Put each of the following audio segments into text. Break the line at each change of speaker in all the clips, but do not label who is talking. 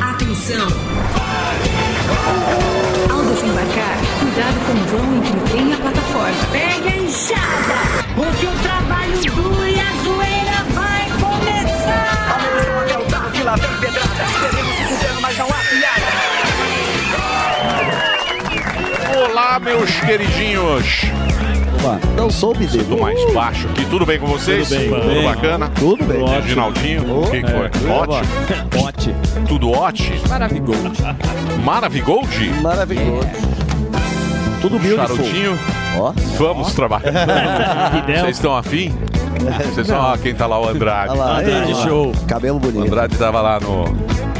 atenção! Ao desembarcar, cuidado com o vão entre o trem e a plataforma.
Pega a enxada, porque o trabalho duro e a zoeira vai começar!
Atenção até o um carro que lá vem pedrada. um Terreno se fudendo, mas é não há piada.
Olá, meus queridinhos.
Opa, não soube dele.
Tudo mais baixo aqui. Tudo bem com vocês?
Tudo bem. Bem.
bacana?
Tudo bem.
Ótimo. Ginaldinho, o que, que
É,
foi?
tudo
Ótimo. Tudo ótimo?
Maravigold.
Maravigold?
Maravigold. Tudo
meu Charutinho. Vamos trabalhar. Vocês estão afim? Vocês estão, ó, quem tá lá, o Andrade.
Olha lá, Andrade, olha lá. show.
Cabelo bonito. O Andrade tava lá no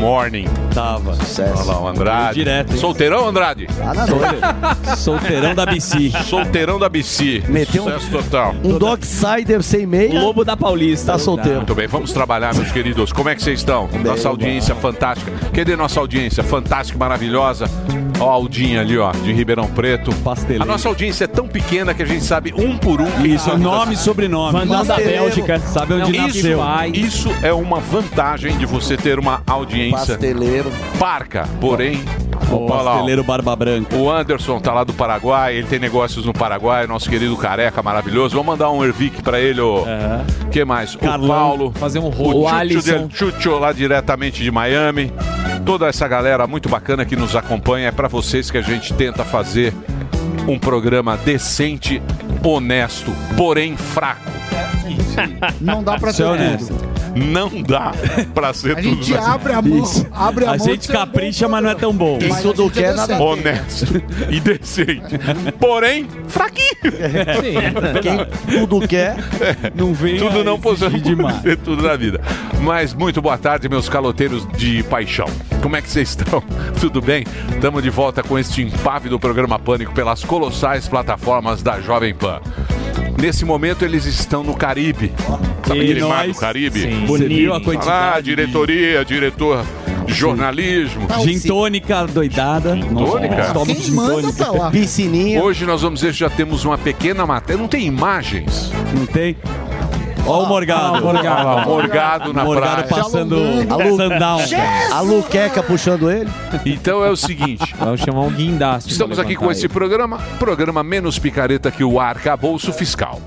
Morning. Tava. Sucesso. Olha lá, o Andrade.
Veio direto, hein?
Solteirão, Andrade?
Ah, na doida.
Solteirão da BC.
Solteirão da BC.
Meteu um-
Sucesso total.
Um Doxider sem meia.
Lobo da Paulista.
Tá solteiro.
Muito bem, vamos trabalhar, meus queridos. Como é que vocês estão? Nossa audiência fantástica. Cadê nossa audiência? Fantástica, maravilhosa. Ó, a Aldinha ali, ó, de Ribeirão Preto. Pasteleiro. A nossa audiência é tão pequena que a gente sabe um por um. quem
Isso,
tá-
nome e sobrenome. Vandal da Bélgica, sabe onde
Não, isso,
nasceu.
Isso é uma vantagem de você ter uma audiência.
Pasteleiro.
Parca, porém.
O
Olha lá, ó.
pasteleiro Barba Branca.
O Anderson tá lá do Paraguai, ele tem negócios no Paraguai, nosso querido careca maravilhoso. Vamos mandar um Ervic pra ele, o.
É.
que mais? o Paulo. Fazer um
rolo. O
O Chucho
Alisson.
del Chucho lá diretamente de Miami. Toda essa galera muito bacana que nos acompanha. É pra vocês que a gente tenta fazer um programa decente, honesto, porém fraco.
Não dá pra
Seu
ter
é honesto.
tudo.
Não dá pra ser
A
tudo.
gente
mas-
abre a mão, abre a,
A
mão
gente
de ser um
capricha,
bom
mas não é
tão bom.
Mas a gente é decente.
honesto e decente. Porém, fraquinho.
É.
tá?
Quem tudo quer,
não vem.
Tudo não possui demais. tudo na vida. Mas muito boa tarde, meus caloteiros de paixão. Como é que vocês estão? Tudo bem? Estamos de volta com este impávido programa Pânico pelas colossais plataformas da Jovem Pan. Nesse momento eles estão no Caribe. Sabe
E
aquele mar do
nós-
Caribe?
Sim. Bonito. Você viu a
Ah,
quantidade de-
diretoria, diretor, jornalismo.
tá
Gin tônica doidada.
Tônica?
tá
Piscininha.
Hoje nós vamos ver se já temos uma pequena matéria. Não tem imagens?
Não tem? Ó o Morgado.
Ah, o Morgado.
Ó lá, ó.
Morgado na
Morgado
praia.
passando
Se
A, Lu...
sundown.
a Luqueca puxando ele.
Então é o seguinte.
Vamos chamar um guindaste.
Estamos aqui com esse programa, programa menos picareta que o arcabouço fiscal.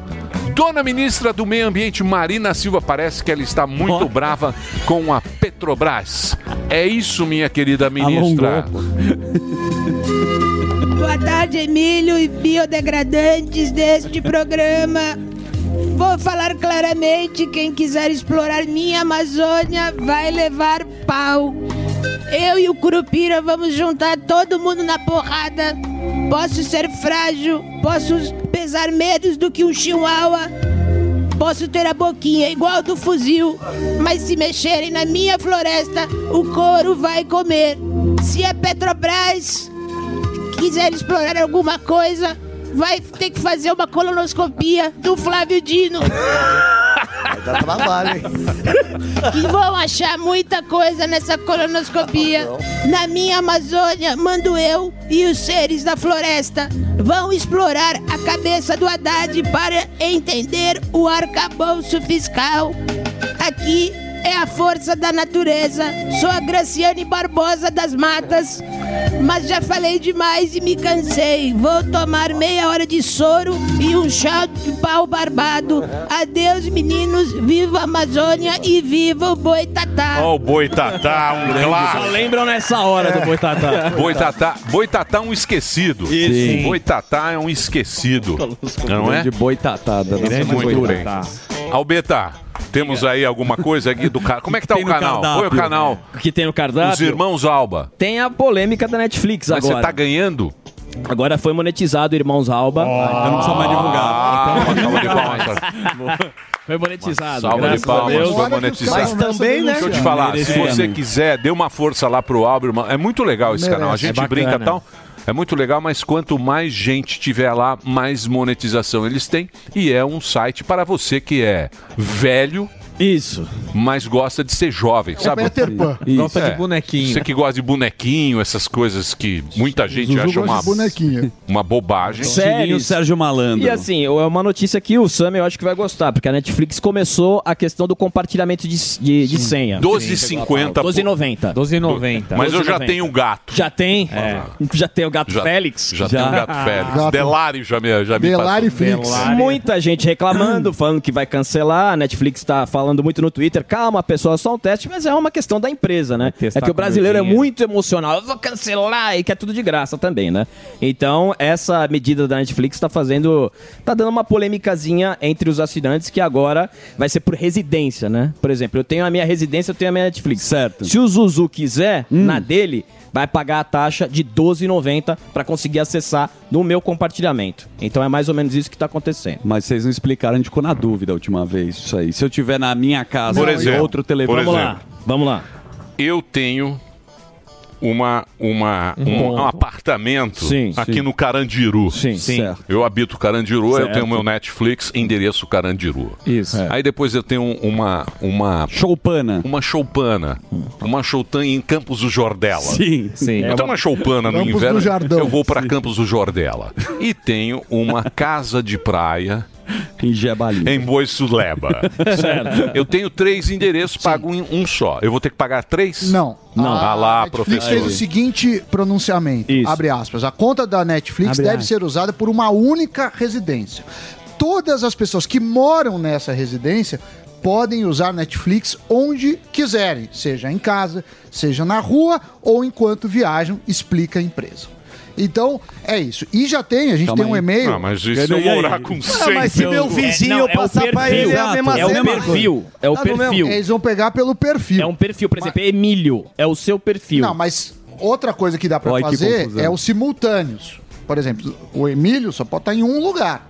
Dona ministra do Meio Ambiente, Marina Silva, parece que ela está muito brava com a Petrobras. É isso, minha querida ministra.
Boa tarde, Emílio e biodegradantes deste programa. Vou falar claramente: quem quiser explorar minha Amazônia vai levar pau. Eu e o Curupira vamos juntar todo mundo na porrada. Posso ser frágil, posso pesar menos do que um chihuahua, Posso ter a boquinha igual do fuzil, mas se mexerem na minha floresta, o couro vai comer. Se a Petrobras quiser explorar alguma coisa, vai ter que fazer uma colonoscopia do Flávio Dino.
Vai dar trabalho, hein?
E vão achar muita coisa nessa colonoscopia. Na minha Amazônia, mando eu e os seres da floresta vão explorar a cabeça do Haddad para entender o arcabouço fiscal. Aqui é a força da natureza. Sou a Graciane Barbosa das Matas, mas já falei demais e me cansei. Vou tomar meia hora de soro e um chá de pau barbado. Adeus, meninos. Viva a Amazônia e viva o Boitatá.
Ó, o Boitatá, um
Só
clássico.
lembram nessa hora do Boitatá.
Boitatá, Boitatá é um esquecido.
Isso.
Boitatá é um esquecido. Não é?
De boitatada.
Grande Muito bem. Albeta, temos aí alguma coisa aqui do canal. Como é que tá
Tem
o
no
canal?
cardápio.
Foi o canal.
O que tem no cardápio?
Os irmãos Alba.
Tem a polêmica da Netflix
Mas
agora.
você tá ganhando?
Agora foi monetizado, Irmãos Alba.
Então não precisa mais Ah, divulgar.
Então-
Foi monetizado.
Salva de
Ah, graças a
palmas
Deus.
pra monetizar.
né?
Deixa eu te falar, se
Merecia.
você quiser, dê uma força lá pro Álvaro. irmão. É muito legal esse
Merece.
canal. A
É
gente
bacana.
brinca e tal. É muito legal, mas quanto mais gente tiver lá, mais monetização eles têm. E é um site para você que é velho Isso. Mas gosta de ser
É
jovem, sabe?
Peter Pan.
Gosta de bonequinho.
Você que gosta de bonequinho, essas coisas que muita gente
Zuzu
acha
gosta
uma,
de bonequinha.
uma bobagem.
Sério,
Sérgio Malandro.
E assim, é uma notícia que o Sam eu acho que vai gostar, porque a Netflix começou a questão do compartilhamento de, de, de senha.
12,50 por-
12,90.
12,90.
Mas eu já
12,90.
tenho um gato. É.
Já tem?
É.
Já tem o gato
Já-
Félix?
Já, tenho um
Ah,
gato Félix.
Gato.
Delari já me, já me
Delari
passou.
Flix.
Muita gente reclamando, falando que vai cancelar. A Netflix tá falando muito no Twitter. Calma, pessoal, é só um teste, mas é uma questão da empresa, né? É que
testar
o
com meu
brasileiro é
dinheiro.
muito emocional. Eu vou cancelar e quer tudo de graça também, né? Então, essa medida da Netflix tá fazendo. tá dando uma polêmicazinha entre os assinantes que agora vai ser por residência, né? Por exemplo, eu tenho a minha residência, eu tenho a minha Netflix.
Certo.
Se o Zuzu quiser,
Hum.
na dele, vai pagar a taxa de R$12,90 para conseguir acessar no meu compartilhamento. Então é mais ou menos isso que está acontecendo.
Mas vocês não explicaram, a gente ficou na dúvida a última vez isso aí. Se eu tiver na minha casa
Por
e
exemplo,
outro telefone.
por
Vamos lá.
exemplo.
Vamos lá.
Eu tenho uma, uma, um, um apartamento
Sim,
aqui
sim.
no Carandiru.
sim.
Certo.
Eu habito Carandiru, eu tenho meu Netflix, endereço Carandiru.
Isso. É.
Aí depois eu tenho uma, uma,
Choupana.
uma choupana, uma choupana em Campos do Jordela.
Sim. Sim.
Eu tenho uma choupana no
Campos do
inverno,
Jardão.
eu vou para Campos do Jordela. E tenho uma casa de praia
Em Jebali.
em Boiçuleba. Eu tenho três endereços, pago um, um só. Eu vou ter que pagar três?
Não.
Não.
A
Ah lá,
Netflix
professor.
fez o seguinte pronunciamento,
Isso.
abre aspas. A conta da Netflix
Abre
deve
aspas.
ser usada por uma única residência. Todas as pessoas que moram nessa residência podem usar Netflix onde quiserem, seja em casa, seja na rua ou enquanto viajam, explica a empresa. Então, é isso. E já tem, a gente
Calma
tem um
aí.
e-mail.
Ah, mas e se eu
E aí?
morar com
Ah, mas
100?
se meu vizinho
não, é o
passar pra
perfil.
ele, é
Exato.
a mesma
É o
cena.
perfil. É o
Tá no mesmo-
perfil.
Eles vão pegar pelo perfil.
É um perfil, por exemplo, Emílio. É o seu perfil.
Não, mas outra coisa que dá pra
Olha que
fazer
confusão.
é os simultâneos. Por exemplo, o Emílio só pode estar em um lugar.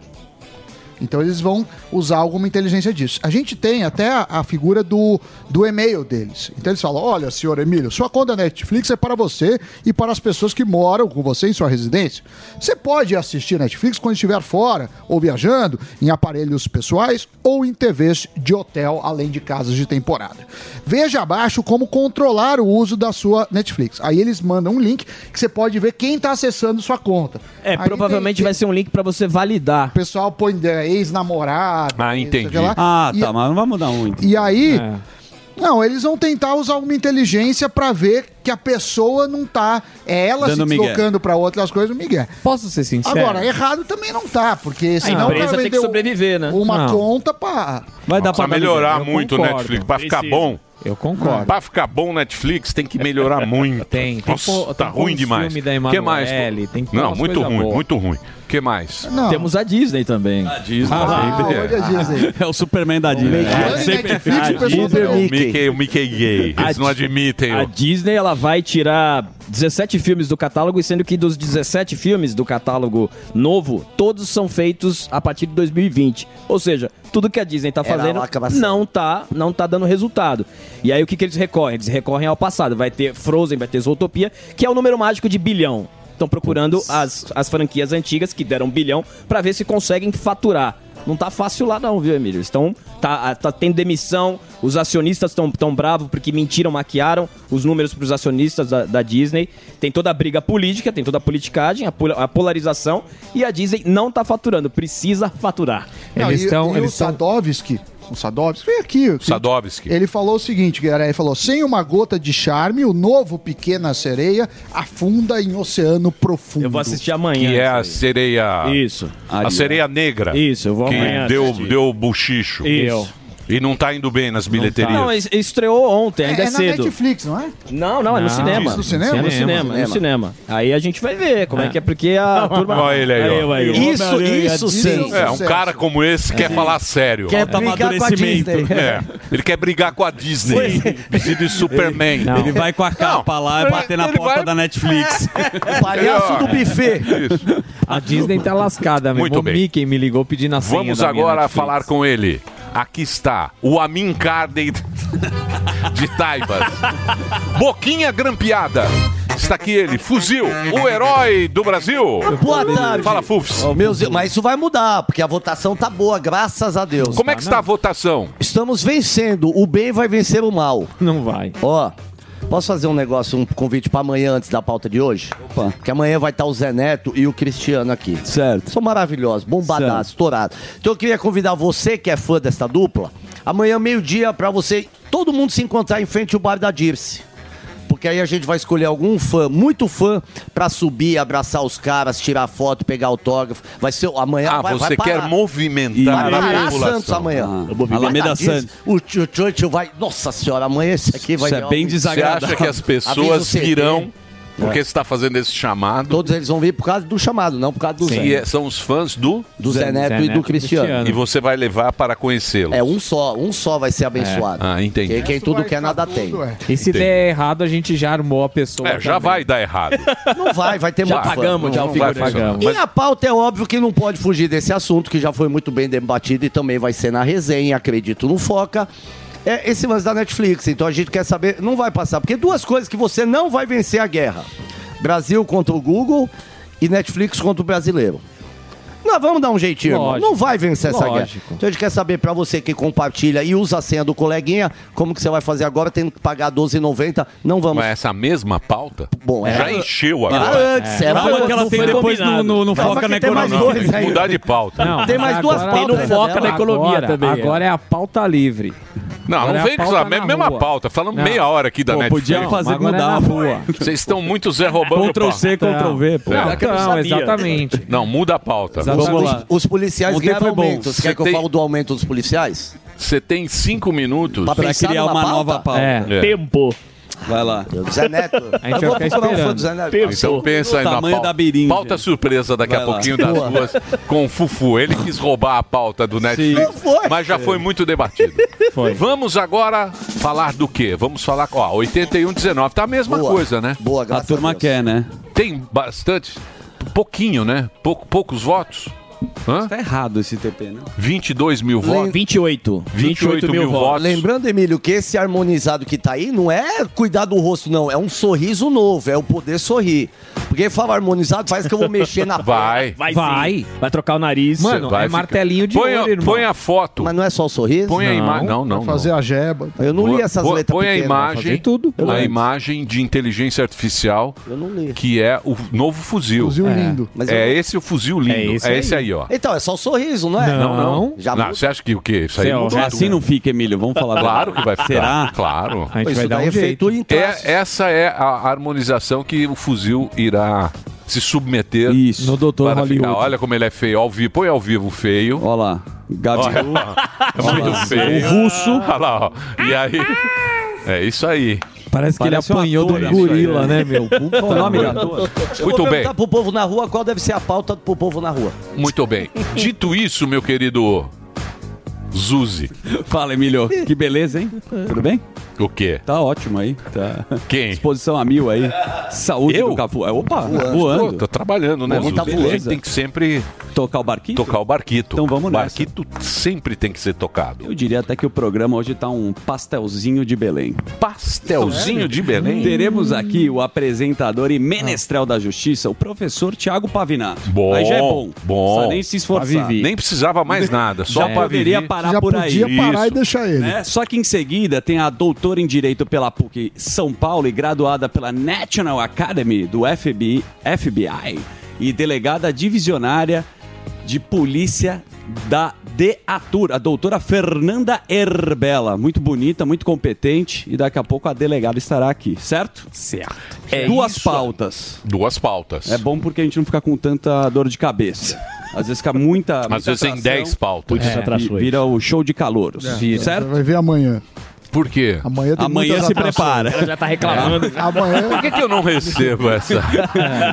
Então eles vão usar alguma inteligência disso. A gente tem até a, a figura do, do e-mail deles. Então eles falam: olha, senhor Emílio, sua conta Netflix é para você e para as pessoas que moram com você em sua residência. Você pode assistir Netflix quando estiver fora ou viajando, em aparelhos pessoais ou em TVs de hotel, além de casas de temporada. Veja abaixo como controlar o uso da sua Netflix. Aí eles mandam um link que você pode ver quem está acessando sua conta.
É,
Aí tem-
provavelmente
tem-
vai ser um link pra você validar.
o pessoal põe é, ex-namorado.
Ah,
ex-
entendi.
sei lá.
Ah,
E-
tá, mas não vamos dar um.
E aí. Não, eles vão tentar usar alguma inteligência pra ver que a pessoa não tá. É ela
Dando
se
migué.
deslocando pra outras coisas, Miguel.
Posso ser sincero?
Agora, errado também não tá, porque senão
empresa
vai
tem que
vender um-
sobreviver, né?
Uma
Não.
conta pra.
Vai dar pra
Pra
dar
melhorar
migué. Eu
muito o
concordo.
Netflix, pra ficar bom.
Eu concordo.
Pra ficar bom Netflix tem que melhorar muito.
Tem, tem
Nossa,
pô- tem
tá
pô
ruim
uns
demais.
filme da
que mais?
Emanuele, tem que pôr
Não,
umas
muito
coisa
ruim,
boa.
muito ruim. que mais?
Não.
Temos a Disney também.
Disney.
Ah,
sempre
olha a Disney.
é. É o Superman da Disney. né?
Olha a Netflix, o pessoal
Disney.
tá-
O
Mickey.
Mickey, o Mickey é gay.
A
Eles não
Di-
admitem.
A
o-
Disney ela vai tirar 17 filmes do catálogo, sendo que dos 17 filmes do catálogo novo, todos são feitos a partir de 2020. Ou seja, tudo que a Disney tá
Era
fazendo
lá que ela saiu.
não tá, não tá dando resultado. E aí o que, que eles recorrem? Eles recorrem ao passado. Vai ter Frozen, vai ter Zootopia, que é o número mágico de bilhão. Estão procurando as, as franquias antigas que deram bilhão pra ver se conseguem faturar. Não tá fácil lá não, viu, Emílio? Estão, tá, tá tendo demissão, os acionistas estão tão bravos porque mentiram, maquiaram os números pros acionistas da, da Disney. Tem toda a briga política, tem toda a politicagem, a, pol- a polarização, e a Disney não tá faturando, precisa faturar.
Não,
Eles
e-
estão.
e
Eles
o
estão.
Sadovski. O Sadovski veio aqui. eu-
Sadovski.
Ele falou o seguinte, galera, ele falou: sem uma gota de charme, o novo Pequena Sereia afunda em oceano profundo.
Eu vou assistir amanhã.
Que é a
isso
sereia.
aí. Isso.
A sereia negra.
Isso, eu vou
Que
amanhã
deu,
assistir.
deu o buchicho.
Isso.
E não tá indo bem nas bilheterias.
Não, es- estreou ontem,
É,
ainda é,
é na
cedo.
Netflix, não é?
Não, não, é no
Não.
cinema.
Isso, no cinema?
É no
Cinema,
cinema, é no cinema. Aí a gente vai ver como é que é, porque a turma...
Olha ele aí, ó.
eu, aí, eu.
Isso, isso sim.
É, um
Sucesso.
cara como esse quer falar sério.
Quer
tá
brigar com a Disney.
É, ele quer brigar com a Disney. Vestido de Superman.
Não.
é. Ele vai com a capa lá e bater na porta da Netflix.
É.
O
é
palhaço do buffet.
Isso.
A Disney tá lascada mesmo.
Muito
o
bem.
Mickey me ligou pedindo a senha
Vamos
da Assim, minha
agora
Netflix.
falar com ele. Aqui está o Amin Carden de Taibas. Boquinha grampeada. Está aqui ele, fuzil, o herói do Brasil.
Boa tarde.
Fala, Fufs.
Meus- mas isso vai mudar, porque a votação tá boa, graças a Deus.
né?
Como é que é está a votação?
estamos vencendo. O bem vai vencer o mal. Não vai. Ó, posso fazer um negócio, um convite pra amanhã antes da pauta de hoje? Opa. Porque amanhã vai estar o Zé Neto e o Cristiano aqui. Certo. São maravilhosos, bombadaços, estourados. Então eu queria convidar você que é fã desta dupla, amanhã meio-dia pra você, todo mundo se encontrar em frente ao bar da Dirce. Porque aí a gente vai escolher algum fã, muito fã, pra subir, abraçar os caras, tirar foto, pegar autógrafo. Vai ser amanhã.
Ah,
vai, vai
você quer
parar.
movimentar
Vai parar
a população.
Santos amanhã.
Ah,
Eu vou virar
Alameda
Tadinho.
Santos.
O Tio Churchill vai. Nossa senhora, amanhã esse aqui vai
Isso
dar
é
um-
bem desagradável. Você acha que as
Avisa o
pessoas
CT.
virão porque
É.
você está fazendo esse chamado?
Todos eles vão vir por causa do chamado, não por causa do
que
Zé.
é- são os fãs do?
Do Zé Neto e do Cristiano.
E você vai levar para conhecê-lo.
É um só, um só vai ser abençoado.
É. Ah, entendi.
Porque quem tudo quer, nada tem.
E se der errado, a gente já armou a pessoa.
É, já vai dar errado.
Não vai, vai ter
Já
muito fã.
pagamos,
Não
já o
vai
figurante.
funcionar.
Pagamos.
E a pauta é óbvio que não pode fugir desse assunto, que já foi muito bem debatido e também vai ser na resenha, acredito no Foca. É esse lance da Netflix, então a gente quer saber, não vai passar, porque duas coisas que você não vai vencer a guerra: Brasil contra o Google e Netflix contra o brasileiro. Nós vamos dar um jeitinho, irmão.
Lógico.
Não vai vencer essa guerra.
Lógico.
Então a gente quer saber pra você que compartilha e usa a senha do coleguinha, como que você vai fazer agora, tendo que pagar R$12,90. Não vamos
Mas essa mesma pauta
Bom,
já
era-
encheu
era
agora.
antes, era Calma antes. que ela tem Não foi depois no- combinado. no- no Calma Foca que na tem mais Economia. dois
Tem que
ainda.
Mudar de pauta.
Não,
Tem mais
mas
duas
agora-
pautas ainda
Tem no foca
dela.
na economia
Agora-
também. Agora é a
Tá
pauta livre.
Não,
Agora
não
é
vem
a
com
pauta
essa me-
na
mesma
rua.
pauta. Falando
Não.
meia hora aqui da
Pô,
Netflix.
podia fazer Agora mudar é na a rua. rua.
Vocês estão muito Zé roubando
Ctrl C,
pauta.
Ctrl V, pô.
É.
Não, que eu não Não, sabia. exatamente.
Não, muda a pauta.
Vamos lá. Os policiais
Ontem
ganharam
foi bom.
aumento. Você quer
Você
que eu
Tá
um
tem-
falo do aumento dos policiais?
Você tem cinco minutos
Pra pensar numa pauta? É.
Tempo. Vai lá.
Zé Neto. Eu vou procurar um fã do Zé Neto.
Então pensa aí na pauta. pauta surpresa daqui a
Vai lá.
pouquinho das
Boa.
duas com o Fufu. Ele quis roubar a pauta do Netflix, mas já foi muito debatido. Vamos agora falar do quê? Vamos falar, ó, 81, 19, tá a mesma coisa, né?
Boa,
A turma quer, né?
Tem bastante, pouquinho, né? Pouco, poucos votos. Hã?
Tá errado esse TP, né?
22 mil
Lem-
votos. 28. 28 mil votos.
Lembrando, Emílio, que esse harmonizado que tá aí não é cuidar do rosto, não. É um sorriso novo, é o poder sorrir. Porque fala harmonizado, faz que eu vou mexer na
Vai.
Vai.
Vai. Vai trocar o nariz.
Mano, é martelinho de
põe, a-
ouro, irmão.
Põe a foto.
Mas não é só o sorriso?
Põe a imagem. Não, não. não.
Fazer a jeba.
Eu não li essas
Põe-
letras
Põe a
pequenas. né?
imagem,
Fazer tudo. Eu
a
li.
imagem de inteligência artificial, que é o novo fuzil.
Fuzil
é.
lindo. Mas eu-
É esse o fuzil lindo. É esse, aí. ó.
Então, é só o sorriso, não é?
Não, não. Não, Ah, você acha que o quê? Isso aí
Cê, ó,
mudou
assim
tudo.
não fica, Emílio. Vamos falar
Claro que vai ficar.
Será?
Claro.
A gente Isso vai dar daí um é jeito. feito em traços.
É, essa é a harmonização que o fuzil irá se submeter
Isso. No Dr.
para
Hollywood.
ficar. Olha como ele é feio. Ao vivo. Põe ao vivo feio.
Olha lá. Gabiru.
É muito feio.
O russo.
Olha lá, ó. E aí... É isso aí.
Parece que ele
Parece um
apanhou
ator,
do
isso aí,
gorila,
né?
né, meu?
é
Puta
O nome
merda.
da-
Eu
Muito
vou
bem.
perguntar pro povo na rua qual deve ser a pauta pro povo na rua.
Muito bem. Dito isso, meu querido Zuzi.
Fala, Emílio. Que beleza, hein? Tudo bem?
O quê?
Tá ótimo aí. Tá.
Quem?
Exposição a mil aí. Saúde
Eu?
do Cafu. É, Opa, voando.
Pô, tô trabalhando, né,
Pô,
Zuzi?
tá
A gente
beleza.
tem que sempre...
Tocar o barquito?
Tocar o barquito.
Então vamos
O
nessa.
barquito sempre tem que ser tocado.
Eu diria até que o programa hoje tá um pastelzinho de Belém.
Pastelzinho de Belém?
Teremos aqui o apresentador e menestrel da justiça, o professor Tiago Pavinato.
Bom,
Aí já é bom.
bom.
Precisa nem se esforçar.
Nem precisava mais nada, só
já
pra
poderia
viver.
parar por aí.
podia parar e deixar ele.
Né? Só que em seguida tem a doutora em Direito pela PUC São Paulo e graduada pela National Academy do FBI, FBI e delegada divisionária de polícia da DEATUR, a doutora Fernanda Herbela. Muito bonita, muito competente e daqui a pouco a delegada estará aqui, certo? Certo. Duas pautas.
Duas pautas.
É bom porque a gente não fica com tanta dor de cabeça. Às vezes fica muita. muita
Às vezes tem
atração.
10 pautas.
É, vi- vira o show de calouros. Certo?
Vai ver amanhã.
Por quê?
Amanhã tem
Amanhã
muitas
se
atrações.
prepara. Ela
já tá reclamando.
Amanhã.
É. Por que, que eu não recebo essa?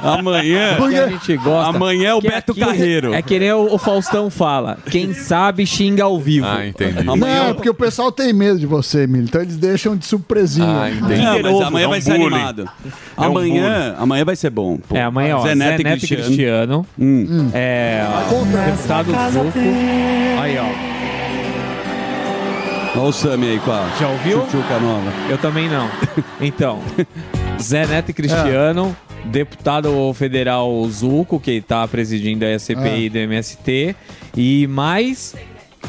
Amanhã.
Porque a gente gosta.
Amanhã é o
Que
Beto
aqui
Carreiro.
É que nem o, o Faustão fala. Quem sabe xinga ao vivo. é
Ah, entendi.
Não, porque o pessoal tem medo de você, Emílio. Então eles deixam de surpresinha.
Ah, entendi.
Não, mas
É
amanhã
um
vai ser
bullying.
animado.
É um
amanhã, amanhã vai ser bom. pô.
É, amanhã, ó.
Zé Neto e Cristiano. Hum.
É, ó, deputado Zuco. Aí, ó.
Olha o Sami aí com a
Já ouviu?
tchutchuca nova.
Eu também não. Então, Zé Neto e Cristiano, deputado federal Zuco, que tá presidindo a CPI do MST, e mais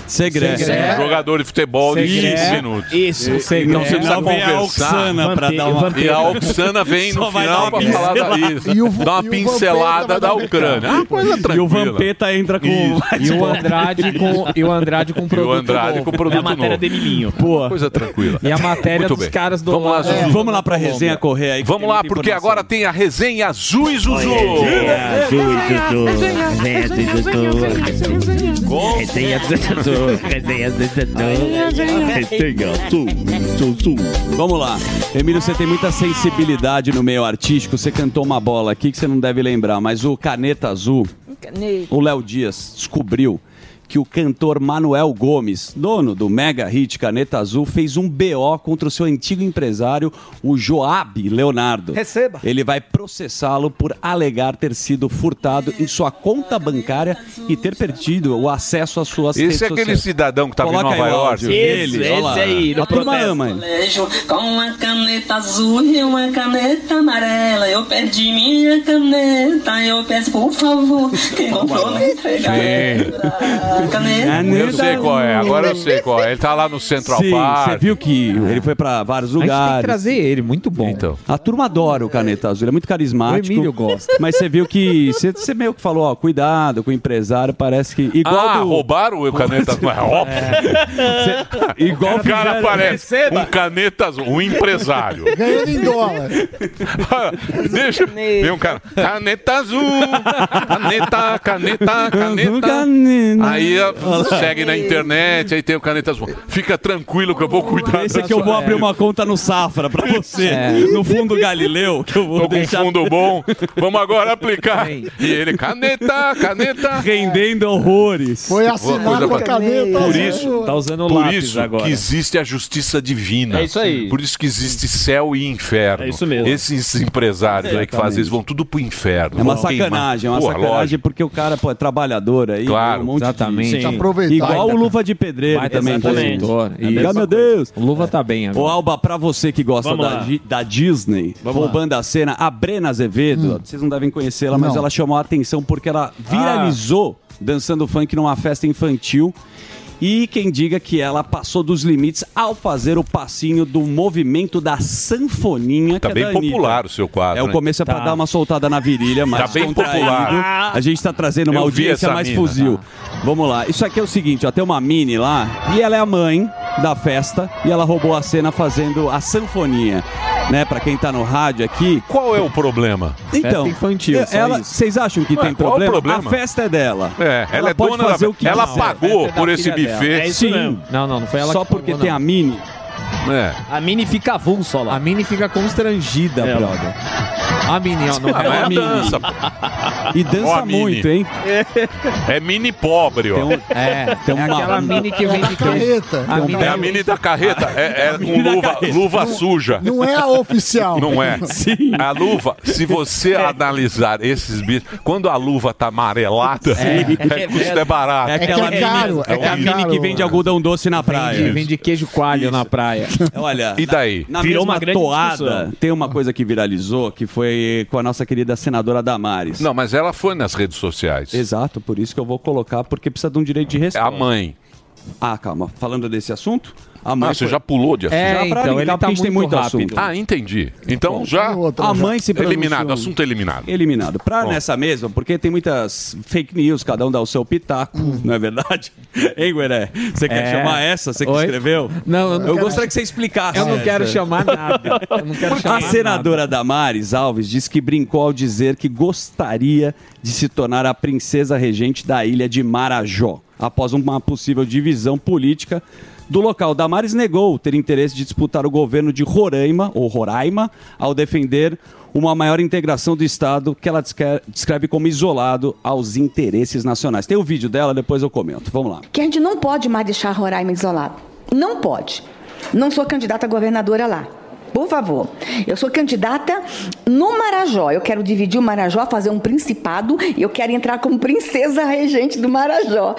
Segredo.
Um jogador de futebol de
Segre.
15 minutos.
Isso. Segre.
Então você precisa
Ela vem a
conversar.
Oxana pra dar uma-
E a Oxana vem
Só
no
vai dar
final
uma
pra falar da
pincelada.
isso.
E o-
Dá uma
e o
pincelada
Vampeta
da
vai dar-
Ucrânia. Ah, coisa tranquila.
E o Vampeta entra com-
Isso.
tá E o Andrade com e o Andrade com
E
produto
o Andrade
novo.
com produto
É a matéria
novo.
de Milinho.
Boa. Coisa tranquila.
E a matéria
Muito
dos
bem.
caras do
Vamos lá,
lado.
Zuzu.
Vamos lá
É. pra resenha correr aí. que
Vamos
tem
lá,
muita
porque
informação.
agora tem a resenha azul e Zuzu.
Olha, Azul e Zuzu.
Resenha do Dudu.
Resenha do Dudu. Resenha do
Vamos lá. Emílio, você tem muita sensibilidade no meio artístico. Você cantou uma bola aqui que você não deve lembrar, mas o Caneta Azul, o Léo Dias, descobriu que o cantor Manuel Gomes, dono do mega hit Caneta Azul, fez um BO contra o seu antigo empresário, o Joab Leonardo.
Receba.
Ele vai processá-lo por alegar ter sido furtado em sua conta bancária e ter perdido o acesso às suas redes
Esse é aquele
sociais.
cidadão que tava em
Coloca
Nova
aí o
York.
áudio dele, olha lá. A turma ama ele.
colégio com a caneta azul e uma caneta amarela. Eu perdi minha caneta, eu peço por favor, quem comprou me entregar.
É.
Sim. Eu sei qual é, agora eu sei qual é. Ele tá lá no Central
Sim,
Park.
você viu que ele foi pra vários
gente tem
lugares.
que
trazer ele, muito bom.
É.
Então.
A turma adora o Caneta Azul, ele é muito carismático.
O Emílio gosta.
Mas você viu que você, você meio que falou, ó, cuidado com o empresário, parece que igual
ah,
do-
roubaram o caneta azul. É óbvio.
Cê- igual
o cara
fizeram-
aparece.
Receba.
Um caneta azul, um empresário.
Ganhando em dólar.
Deixa. Vem um cara. Caneta azul. Caneta, caneta, caneta. Aí ó, segue na internet, aí tem o caneta azul. Fica tranquilo que eu vou cuidar.
Esse aqui eu vou abrir uma conta no Safra pra você.
É.
No fundo Galileu, que eu vou
Tô com
deixar.
fundo bom. Vamos agora aplicar. E ele, caneta, caneta.
Rendendo horrores.
Foi
assinado com a caneta
Por
azul.
isso,
Tá usando
por
lápis
isso
agora.
que existe a justiça divina.
É isso aí.
Por isso que existe céu e inferno.
É isso mesmo.
Esses empresários aí que
Exatamente.
fazem isso vão tudo pro inferno.
É uma
Vão queimar.
sacanagem, é uma
Pô,
sacanagem
lógico.
porque o cara pô, é trabalhador aí.
Claro,
um monte de-
exatamente.
Sim.
Tá aproveitando.
Igual o
Baita
Luva de Pedreiro
Baita
também. por
exatamente.
exemplo.
É a mesma
Obrigado, meu Deus. O
Luva tá bem
agora. Ô Alba, pra você que gosta
Vamos
da,
lá.
Di- da Disney,
Vamos
roubando a cena, a Brena Azevedo,
Hum.
vocês não devem conhecê-la, mas
Não.
ela chamou a atenção porque
Ah.
ela viralizou dançando funk numa festa infantil. E quem diga que ela passou dos limites ao fazer o passinho do movimento da sanfoninha.
Tá
que é
bem
da Anitta.
popular o seu quadro.
É, o
né?
começo é
Tá.
pra dar uma soltada na virilha, mas
Tá bem
descontraído.
popular.
A gente tá trazendo uma
Eu vi
audiência
essa
mais
mina, tá.
fuzil. Vamos lá. Isso aqui é o seguinte, ó, tem uma mini lá e ela é a mãe da festa e ela roubou a cena fazendo a sanfoninha, né, Pra quem tá no rádio aqui.
Qual é o problema?
Então,
Festa infantil,
eu-
só
ela,
isso.
vocês acham que
Ué,
tem
qual é o
problema?
problema?
A festa é dela.
É, ela é
pode
dona da-
fazer o que
ela
quiser.
pagou
A festa é da
por esse
filha dela.
buffet.
É isso
Sim.
mesmo.
Não, não, não foi ela
Só
que pagou,
porque
não.
tem a mini.
É.
A Mini fica avulsa lá. É, A Mini fica constrangida, brother. A Mini, ó, não
Ah,
é,
mas
a
é
Mini.
dança, pô.
E dança
Ó, a Mini.
muito, hein?
É mini pobre, ó.
Tem um- é, tem É uma- aquela mini que
então.
vem de
carreta.
A mini, é a mini da carreta. É, é com luva, luva suja.
Não é a oficial.
Não é. A luva, se você analisar esses bichos, quando a luva tá amarelada,
É.
é, custo é barato.
é a mini que vende algodão doce na praia.
Vende, vende queijo coalho na praia.
É, Olha,
E
daí?
Na, na
Virou
mesma
uma grande
toada,
discussão.
tem uma coisa que viralizou que foi com a nossa querida senadora Damares.
Não, mas ela foi nas redes sociais. É
Exato, por isso que eu vou colocar, porque precisa de um direito de resposta. A
mãe.
Ah, calma. Falando desse assunto, a mãe.
Ah, você já pulou de assunto.
É, já pra
então,
ligar,
tá
porque a gente tem muito assunto.
Ah, entendi. Então já.
A mãe se pronunciou.
Eliminado, assunto eliminado.
Eliminado. Pra
Bom.
nessa mesma, porque tem muitas fake news, cada um dá o seu pitaco, não é verdade? Hein, Gueré? Você quer
Hum. É.
chamar essa? Você que
Oi?
escreveu?
Não, eu não
Eu
quero-
gostaria que você explicasse.
Eu não quero
essa.
chamar nada. Eu não quero chamar
A senadora Damares Alves diz que brincou ao dizer que gostaria de se tornar a princesa regente da ilha de Marajó, após uma possível divisão política do local. Damares negou ter interesse de disputar o governo de Roraima, ou Roraima, ao defender uma maior integração do Estado, que ela descre- descreve como isolado aos interesses nacionais. Tem o vídeo dela, depois eu comento. Vamos lá.
que a gente não pode mais deixar Roraima isolado. Não pode. Não sou candidata a governadora lá. Por favor, eu sou candidata no Marajó. Eu quero dividir o Marajó, fazer um principado. e Eu quero entrar como princesa regente do Marajó.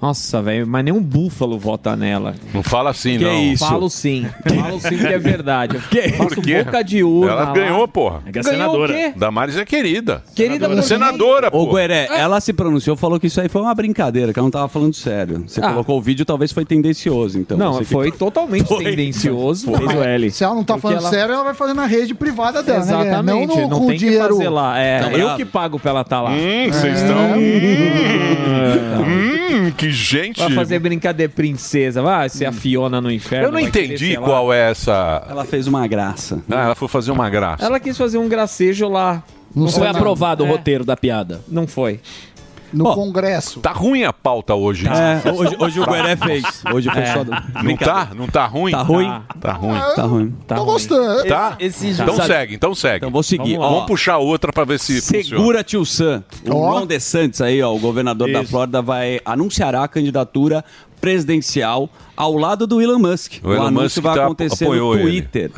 Nossa, velho, mas nenhum búfalo vota nela.
Não fala assim,
que é
não.
isso? Falo sim. Falo sim que é verdade. Eu fiquei- faço boca de urna.
Ela
lá.
ganhou, porra.
É que é Ganhou senadora. o quê?
Damares é querida.
Querida por quem?
Senadora,
Ô,
porra.
Gueré,
É.
ela se pronunciou, falou que isso aí foi uma brincadeira, que ela não tava falando sério. Você
Ah.
colocou o vídeo, talvez foi tendencioso, então.
Não,
Você
foi totalmente tendencioso.
Foi.
Fez o L.
Se ela não tá
Porque
falando
ela-
sério, ela vai fazer na rede privada dela, né? Guilherme?
Exatamente,
Não, no,
não,
com
tem que
dinheiro. É.
fazer lá. É,
Tá
eu
bravo.
que pago pra ela estar lá.
Então, Hum, vocês estão. Hum, que gente. Hum.
Vai fazer brincadeira princesa, vai ser a Fiona no inferno.
Eu não
vai querer,
entendi
sei lá.
qual é essa. Ela
fez uma graça.
Ah, ela foi fazer uma graça.
Ela quis fazer um gracejo lá.
Não foi aprovado o
É.
roteiro da piada.
Não foi.
No Congresso.
Tá ruim a pauta hoje. Tá.
É, hoje- hoje o Gueré fez. Hoje foi só do-
Não tá? Não tá ruim?
Tá ruim?
Tá ruim.
Tá ruim.
Tá
Ah, Tô gostando.
Tá? então segue, então segue. Então
vou seguir.
Vamos,
Ó.
puxar outra pra ver se funciona.
Segura tio Sam. O
Ó.
Ron DeSantis aí, ó, o governador da
Isso.
Flórida, vai anunciará a candidatura presidencial ao lado do Elon Musk.
O Elon
anúncio
Musk
vai
tá-
acontecer
apoiou
no
ele.
Twitter.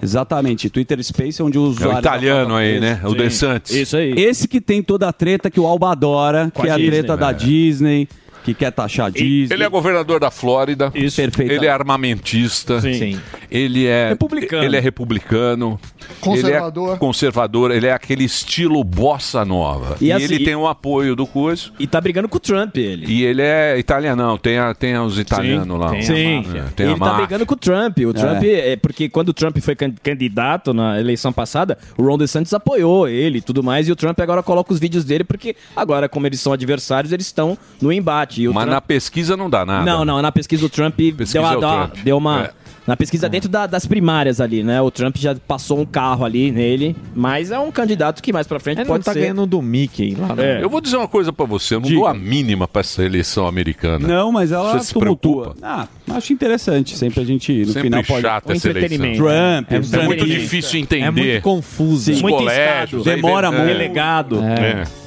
Exatamente, Twitter Space, onde
É
os
o
usuários...
italiano aí, né? O
Sim.
DeSantis.
Esse que tem toda a treta que o Alba adora,
Com
que é
a
a
Disney,
treta da
né?
Disney, que quer taxar a Disney.
Ele é governador da Flórida. Isso. Perfeito. Ele é armamentista.
Sim.
Ele é
Republicano.
Ele é republicano.
Conservador.
Ele é conservador. Ele é aquele estilo bossa nova. E,
E assim-
ele tem um apoio do curso.
E tá brigando com o Trump, ele.
E ele é italianão. Tem, a, tem os italianos lá.
Sim.
É, tem a
ele tá
máfia.
brigando com o Trump. O Trump, é. porque quando o Trump foi can- candidato na eleição passada, o Ron DeSantis apoiou ele e tudo mais. E o Trump agora coloca os vídeos dele, porque agora, como eles são adversários, eles estão no embate. E o
Mas
né?
Trump-
na pesquisa não dá nada.
Não, não, na pesquisa o Trump deu,
é
uma,
o
deu uma-
Trump.
deu uma-
É.
Na pesquisa dentro da- das primárias ali, né? O Trump já passou um carro ali nele, mas é um candidato que mais pra frente
Ele
pode
não tá
ser.
É
ganhando do Mickey lá. né?
É.
Eu vou dizer uma coisa pra você, eu não dou a mínima pra essa eleição americana.
Não, mas ela
Você se
tumultua. Ah, acho interessante. Sempre a gente, no
Sempre
final, pode... né?
chata essa eleição.
Trump.
É,
Trump.
muito difícil entender.
É muito
confuso.
Os
Muito
colégios.
estado.
aí
Demora
vem-
muito.
é.
Delegado.
É.
É.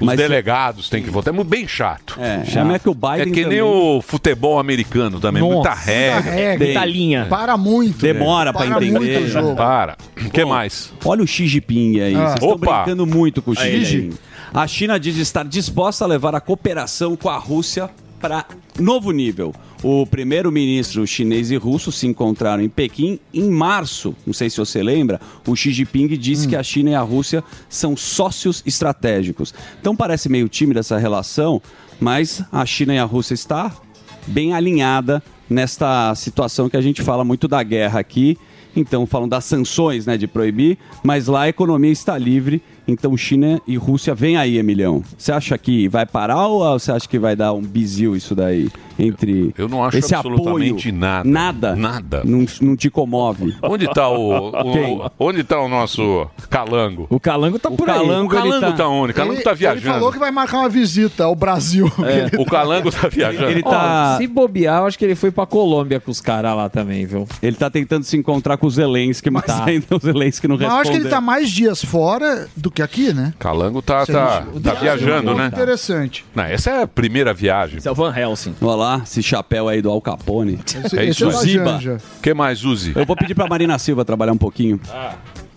Os
Mas-
delegados têm que votar. É muito bem chato.
É, chama é que o Biden
É que nem
também-
o futebol americano também. muita
Nossa.
regra.
Muita regra, muita
Tem.
linha.
Para muito.
Demora pra
Para muito o
entender.
jogo.
Para. O que mais?
Olha o Xi Jinping aí.
Ah.
Vocês estão
Opa.
brincando muito com o Xi
Aí,
Jinping. A China diz estar disposta a levar a cooperação com a Rússia para novo nível. O primeiro-ministro chinês e russo se encontraram em Pequim em março. Não sei se você lembra, o Xi Jinping disse que a China e a Rússia são sócios estratégicos. Então parece meio tímida essa relação, mas a China e a Rússia está bem alinhada nesta situação que a gente fala muito da guerra aqui. Então, falam das sanções, né, de proibir, mas lá a economia está livre. Então, China e Rússia, vem aí, Emilhão. Você acha que vai parar ou você acha que vai dar um bizil isso daí? Entre
Eu não acho
esse
absolutamente
apoio?
nada.
Nada?
Nada.
Não, não te comove?
Onde está o, o-
Quem?
onde tá o nosso calango?
O Calango tá
O
por aí.
Calango, ele tá- onde? O Calango tá viajando.
Ele falou que vai marcar uma visita ao Brasil.
É,
O calango tá viajando.
Ó,
Ah.
se bobear, eu acho que ele foi pra Colômbia com os caras lá também, viu?
Ele tá tentando se encontrar com o Zelensky, mas
Tá.
ainda o Zelensky não
Mas eu
respondeu.
acho que ele tá mais dias fora do que aqui, né?
Calango tá,
Você
tá,
não-
tá
Viagem
viajando,
um
né?
pouco Interessante.
Não, essa é a primeira viagem.
Esse é o Van Helsing.
Olha lá, esse chapéu aí do Al Capone.
Esse- É esse isso é aí. da
Ziba.
Janja. que mais, Uzi?
Eu vou pedir pra Marina Silva trabalhar um pouquinho.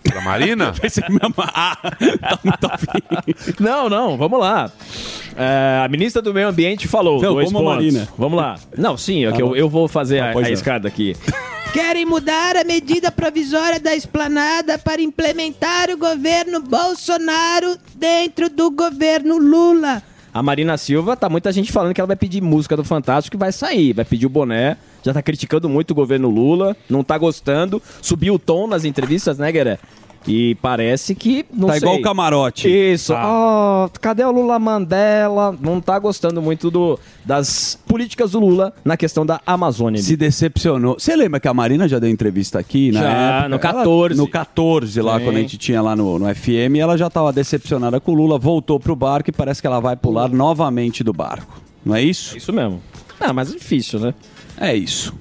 Pra Marina?
Pensei que me amar. tá muito afim.
Não, não, vamos lá. É, a ministra do Meio Ambiente falou.
Não,
dois
como a
pontos.
Marina.
Vamos lá. Não, sim, é
Tá
que
bom.
eu, eu vou fazer
Ah,
a,
pois
a
não.
escada aqui.
Querem mudar a medida provisória da esplanada para implementar o governo Bolsonaro dentro do governo Lula.
A Marina Silva, tá muita gente falando que ela vai pedir música do Fantástico e vai sair, vai pedir o boné. Já tá criticando muito o governo Lula, não tá gostando. Subiu o tom nas entrevistas, né, Gueré? E parece que não
Tá
sei.
igual o camarote.
Isso. Ah, cadê o Lula Mandela? Não tá gostando muito do, das políticas do Lula na questão da Amazônia.
Se decepcionou. Você lembra que a Marina já deu entrevista aqui, na
Já,
época?
no
Ela-
14.
no 14, lá,
Sim.
quando a gente tinha lá no, no FM, ela já estava decepcionada com o Lula, voltou pro barco e parece que ela vai pular novamente do barco. Não é isso? É
isso mesmo. Ah, mas é difícil, né?
É isso.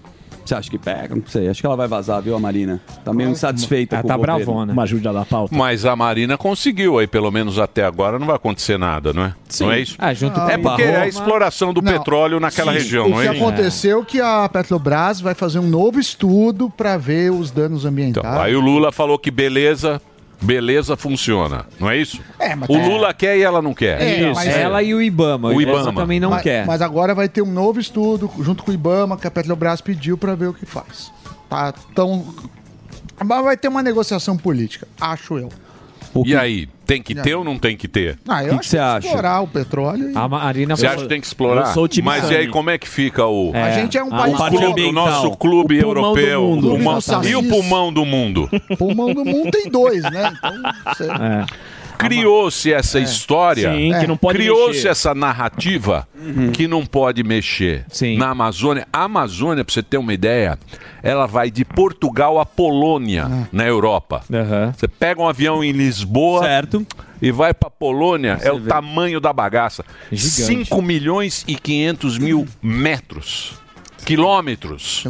Você acha que pega? Não sei. Acho que ela vai vazar, viu, a Marina? Tá meio insatisfeita com o governo.
Uma ajuda da pauta.
Mas a Marina conseguiu aí, pelo menos até agora, não vai acontecer nada, não é? Não é isso?
Ah, junto
é
com o
porque é a
Barroso.
exploração do
Não.
petróleo naquela
Sim.
região,
O
não
que
é?
aconteceu é que a Petrobras
Então,
vai fazer um novo estudo para ver os danos ambientais.
Aí o Lula falou que beleza, Beleza funciona, não é isso?
É, mas
o
tá-
Lula quer e ela não quer.
É, mas-
Ela e o Ibama.
O
Ibama
Ibama.
também não
mas,
quer.
Mas agora vai ter um novo estudo junto com o Ibama, que a Petrobras pediu para ver o que faz. Tá tão. Mas vai ter uma negociação política, acho eu.
E aí, tem que
E
ter
aí?
ou não tem que ter?
Ah, eu acho que tem que explorar o petróleo. e-
A Marina
Você acha que tem que explorar? Mas e aí, como é que fica o.
A gente é
Ah,
um país
o, clube, o
ambiental.
então.
nosso clube
O pulmão do
europeu. o
mundo.
pulmão-
Exatamente.
e o pulmão do mundo?
Pulmão do mundo tem dois, né? Então, você- É.
Criou-se essa história,
Sim, que não pode
criou-se
mexer.
essa narrativa que não pode mexer na Amazônia. A Amazônia, para você ter uma ideia, ela vai de Portugal à Polônia, na Europa. Você pega um avião em Lisboa e vai para Polônia, é o tamanho da bagaça.
Gigante.
5 milhões e 500 mil metros. Quilômetros,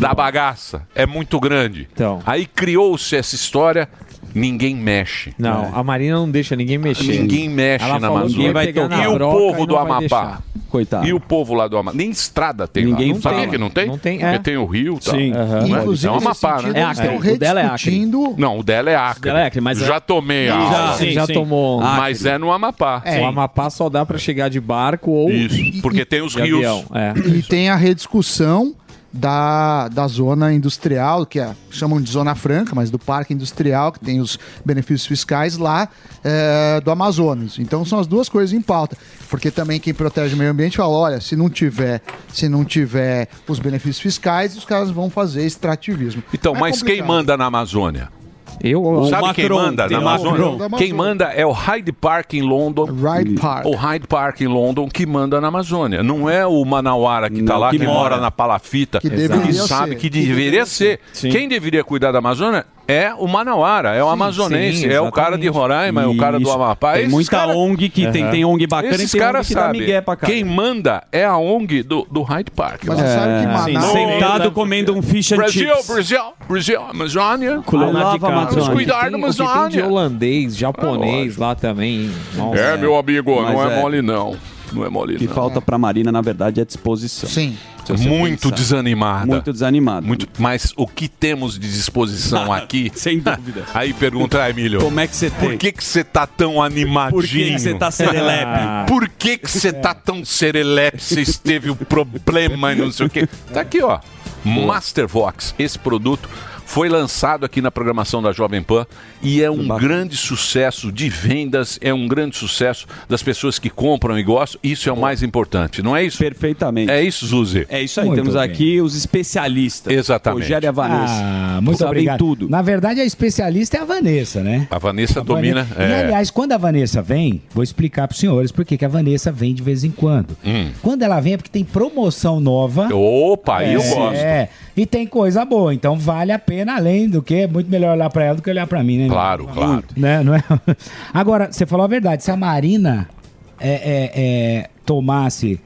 da bagaça. É muito grande. Aí criou-se essa história, ninguém mexe.
Não, a Marina não deixa ninguém mexer.
É. Ninguém mexe
Ela
na
falou que
Amazônia.
ia pegar na
e o
broca
povo
e
do
não vai
Amapá.
deixar. Coitado.
E o povo lá do Amapá. Nem estrada tem
Ninguém
lá. Não Sabia
fala.
que não tem?
Não tem, é.
Porque tem o Rio e tal.
Sim. Aham.
Né?
Inclusive,
é o
nesse
Amapá, né?
sentido, eles É Acre. estão O dela é Acre.
Não, o dela é Acre.
dela é Acre, mas é-
já tomei a
Já,
aula.
sim, já Sim. tomou.
Mas
Acre.
é no Amapá.
O Amapá só dá pra chegar de barco ou.
Isso, porque tem os rios.
é.
E tem a rediscussão da, da zona industrial, que é- chamam de zona franca, mas do parque industrial, que tem os benefícios fiscais lá é, do Amazonas. Então são as duas coisas em pauta. Porque também quem protege o meio ambiente fala, olha, se não tiver, se não tiver os benefícios fiscais, os caras vão fazer extrativismo.
Então,
É
mas quem
complicado.
manda na Amazônia?
Eu
Sabe quem manda na Amazônia?
Macron.
Quem manda é o Hyde Park em London.
Hyde Park.
O Hyde Park em London que manda na Amazônia. Não é o Manauara que tá
Não,
lá, que,
que
mora
mora.
na palafita, que,
deveria
sabe
ser.
que deveria ser. Quem deveria cuidar da Amazônia é o Manauara, é o amazonense,
sim,
é o cara de Roraima, é o cara do
Isso.
Amapá.
Tem
Esses
muita ONG que tem- tem ONG bacana e
Esses
tem
caras
ONG que dá
sabem.
migué pra cara.
Quem manda é a ONG do, do Hyde Park.
Mas
lá.
você sabe que Manaus- É, Sim, sentado
Não,
comendo um fish and
Brasil,
chips.
Brasil, Brasil, Amazônia. Vamos cuidar da
O que tem de
Amazônia.
holandês, japonês lá também. Nossa.
É, meu amigo,
Mas
não é,
é.
mole não. Não é mole
O que
não.
falta pra Marina, na verdade, é disposição.
Sim.
Muito desanimada.
Muito desanimada.
Muito, mas o que temos de disposição aqui? Sem dúvida. Aí pergunta, ah, Emílio.
Como é que você tem?
Por que que você tá tão animadinho?
Por que que você tá serelepe?
Por que que você
É.
tá tão serelepe? Vocês teve o problema e não sei o quê. Tá aqui, ó. Mastervox, esse produto foi lançado aqui na programação da Jovem Pan e é um grande sucesso de vendas, é um grande sucesso das pessoas que compram e gostam. Isso é o mais importante, não é isso?
Perfeitamente.
É isso, Zuzi.
É isso aí, temos aqui os especialistas.
Exatamente.
Rogério e a Vanessa.
Ah, muito
Sabem
obrigado.
tudo.
Na verdade, a especialista é a Vanessa, né?
A Vanessa domina.
Vane- E,
é.
aliás, quando a Vanessa vem, vou explicar para os senhores por que que a Vanessa vem de vez em quando.
Hum.
Quando ela vem é porque tem promoção nova.
Opa, aí eu gosto.
É, e tem coisa boa, então vale a pena, além do que é muito melhor olhar para ela do que olhar para mim, né?
Claro, claro.
Né? Não é? Agora, você falou a verdade, se a Marina é, é, é, tomasse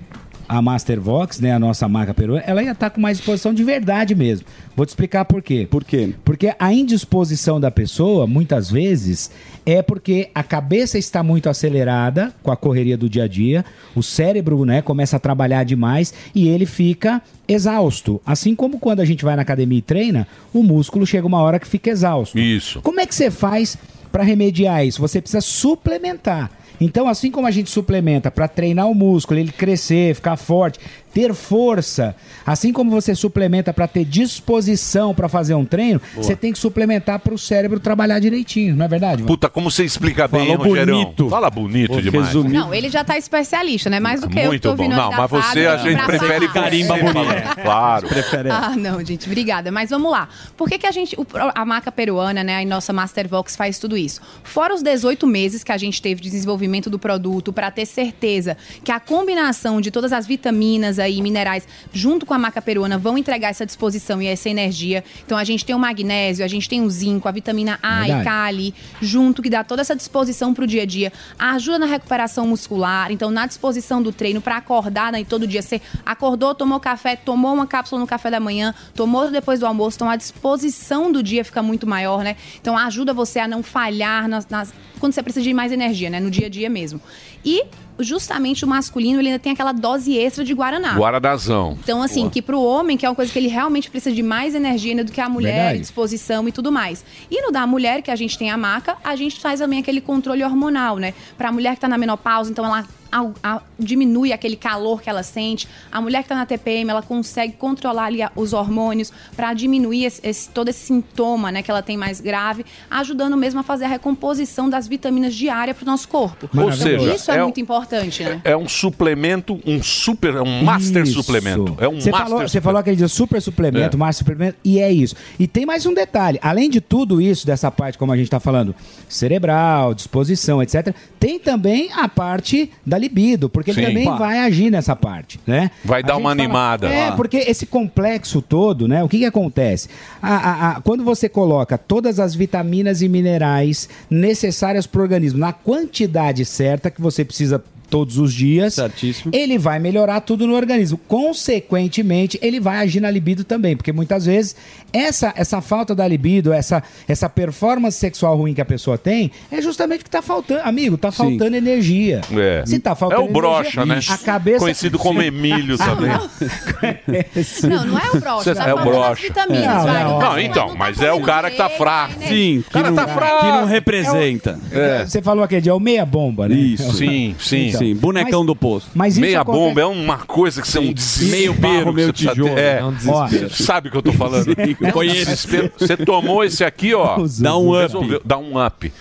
a Mastervox, né, a nossa marca peruana, ela ia estar com mais disposição de verdade mesmo. Vou te explicar por quê. Por quê? Porque a indisposição da pessoa, muitas vezes, é porque a cabeça está muito acelerada com a correria do dia a dia, o cérebro, né, começa a trabalhar demais e ele fica exausto. Assim como quando a gente vai na academia e treina, o músculo chega uma hora que fica exausto.
Isso.
Como é que você faz para remediar isso? Você precisa suplementar. Então, assim como a gente suplementa para treinar o músculo, ele crescer, ficar forte, ter força, assim como você suplementa para ter disposição para fazer um treino,
Boa.
você tem que suplementar para o cérebro trabalhar direitinho, não é verdade? Ivan?
Puta, como você explica bem,
Falou
Rogerão?
bonito.
Fala bonito
Vou
demais.
resumir.
Não, ele já tá especialista, né? Mais do que eu que
Muito
tô
bom.
vindo
Não,
ainda
mas você a
atado
gente
pra
prefere
falar.
carimba bonito. Claro. Prefere.
Ah, não, gente, obrigada. Mas vamos lá. Por que, que a gente, o- a marca peruana, né, a nossa Mastervox faz tudo isso? Fora os 18 meses que a gente teve de desenvolvimento do produto para ter certeza que a combinação de todas as vitaminas aí, minerais, junto com a marca peruana, vão entregar essa disposição e essa energia. Então a gente tem o magnésio, a gente tem o zinco, a vitamina A e
Verdade.
K ali, junto, que dá toda essa disposição pro dia a dia, ajuda na recuperação muscular, então na disposição do treino para acordar né, todo dia. Você acordou, tomou café, tomou uma cápsula no café da manhã, tomou outra depois do almoço, então a disposição do dia fica muito maior, né? Então ajuda você a não falhar nas- nas- quando você precisa de mais energia, né? No dia a dia mesmo. E justamente o masculino, ele ainda tem aquela dose extra de Guaraná.
Guaradazão.
Ah. Então, assim, que pro homem, que é uma coisa que ele realmente precisa de mais energia né, do que a mulher,
Verdade.
e disposição e tudo mais. E no da mulher, que a gente tem a maca, a gente faz também aquele controle hormonal, né? Pra mulher que tá na menopausa, então ela au- a- diminui aquele calor que ela sente. A mulher que tá na TPM, ela consegue controlar ali a- os hormônios pra diminuir esse, esse- todo esse sintoma, né, que ela tem mais grave, ajudando mesmo a fazer a recomposição das vitaminas diária pro nosso corpo.
Ou seja,
isso é,
é o-
muito importante, né?
É um suplemento, um super, é um master
Isso.
suplemento. É um
Você
master
falou, você falou aquele dia super suplemento,
É.
master suplemento, e é isso. E tem mais um detalhe. Além de tudo isso, dessa parte, como a gente tá falando, cerebral, disposição, etc., tem também a parte da libido, porque
Sim.
ele também
Opa.
vai agir nessa parte, né?
Vai dar
gente
uma animada.
É,
Ah.
porque esse complexo todo, né? O que, que acontece? A- a- a- quando você coloca todas as vitaminas e minerais necessárias para o organismo na quantidade certa que você precisa todos os dias, ele vai melhorar tudo no organismo. Consequentemente, ele vai agir na libido também, porque muitas vezes essa, essa falta da libido, essa, essa performance sexual ruim que a pessoa tem, é justamente o que está faltando. Amigo, está faltando energia.
É.
Se tá faltando
É o brocha,
energia,
né?
a cabeça- Ah,
Conhecido como Emílio também.
Não, não é o brocha, tá
é o
faltando as
brocha.
vitaminas,
Não,
vai,
não,
não tá
então, mas é o cara que tá
né?
fraco.
Sim,
o cara
que
tá
não-
fraco.
que não representa.
É.
Você falou aquele dia, é o meia-bomba, né?
Isso. Sim, sim. Sim, bonecão do
posto.
Mas isso
Meia
acontece-
bomba é uma coisa que você é um desespero.
Meio barro,
que
meio
você precisa
tijolo,
ter. É,
é um desespero.
Ó, você sabe o que eu tô falando? Um
Sim, conheço.
Desespero. Você tomou esse aqui, ó.
Dá um up.
resolveu, Dá um up.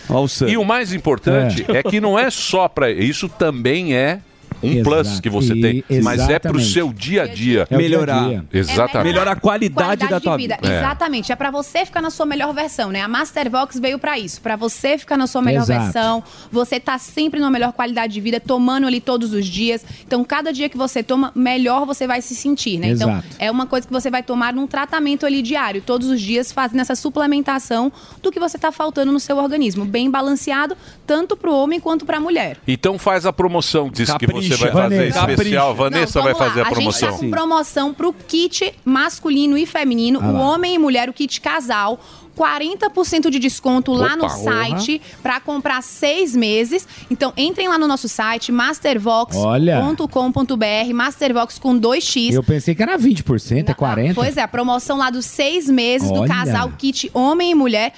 E o mais importante
É.
é, que não é só pra. Isso também é um
Exato.
plus que você
E-
tem. Mas é pro
exatamente.
seu dia a dia.
É o Melhorar. dia a dia.
Exatamente.
Melhorar a qualidade, da tua vida.
Exatamente. É pra você ficar na sua melhor versão, né? A Mastervox veio pra isso, pra você ficar na sua melhor
Exato.
versão. Você tá sempre numa melhor qualidade de vida, tomando ali todos os dias. Então, cada dia que você toma, melhor você vai se sentir, né?
Exato.
Então, é uma coisa que você vai tomar num tratamento ali diário, todos os dias fazendo essa suplementação do que você tá faltando no seu organismo, bem balanceado, tanto pro homem quanto pra mulher.
Então faz a promoção, diz que você
Capricha.
vai fazer
Vanessa.
especial.
Capricha.
Vanessa
Não,
vai
vamos
fazer
lá.
a promoção.
gente tá com promoção pro kit masculino e feminino,
Ah
o
lá.
homem e mulher, o kit casal. 40% de desconto lá no
Opa,
site para comprar seis meses. Então, entrem lá no nosso site, mastervox.com.br, mastervox com 2x.
Eu pensei que era 20%, é 40%.
Pois é, a promoção lá dos seis meses do
Olha.
casal kit homem e mulher.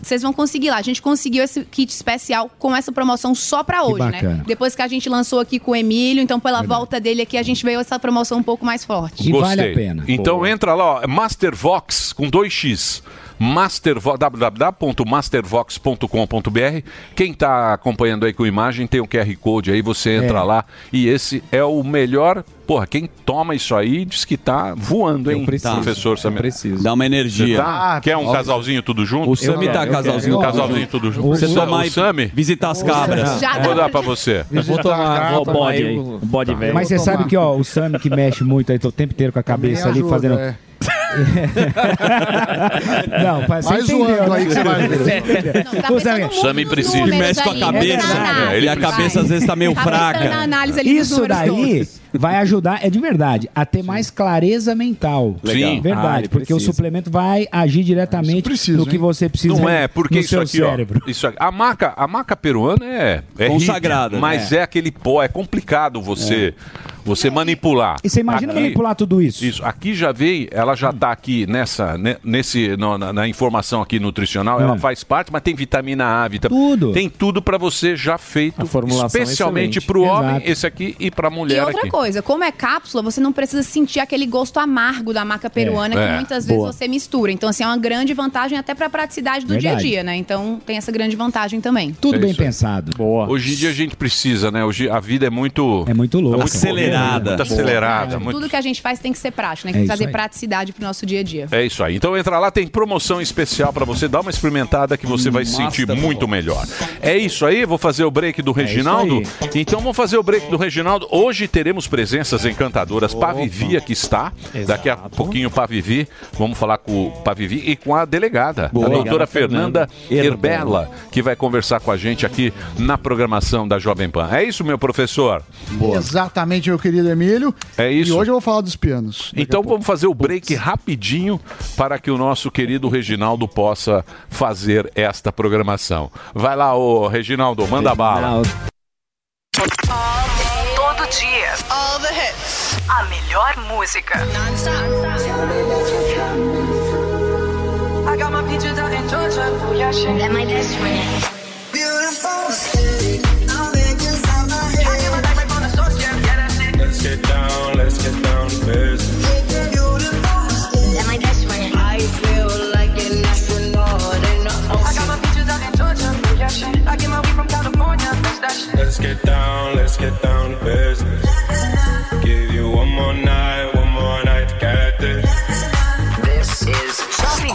Vocês vão conseguir lá. A gente conseguiu esse kit especial com essa promoção só pra
Que
hoje, né?
bacana.
Depois que a gente lançou aqui com o Emílio, então pela volta dele aqui, a gente veio essa promoção um pouco mais forte.
Gostei. Então entra lá, ó, Mastervox com 2x. Mastervo- www.mastervox.com.br Quem tá acompanhando aí com imagem tem o QR Code aí, você entra
É.
lá e esse é o melhor. Porra, quem toma isso aí diz que tá voando, hein,
preciso,
professor
é
Samir?
Preciso. Dá uma energia.
Você
Ah,
tá- Quer um
Ó,
casalzinho tudo junto?
O Sami
Eu
tá
quero, eu
casalzinho
quero.
tudo
casalzinho
junto.
tudo junto.
Você
O
tomar
Sam-
e
o Sami?
visitar as cabras. Já
Vou
dá
dar pra você.
Eu vou
Tá,
tomar, vou tomar aí o bode tá. velho.
Mas você sabe que, ó, o Sami que mexe muito aí, tô o tempo inteiro com a cabeça ali
ajuda,
fazendo.
é.
É.
Não, pra você
Vai
entendeu,
zoando
né?
aí que você vai
É.
ver.
O Sami-
Sami precisa.
Que mexe com a cabeça.
É,
e
ele
a
precisa.
cabeça às vezes tá meio
Tá pensando na
fraca.
análise ali dos
Isso
números
daí vai ajudar, é de verdade, a ter mais clareza mental.
Legal. Sim. Ah,
Verdade,
ele
porque o
precisa.
suplemento vai agir diretamente no que você precisa
Não é, porque
no
isso
seu
aqui,
cérebro.
ó. Isso aqui, a maca, a maca peruana é, é
Consagrada,
rica, mas
né?
é aquele pó, é complicado você você manipular.
E você imagina
Aqui-
manipular tudo isso?
Isso, aqui já veio, ela já está aqui nessa, né, nesse, no- na, na informação aqui nutricional, ela
É.
faz parte, mas tem vitamina A, vitamina
Hum. Tudo.
Tem tudo para você já feito,
formulação é
especialmente
excelente.
para o homem,
Exato.
esse aqui e para a
E
mulher
outra
aqui.
coisa, como é cápsula, você não precisa sentir aquele gosto amargo da maca peruana
É.
que muitas vezes
Boa.
você mistura. Então, assim, é uma grande vantagem até pra praticidade do
Verdade.
dia a dia, né? Então, tem essa grande vantagem também.
Tudo
É
bem
isso aí.
pensado. Boa.
Hoje em dia a gente precisa, né? Hoje a vida é muito é
muito louca,
Acelerada.
muito acelerada, muito
Tudo que a gente faz tem que ser prático, né?
É
Tem que
isso
trazer
aí.
praticidade pro nosso dia a dia.
É isso aí. Então entra lá, tem promoção especial pra você. Dá uma experimentada que você vai se sentir muito melhor. É isso aí. Vou fazer o break do Reginaldo. então vamos fazer o break do Reginaldo. Hoje teremos presenças encantadoras. Pavivi aqui está. Daqui a pouquinho Pavivi. Vamos falar com o Pavivi e com a delegada,
Boa.
a doutora
Delegada
Fernanda,
Fernanda
Herbella, que vai conversar com a gente aqui na programação da Jovem Pan. É isso, meu professor.
Exatamente, meu querido Emílio.
É
E
isso.
hoje eu vou falar dos pianos.
Então vamos fazer o break rapidinho para que o nosso querido Reginaldo possa fazer esta programação. Vai lá, ô Reginaldo, manda bala.
A melhor música. I got my peaches out in Georgia. Booyah shit. Let my best friend. Beautiful city. I'm in just out my head. I get my life right from the source, yeah. Yeah, that's it.
Let's get down, let's get down to business.
Beautiful city. Let my best friend. I feel like an astronaut in the ocean. I got my peaches out in Georgia. Booyah shit. I get my weed from California. That's that shit.
Let's get down, let's get down to business. Give you one more night, one more night to get this.
This is shopping.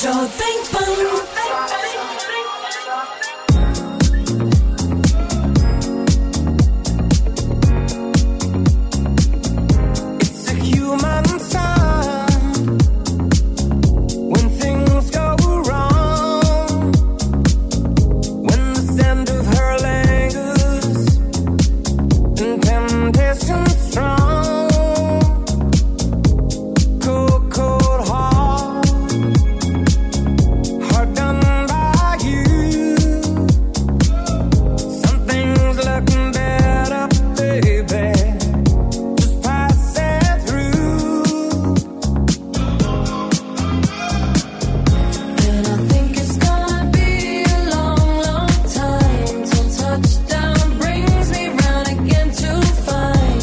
Jovem Pan. It's a human sign when things go wrong, when the scent of her lingers and temptation strong, cold, cold heart, heart done by you. Something's looking better, baby. Just pass it through. And I think it's gonna be a long, long time till touchdown brings me round again to find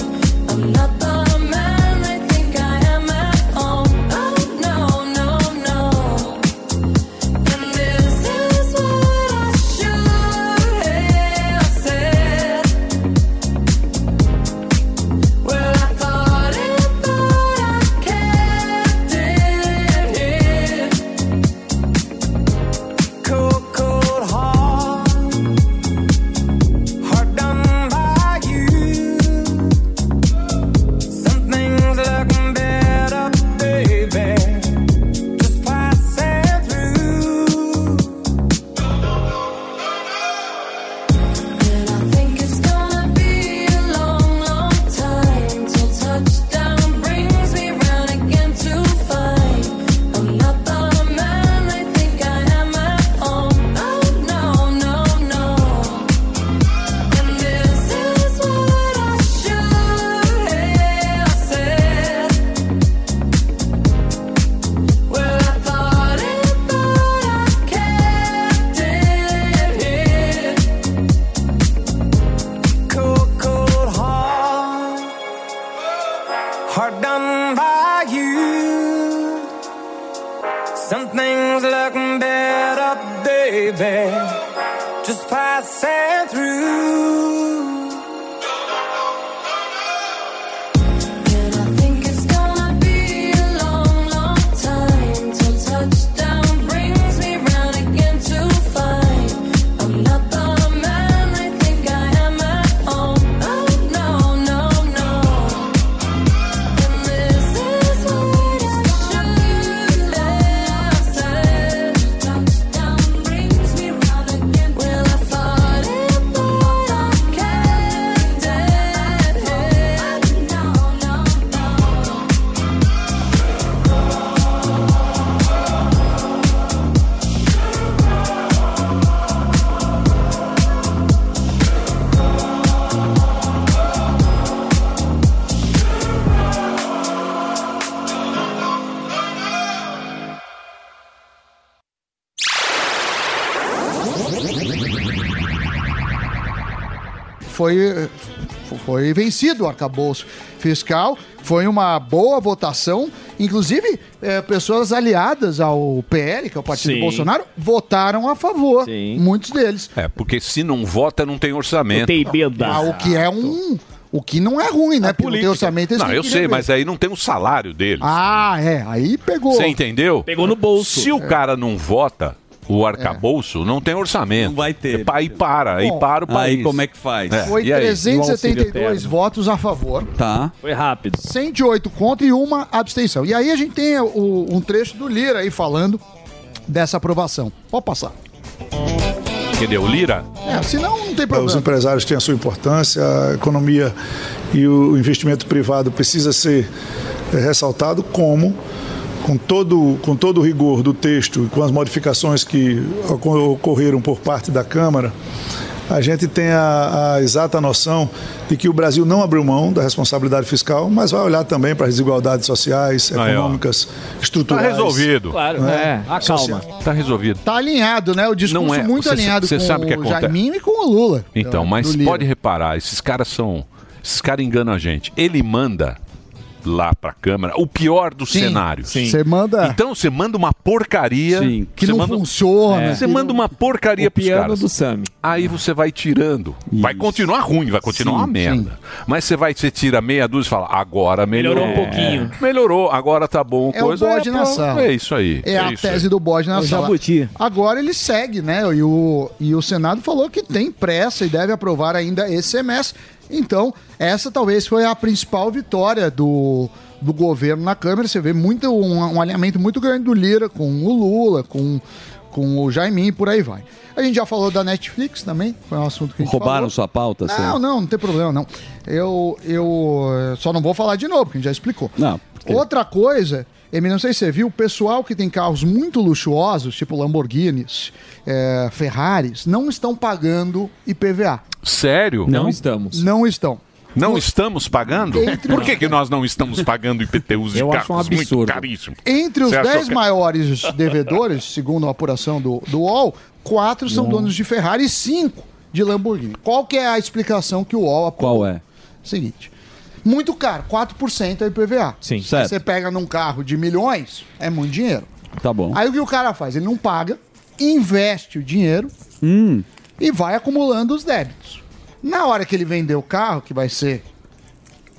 I'm not the man I think I am at all. Oh no, no, no. And this is what I should have said. Well, I thought it, but I kept it here. Cold, cold heart, heart done by you. Something's looking better, baby. Just pass it through. And I think it's gonna be a long, long time till touchdown brings me round again to find. I'm not the man I think I am at all. Oh no, no, no. And this is what I should have said. Well, I thought it, but I kept it here. Cold, cold heart, heart done by you. Something's looking better, baby. Just pass it through. And I think it's gonna be a long, long time till touchdown brings me round again to find I'm not the man I think I am at all. Oh no, no, no. And this is what I should have said. Touchdown brings me round again. Well, I thought it, but I kept it. No, no, no.
foi, foi vencido o arcabouço fiscal. Foi uma boa votação. Inclusive, eh, pessoas aliadas ao PL, que é o partido
Sim.
Bolsonaro, votaram a favor. Muitos deles.
É, porque se não vota, não tem orçamento.
Não tem emenda. Ah, o que é um. O que não é ruim, né? Porque não tem orçamento eles
Não,
têm
eu
que
sei,
rever.
mas aí não tem o salário dele.
Ah, é. Aí pegou.
Você entendeu?
Pegou no bolso.
Se o cara não vota, o arcabouço,
É.
não tem orçamento. Não vai ter. Aí para, aí
Bom,
para o país.
aí como é que faz?
Foi
e aí?
372 votos a favor.
Tá.
Foi rápido.
108 contra e uma abstenção. E aí a gente tem o- um trecho do Lira aí falando dessa aprovação. Pode passar.
Entendeu? Lira?
É, senão não tem
Os
problema.
empresários têm a sua importância, a economia e o investimento privado precisa ser eh, ressaltado como com todo, com todo o rigor do texto e com as modificações que ocor- ocorreram por parte da Câmara, a gente tem a, a exata noção de que o Brasil não abriu mão da responsabilidade fiscal, mas vai olhar também para as desigualdades sociais,
Aí, ó.
econômicas,
Tá
estruturais.
resolvido.
né? Social.
Tá resolvido.
É. Ah, Tá alinhado, né? O discurso
Não é.
muito
Cê-
alinhado
cê
com
sabe o que
o
acontece?
Jaiminho e com o Lula.
Então,
Do
mas
Lira.
pode reparar, esses caras são. Esses caras enganam a gente. Ele manda lá pra Câmara o pior dos cenários.
Você manda.
Então você manda uma porcaria
Sim. Que
Você
não
manda-
funciona.
Você manda uma porcaria
O piano do
Sam. Aí você vai tirando. Vai continuar ruim, vai continuar
Sim,
uma merda. Mas você vai, você tira meia dúzia e fala, agora melhorou.
Melhorou um pouquinho.
É. Melhorou, agora tá bom.
É o
coisa,
bode na
pô,
sala.
É isso aí.
É a
isso
tese
aí.
do bode na sala. Agora ele segue, né? E o, e o Senado falou que tem pressa e deve aprovar ainda esse semestre. Então, essa talvez foi a principal vitória do, do governo na Câmara. Você vê muito um, um alinhamento muito grande do Lira com o Lula, com, com o Jaimin e por aí vai. A gente já falou da Netflix também, foi um assunto que a gente
Roubaram
falou.
sua pauta? Sam?
Não, não, não tem problema, não. Eu, eu eh, só não vou falar de novo, porque a gente já explicou.
Não.
Outra coisa, Emi, não sei se você viu, o pessoal que tem carros muito luxuosos, tipo Lamborghinis, eh, Ferraris, não estão pagando IPVA.
Sério?
Não
estamos.
Não estão.
Não estamos pagando? Por que, que nós não estamos pagando IPTUs de
Eu acho
carros
um absurdo.
muito caríssimos?
Entre os
Você achou
10
que- é?
maiores devedores, segundo a apuração do, do UOL, quatro são
Não.
donos de Ferrari e cinco de Lamborghini. Qual que é a explicação que o UOL apura?
Qual é?
Seguinte. Muito caro, 4% é IPVA.
Sim.
Se
Certo.
você pega num carro de milhões, é muito dinheiro.
Tá bom.
Aí o que o cara faz? Ele não paga, investe o dinheiro
Hum.
e vai acumulando os débitos. Na hora que ele vender o carro, que vai ser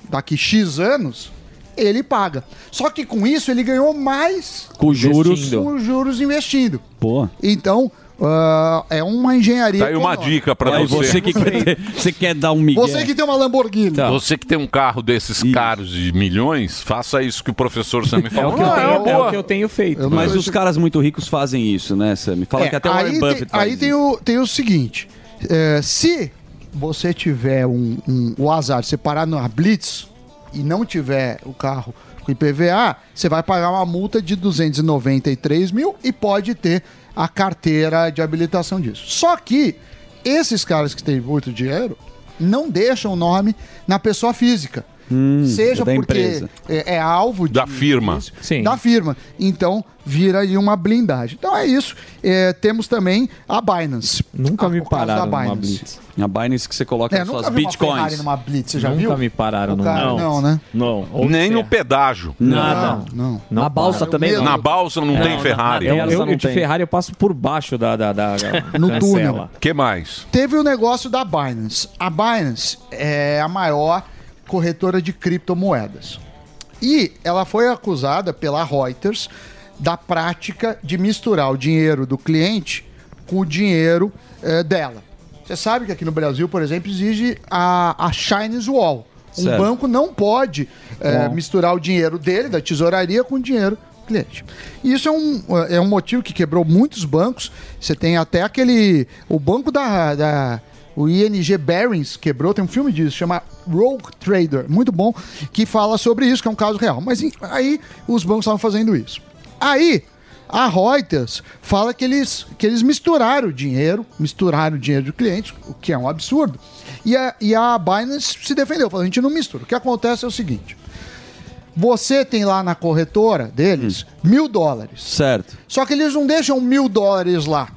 daqui X anos, ele paga. Só que com isso ele ganhou mais
Com juros.
investindo. com juros investindo.
Pô.
Então, ah, é uma engenharia.
Tá aí uma
econômica.
dica pra
Aí
você.
você que quer, você quer dar um Tá. migué.
Você que tem uma Lamborghini.
Você que tem um carro desses caros de milhões, faça isso que o professor Samir
um
falou.
que eu
Não,
tenho-
uma
é o
Ah, boa.
que eu
tenho feito.
Mas os caras muito ricos fazem isso, né, Sammy? Fala
É,
que até o Warren
aí
Buffett
tem,
faz
aí tem o, tem o seguinte: é, se você tiver um, um- o azar de você parar numa Blitz e não tiver o carro com IPVA, você vai pagar uma multa de 293 mil e pode ter a carteira de habilitação disso. Só que esses caras que têm muito dinheiro não deixam o nome na pessoa física. Seja
Hum, da
porque
empresa.
é, é alvo de,
Da firma.
da firma. Então, vira aí uma blindagem. Então é isso. É, temos também a Binance. Nunca me
pararam
da
numa
Binance.
A Binance que você coloca
É,
as
nunca
suas
vi uma
bitcoins.
Ferrari numa Blitz, você já
Nunca
viu?
me pararam
O
numa
cara-
Blitz.
Não, né?
Não.
Nem no pedágio.
Nada.
Não.
Não Na balsa para. também não.
Na balsa não, tem Ferrari.
Eu, eu de Ferrari eu passo por baixo da, da, da da
No
cancela.
túnel.
que mais?
Teve o negócio da Binance. A Binance é a maior corretora de criptomoedas. E ela foi acusada pela Reuters da prática de misturar o dinheiro do cliente com o dinheiro eh, dela. Você sabe que aqui no Brasil, por exemplo, exige a, a Chinese Wall. Um
Certo.
banco não pode eh,
Bom.
misturar o dinheiro dele, da tesouraria, com o dinheiro do cliente. E isso é um, é um motivo que quebrou muitos bancos. Você tem até aquele. O banco da. da- o ING Barings quebrou, tem um filme disso, chama Rogue Trader, muito bom, que fala sobre isso, que é um caso real. Mas em- aí os bancos estavam fazendo isso. Aí a Reuters fala que eles, que eles misturaram o dinheiro, misturaram o dinheiro de clientes, o que é um absurdo. E a, e a Binance se defendeu, falou: a gente não mistura. O que acontece é o seguinte: você tem lá na corretora deles mil dólares.
Certo.
Só que eles não deixam mil dólares lá.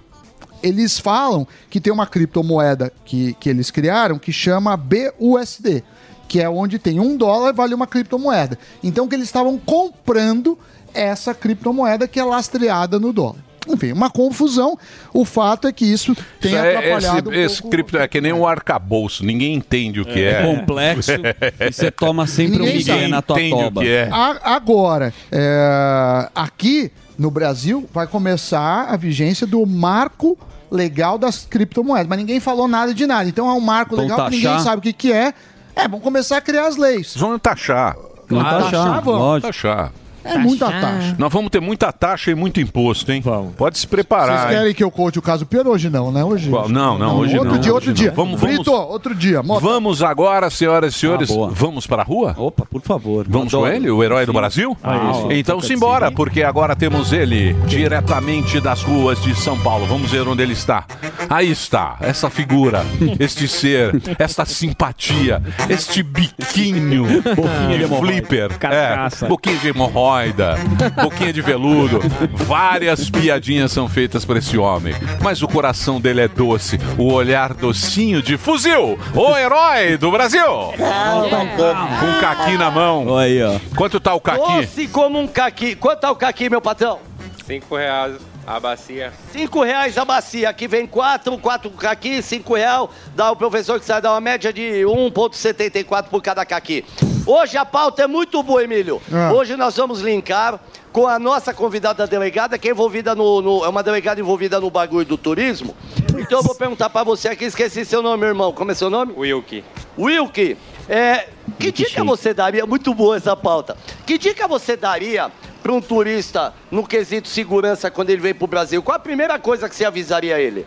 Eles falam que tem uma criptomoeda que, que eles criaram que chama BUSD, que é onde tem um dólar vale uma criptomoeda. Então que eles estavam comprando é essa criptomoeda que é lastreada no dólar. Enfim, uma confusão. O fato é que isso tem
Isso é-
atrapalhado.
esse, esse cripto é que nem um arcabouço, ninguém entende o que é.
É complexo, e você toma sempre um
Ninguém
migué
sabe.
na tua
entende o
toba.
que é.
A- agora, é, aqui no Brasil, vai começar a vigência do marco legal das criptomoedas. Mas ninguém falou nada de nada. Então é um marco
Vão
legal que
taxar?
ninguém sabe o que, que é. É, vamos começar a criar as leis.
Vão taxar.
Vão
tá
taxar,
taxar,
vão.
vão taxar.
É muita taxa.
Nós vamos ter muita taxa e muito imposto, hein? Pode se preparar.
Vocês
hein?
querem que eu conte o caso pior hoje não, né? Hoje.
Qual? Não, não, hoje
outro
não,
Dia,
hoje
outro
não.
dia,
Vamos- vamos-
Brito, outro dia. Mota.
Vamos agora, senhoras e senhores, vamos para a rua?
Ah, Opa, por favor.
Vamos
Adoro.
com ele, o herói do Brasil?
Ah, isso.
então
Fica
simbora, porque agora temos ele diretamente das ruas de São Paulo. Vamos ver onde ele está. Aí está, essa figura, este ser, esta simpatia, este biquinho
Boquinha de
de
hemorroida.
flipper,
Carcaça.
é, boquinha de hemorroida, boquinha de veludo. Várias piadinhas são feitas por esse homem, mas o coração dele é doce, o olhar docinho de fuzil, o herói do Brasil. Com um caqui na mão.
Aí, ó.
Quanto tá o caqui?
Doce como um caqui. Quanto é o caqui, meu patrão?
Cinco reais a bacia.
Cinco reais a bacia. Aqui vem quatro, quatro caqui, cinco real. Dá o professor que sai dá uma média de 1,74 por cada caqui. Hoje a pauta é muito boa, Emílio.
Ah.
Hoje nós vamos linkar com a nossa convidada delegada, que é envolvida no, no- É uma delegada envolvida no bagulho do turismo. Então eu vou perguntar pra você aqui, esqueci seu nome, meu irmão. Como é seu nome?
Wilkie.
Wilkie, é, que dica você daria? É Muito boa essa pauta. Que dica você daria para um turista no quesito segurança quando ele vem para o Brasil? Qual a primeira coisa que você avisaria ele?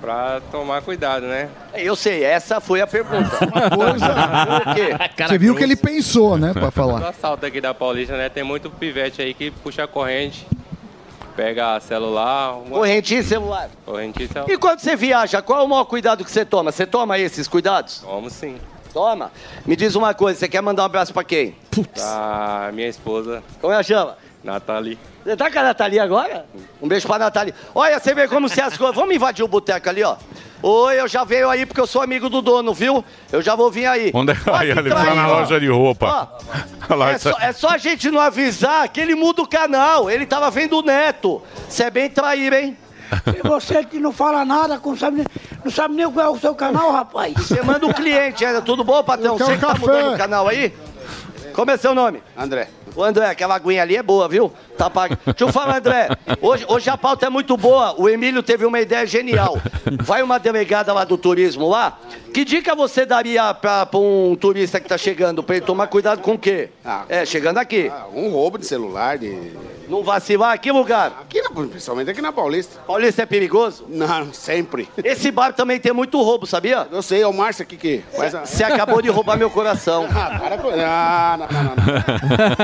Pra tomar cuidado, né?
Eu sei, essa foi a pergunta.
Ah,
Por quê?
Você viu o que ele pensou, né, pra falar.
O assalto aqui da Paulista, né? Tem muito pivete aí que puxa a corrente, pega celular. Uma...
Correntinha e celular.
Corrente e celular.
E quando você viaja, qual é o maior cuidado que você toma? Você toma esses cuidados?
Tomo sim.
Toma. Me diz uma coisa, você quer mandar um abraço para quem?
Da minha esposa,
Como é a chama?
Nathalie.
Você tá com a Nathalie agora? Um beijo pra Nathalie. Olha, você vê como se as coisas. Vamos invadir o boteco ali, ó. Oi, eu já venho aí porque eu sou amigo do dono, viu? Eu já vou vir aí.
Onde é?
Ó,
Aí,
que
ele tá na
traíra, ó.
loja de roupa. Olha lá,
É
essa-
só, é só a gente não avisar que ele muda o canal. Ele tava vendo o neto. Você é bem traíra, hein?
E você que não fala nada, não sabe, nem- não sabe nem qual é o seu canal, rapaz.
Você manda o cliente, é, tudo bom, patrão?
quero
Você que tá
café.
mudando o canal aí? Como é seu nome? André. O André, aquela aguinha ali é boa, viu? Tá pago. Deixa eu falar, André. Hoje, hoje a pauta é muito boa. O Emílio teve uma ideia genial. Vai uma delegada lá do turismo lá. Que dica você daria pra, pra um turista que tá chegando? Pra ele tomar cuidado com o quê? é, chegando aqui.
Ah. Um roubo de celular, de.
Não vacilar? Que lugar?
Aqui na, principalmente aqui na Paulista.
Paulista é perigoso?
Não, sempre.
Esse bar também tem muito roubo, sabia?
Eu sei, é o Márcio aqui que. faz a-
Você acabou de roubar meu coração.
Ah, para com. Ah, não, não, não, não.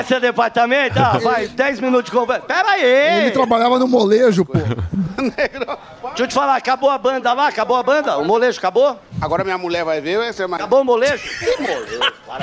Esse é departamento, ah, vai, 10 minutos de conversa. Pera aí!
Ele trabalhava no molejo, pô.
Deixa eu te falar, acabou a banda lá? Acabou a banda? O molejo acabou?
Agora minha mulher vai ver, essa é mais.
Acabou o molejo?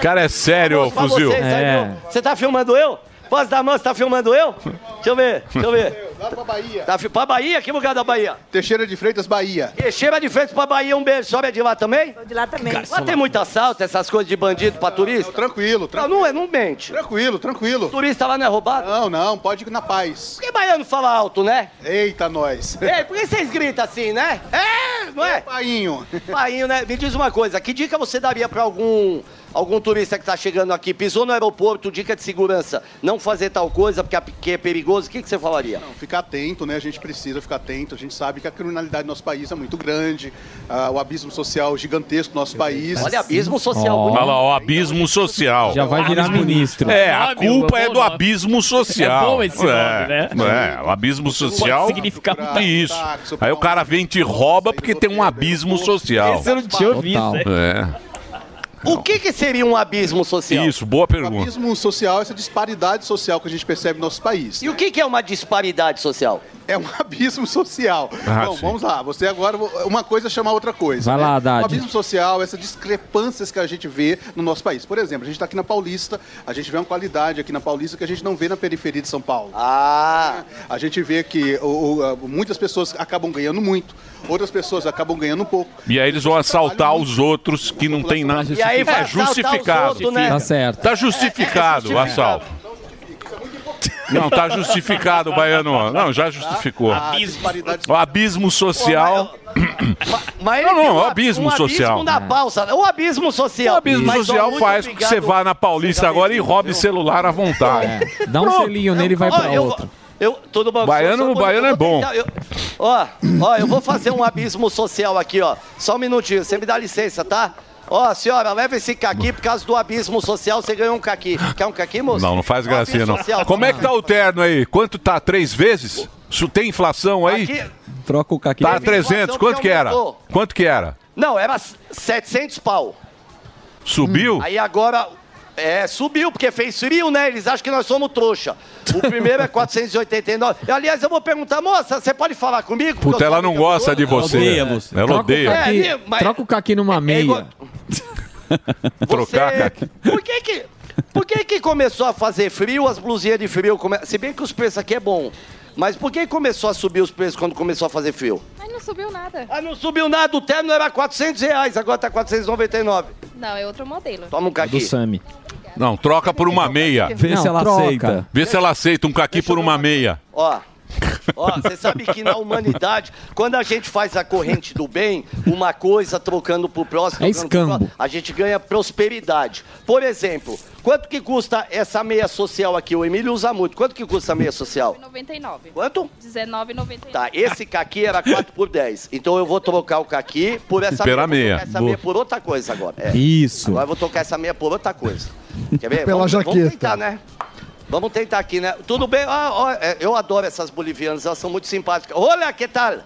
Cara, é sério, ô,
Pra
fuzil.
Você,
É.
sério? você tá filmando eu? Posso dar a mão, você tá filmando eu? Deixa eu ver, deixa eu ver. Lá pra Bahia. Tá, fi- pra Bahia? Que lugar da Bahia?
Teixeira de Freitas, Bahia.
Teixeira de Freitas pra Bahia, um beijo. Sobe a de lá também?
De lá também.
Lá tem muito assalto, essas coisas de bandido pra turista?
Tranquilo,
tranquilo. Não, não, é- não mente.
Tranquilo, tranquilo.
Turista lá não é roubado?
Não, não, pode ir na paz.
Porque baiano fala alto, né?
Eita, nós.
Ei, por que vocês gritam assim, né? É, não é?
Painho.
Painho, né? Me diz uma coisa, que dica você daria pra algum algum turista que tá chegando aqui? Pisou no aeroporto, dica de segurança, não fazer tal coisa porque é- porque é perigoso, o que, que você falaria?
Ficar atento, né? A gente precisa ficar atento. A gente sabe que a criminalidade do nosso país é muito grande, ah, o abismo social gigantesco do nosso país.
Olha, abismo social.
Olha lá, o abismo social.
Já vai virar
ministro.
É, a
Nome, um
culpa é
bom
do
nome.
abismo social.
É bom esse nome,
É,
né?
é, o abismo social.
Pode significar muito.
isso. Aí o cara vem e te rouba porque tem um abismo social.
Esse eu não tinha ouvido,
Total. É.
O que, que seria um abismo social?
Isso, boa pergunta.
abismo social, essa disparidade social que a gente percebe no nosso país.
E o que, que é uma disparidade social?
É um abismo social. Ah, Bom, sim. vamos lá. Você agora, uma coisa chama outra coisa.
Vai
né?
lá, Haddad.
O abismo social, essas discrepâncias que a gente vê no nosso país. Por exemplo, a gente está aqui na Paulista, a gente vê uma qualidade aqui na Paulista que a gente não vê na periferia de São Paulo.
Ah!
A gente vê que o- o- a- muitas pessoas acabam ganhando muito, outras pessoas acabam ganhando pouco.
E aí eles vão assaltar os outros que não tem nada.
E aí vai
é
assaltar os
justificado.
outros, né? Tá
certo.
Tá justificado o assalto. Não, tá justificado, Baiano. Não, já justificou.
A disparidade
O abismo social.
Mas ele
Não, não,
tem
o
um a-
abismo
um
social.
abismo na balsa. O abismo social.
O abismo social faz com que você vá na Paulista agora e roube celular à vontade. É.
Dá um selinho nele e vai pra outra.
Eu, todo mundo-
Baiano-
só- só-
baiano
eu
é bom.
vou tentar- eu- ó, ó, eu vou fazer um abismo social aqui, ó. Só um minutinho, você me dá licença, tá? Ó, senhora, leva esse caqui por causa do abismo social, você ganhou um caqui. Quer um caqui, moço?
Não, não faz
Um abismo
gracinha, não.
social.
Como é que tá o terno aí? Quanto tá? Três vezes? Isso tem inflação aí?
Troca o caquinho.
Tá 300. Quanto que era? Quanto que era?
Não, era s- 700 pau.
Subiu?
Aí agora. É, subiu, porque fez frio, né? Eles acham que nós somos trouxa. O primeiro é 489. Eu, aliás, eu vou perguntar, moça, você pode falar comigo? Porque
Puta,
eu sou
ela não
amiga do
gosta de
dono.
você.
odeia você.
Ela
Troca o
odeia.
caqui-
É, mas- é
Troca o caqui numa meia.
Trocar caqui.
Por que que, por que que começou a fazer frio, as blusinhas de frio? come- Se bem que os preços aqui é bom. Mas por que começou a subir os preços quando começou a fazer frio?
Mas não subiu nada.
Ah, não subiu nada, o terno era 400 reais, agora tá 499.
Não, é outro modelo.
Toma um caqui.
Sami.
Não, troca por uma meia.
Vê se Não, ela troca. aceita.
Vê se ela aceita um caqui por uma meia.
Ó, ó, você sabe que na humanidade, quando a gente faz a corrente do bem, uma coisa trocando pro próximo,
É
trocando pro
escambo.
próximo, a gente ganha prosperidade. Por exemplo, quanto que custa essa meia social aqui? O Emílio usa muito. Quanto que custa a meia social?
99.
Quanto?
19,99.
Tá, esse caqui era 4 por 10. Então eu vou trocar o caqui por essa
Pela meia.
Vou trocar essa
Boa.
meia por outra coisa agora. É.
Isso.
Agora eu vou trocar essa meia por outra coisa. Quer ver?
Pela
vamos,
jaqueta.
Vamos tentar, né? Vamos tentar aqui, né? Tudo bem? Ah, ó, é, eu adoro essas bolivianas, elas são muito simpáticas. Olha, que tal?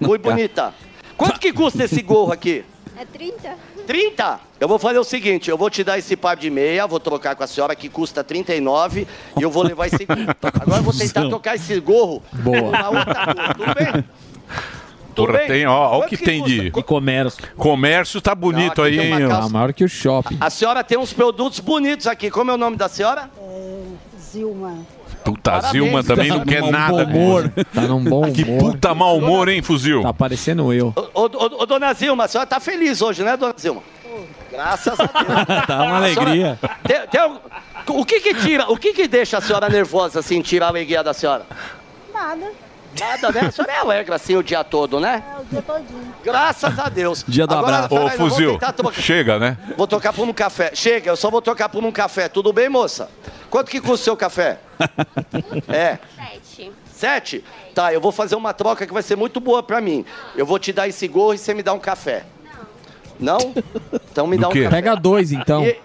Muito bonita. Quanto que custa esse gorro aqui?
É 30?
30? Eu vou fazer o seguinte, eu vou te dar esse par de meia, vou trocar com a senhora que custa 39 e eu vou levar esse gorro. Agora eu vou tentar trocar esse gorro
Boa.
por uma outra cor, tudo bem? Tudo
Porra,
bem?
tem, ó, ó o
Quanto
que,
que
tem de...
comércio.
Comércio tá bonito
Não, aqui
aí,
tem uma
hein?
calça- Ah,
maior que o shopping.
A senhora tem uns produtos bonitos aqui. Como é o nome da senhora?
Zilma.
Puta, a
Parabéns,
Zilma também
tá
não quer
num bom
nada. com
humor.
você.
Tá num bom
Que
humor.
puta mau humor, hein, fuzil?
Tá parecendo eu.
Ô, ô, ô, ô, dona Zilma, a senhora tá feliz hoje, né, dona Zilma? Graças a Deus.
tá uma alegria.
Tem- tem algum- o que que tira, o que que deixa a senhora nervosa, assim, tirar a alegria da senhora?
Nada.
Nada, né? A senhora é alegre, assim, o dia todo, né?
É o dia todinho.
Graças a Deus.
Dia do
Agora,
abraço. Ô,
peraí, eu vou
fuzil,
tentar trocar-
chega, né?
Vou trocar por um café. Chega, eu só vou trocar por um café. Tudo bem, moça? Quanto que custa o seu café? é.
Sete.
Sete? Tá, eu vou fazer uma troca que vai ser muito boa pra mim. Eu vou te dar esse gorro e você me dá um café. Não. Não? Então me dá um café.
Pega dois, então.
E-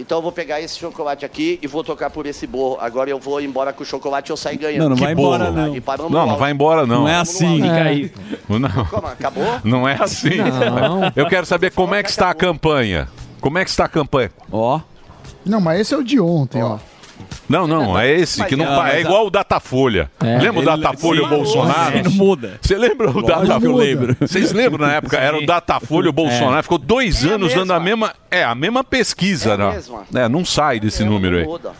Então eu vou pegar esse chocolate aqui e vou trocar por esse borro. Agora eu vou embora com o chocolate e eu saio ganhando.
Não, não vai embora, não.
E paramos no
Não, não
alto.
vai embora, não.
Não é assim.
Fica aí.
Não,
Como, acabou?
não é assim.
Não.
Eu quero saber como é que está a campanha. Como é que está a campanha? Ó.
Não, mas esse é o de ontem, ó.
Não, não, é esse que não
Mas,
pa-
mas
É
a-
igual o Datafolha.
É.
lembra o
Ele-
Datafolha e o
sim.
Bolsonaro?
Ele não
muda.
Você lembra o
Lógico
Tá,
Datafolha?
que eu lembro.
Vocês lembram na época? Era o Datafolha e o Bolsonaro.
É.
Ficou dois anos dando a mesma. É, a mesma pesquisa,
É a
né?
mesma.
É, não sai desse número aí.
muda.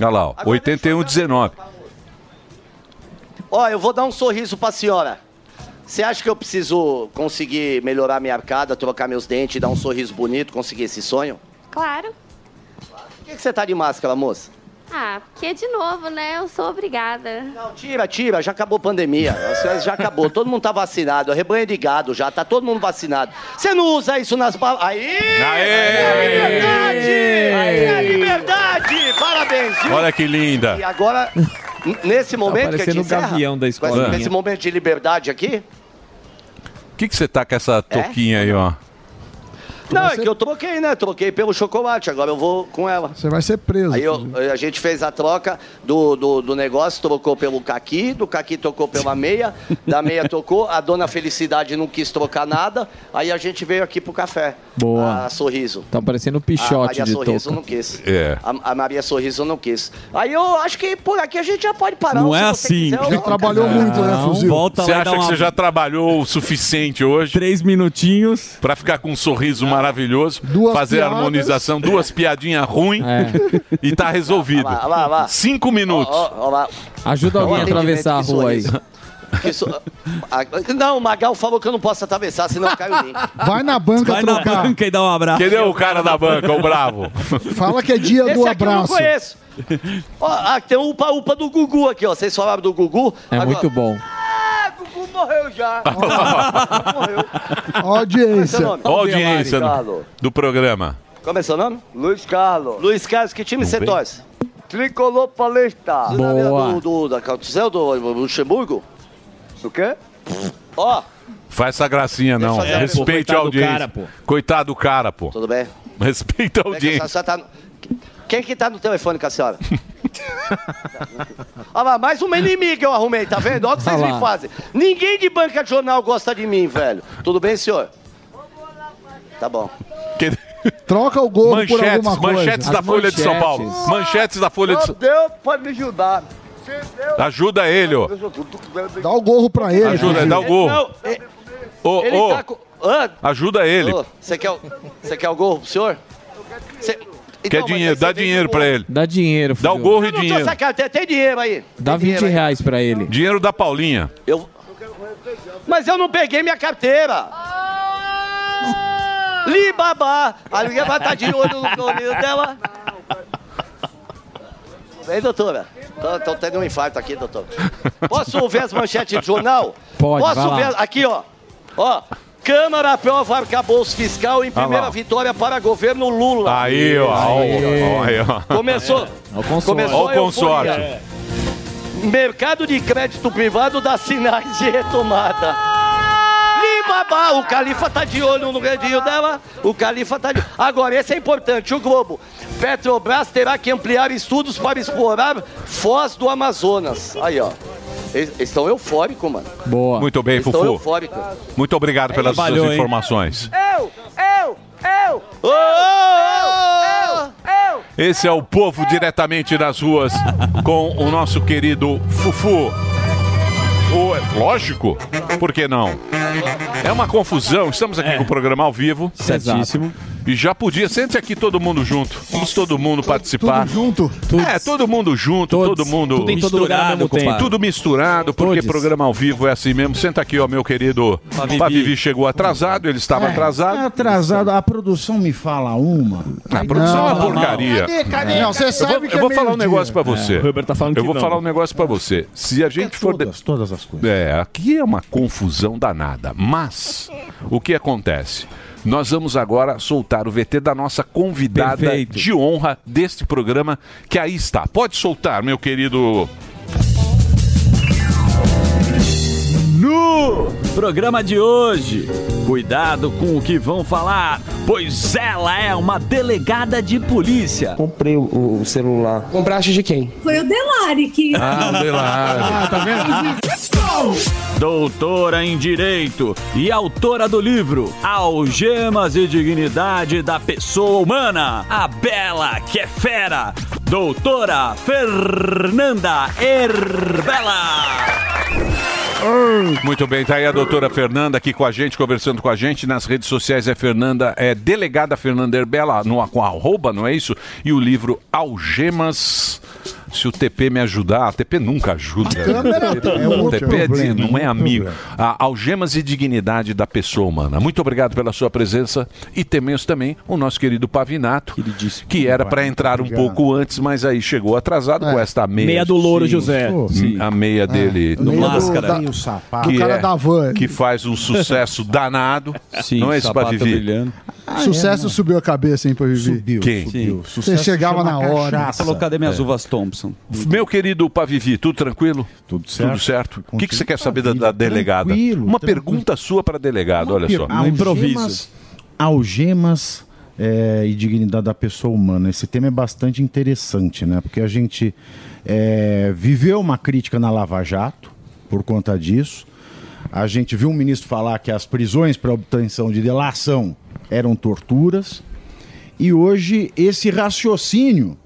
Olha lá, ó, 81, 19.
Ó, eu vou dar um sorriso pra senhora. Você acha que eu preciso conseguir melhorar minha arcada, trocar meus dentes, dar um sorriso bonito, conseguir esse sonho?
Claro.
Por que que você tá de máscara, moça?
Ah, porque de novo, né? Eu sou obrigada. Não,
Tira, tira, já acabou a pandemia. As coisas Já acabou, todo mundo tá vacinado. É rebanho de gado já, tá todo mundo vacinado. Você não usa isso nas balas. Aí! Aí é liberdade! Aí é liberdade! Parabéns! viu?
Olha que
E
linda.
agora, n- nesse Tá momento que a gente
Tá parecendo o
encerra,
gavião da
com
escolinha.
esse- com esse momento de liberdade aqui,
O que que você tá
É?
com essa touquinha aí, ó?
Não, é que eu troquei, né? Troquei pelo chocolate, agora eu vou com ela.
Você vai ser preso.
Aí eu- eh, a gente fez a troca do, do, do negócio, trocou pelo caqui, do caqui trocou pela meia, da meia trocou, a dona Felicidade não quis trocar nada, aí a gente veio aqui pro café.
Boa.
A Sorriso.
Tá parecendo um
a
pichote
Ah, Maria
de
Sorriso
touca.
não quis.
É.
A, a Maria Sorriso não quis. Aí eu acho que por aqui a gente já pode parar.
Não
se
é
você
assim.
quiser, eu-
Já trabalhou muito, né, Não, Fuzil? volta
Você
lá e
acha
dá
que
uma-
você já trabalhou o suficiente hoje?
Três minutinhos.
Pra ficar com um sorriso maravilhoso, fazer
piadas.
harmonização, duas piadinhas ruins
É.
e tá resolvido.
Olha lá, olha lá, olha lá.
Cinco minutos.
Ó, ó, ó lá.
Ajuda alguém a
Olha o
atravessar a
atendimento
rua aí.
que sorriso. Que isso- a- não, o Magal falou que eu não posso atravessar, senão cai o link.
Vai na banca
Vai na
trocar.
banca e dá um abraço.
Cadê o cara da banca, o bravo?
Fala que é dia
Esse
do
aqui eu não
abraço.
conheço. Ó, ah, tem o upa-upa do Gugu aqui, ó. Vocês falaram do Gugu?
É
Agora-
muito bom.
Ah, Gugu morreu já.
Audiência.
Qual é seu nome?
Ó a audiência do,
Alô.
do programa.
Como é seu nome? Luiz Carlos. Luiz Carlos, que time você torce? Tricolor Palestra.
Boa.
Do, do, da Cautisel, do Luxemburgo? Do quê? Ó,
Faz essa gracinha, não.
Deixa eu ver.
Respeite
Pô,
a
coitado do
audiência.
cara, pô.
Coitado do cara, pô.
Tudo bem.
Respeita a
como é que a
audiência.
senhora tá no... Quem que tá no telefone com a senhora? Olha lá, mais uma inimiga eu arrumei, tá vendo? Olha o que vocês
Olha
me
lá.
fazem. Ninguém de banca de jornal gosta de mim, velho. Tudo bem, senhor? Tá bom.
Troca o gorro por
Manchetes,
alguma coisa.
manchetes da Folha de São Paulo. Manchetes da Folha de São
Deus pode me ajudar.
Ajuda ele, ó.
Dá o gorro pra ele.
Ajuda, dá o gorro. Ô,
Ele
ô,
tá com... Hã?
ajuda ele.
Ô, Você quer, o- você quer o gorro pro senhor? Você-
Quer
Então,
dinheiro, dá dinheiro pra ele.
Dá dinheiro,
Dá o gorro e
mas- Tô
dinheiro.
sacado, tem, tem dinheiro aí.
Dá 20 reais pra ele.
Dinheiro da Paulinha.
Mas eu não peguei minha carteira. Libabá. A Liga vai estar de olho no nome dela. Ei, doutora. Tô, tô tendo um infarto aqui, doutor. Posso ver as manchetes de jornal?
Pode,
Posso
vai lá.
ver. Aqui, ó. Ó. Câmara aprova arcabouço fiscal em
Vai lá.
primeira vitória para governo Lula.
Tá Aí, ó. ó, ó, Aí, ó.
Começou.
Ó o
Começou
consórcio. Ó o
a euforia.
consórcio.
Mercado de crédito privado dá sinais de retomada. Libabá, o Califa tá de olho no redinho dela. O Califa tá de Agora, esse é importante, o Globo. Petrobras terá que ampliar estudos para explorar Foz do Amazonas. Aí, ó. Eles eles estão eufóricos, mano.
Boa.
Muito bem,
Eles estão
Fufu.
eufóricos. É
Muito obrigado pelas
Trabalhou,
suas
hein?
informações.
Eu, eu, eu! Ô, eu, eu,
Esse é o povo diretamente das ruas com o nosso querido Fufu. O- é lógico, por que não? É uma confusão, estamos aqui com o programa ao vivo.
Certíssimo.
E já podia, sente aqui todo mundo junto. Vamos todo mundo participar. Tudo junto? É, todo mundo junto, todo mundo
tudo em todo lugar ao mesmo tempo.
Tudo misturado, porque programa ao vivo é assim mesmo. Senta aqui, ó, meu querido.
Vivi.
Pavivi chegou atrasado, ele
É.
É.
estava atrasado.
Atrasado, a produção me fala uma.
A produção é uma porcaria.
cadê? Não, você
eu
sabe
vou,
que
eu
é
vou falar um
meio-dia.
negócio pra você.
É, o Herbert tá falando
Eu
que
vou
não.
falar um negócio pra você. Se a gente for. Todas,
todas as coisas.
É, aqui é uma confusão danada. Mas, o que acontece? Nós vamos agora soltar o VT da nossa convidada
Perfeito.
de honra deste programa, que aí está. Pode soltar, meu querido.
No programa de hoje, cuidado com o que vão falar, pois ela é uma delegada de polícia.
Comprei o, o celular.
Compraste de quem?
Foi o Delari que.
Ah,
tá vendo? Doutora em Direito e autora do livro Algemas e Dignidade da Pessoa Humana, a Bela que é Fera, doutora Fernanda Herbela.
Muito bem, tá aí a doutora Fernanda aqui com a gente, conversando com a gente. Nas redes sociais é Fernanda, é delegada Fernanda Herbela, no, com arroba, não é isso? E o livro Algemas. Se o TP me ajudar, a TP nunca ajuda.
câmera
O
é outro
TP é de-
problema,
não é
outro
amigo.
problema.
A Algemas e Dignidade da Pessoa Humana. Muito obrigado pela sua presença e temos também o nosso querido Pavinato, que era para entrar um
Obrigado.
pouco antes, mas aí chegou atrasado
É.
com esta meia.
Meia do Louro José.
A meia dele
No
do-
máscara.
da-
O
sapato. O cara da van.
que faz um sucesso danado.
Sim,
não é isso,
sapato
Pavivi?
brilhando.
Ah,
Ah,
Sucesso subiu a cabeça, hein, pra viver. Subiu.
Quem? É.
Você chegava na hora.
Ah, Falou, cadê minhas uvas Thompson?
Meu querido Pavivi, tudo tranquilo? Tudo
certo.
Tudo certo. O que, que você quer saber da, da delegada? Uma pergunta sua para delegada, olha só.
Algemas- Algemas é, e dignidade da pessoa humana. Esse tema é bastante interessante, né? Porque a gente é, viveu uma crítica na Lava Jato por conta disso. A gente viu um ministro falar que as prisões para obtenção de delação eram torturas. E hoje esse raciocínio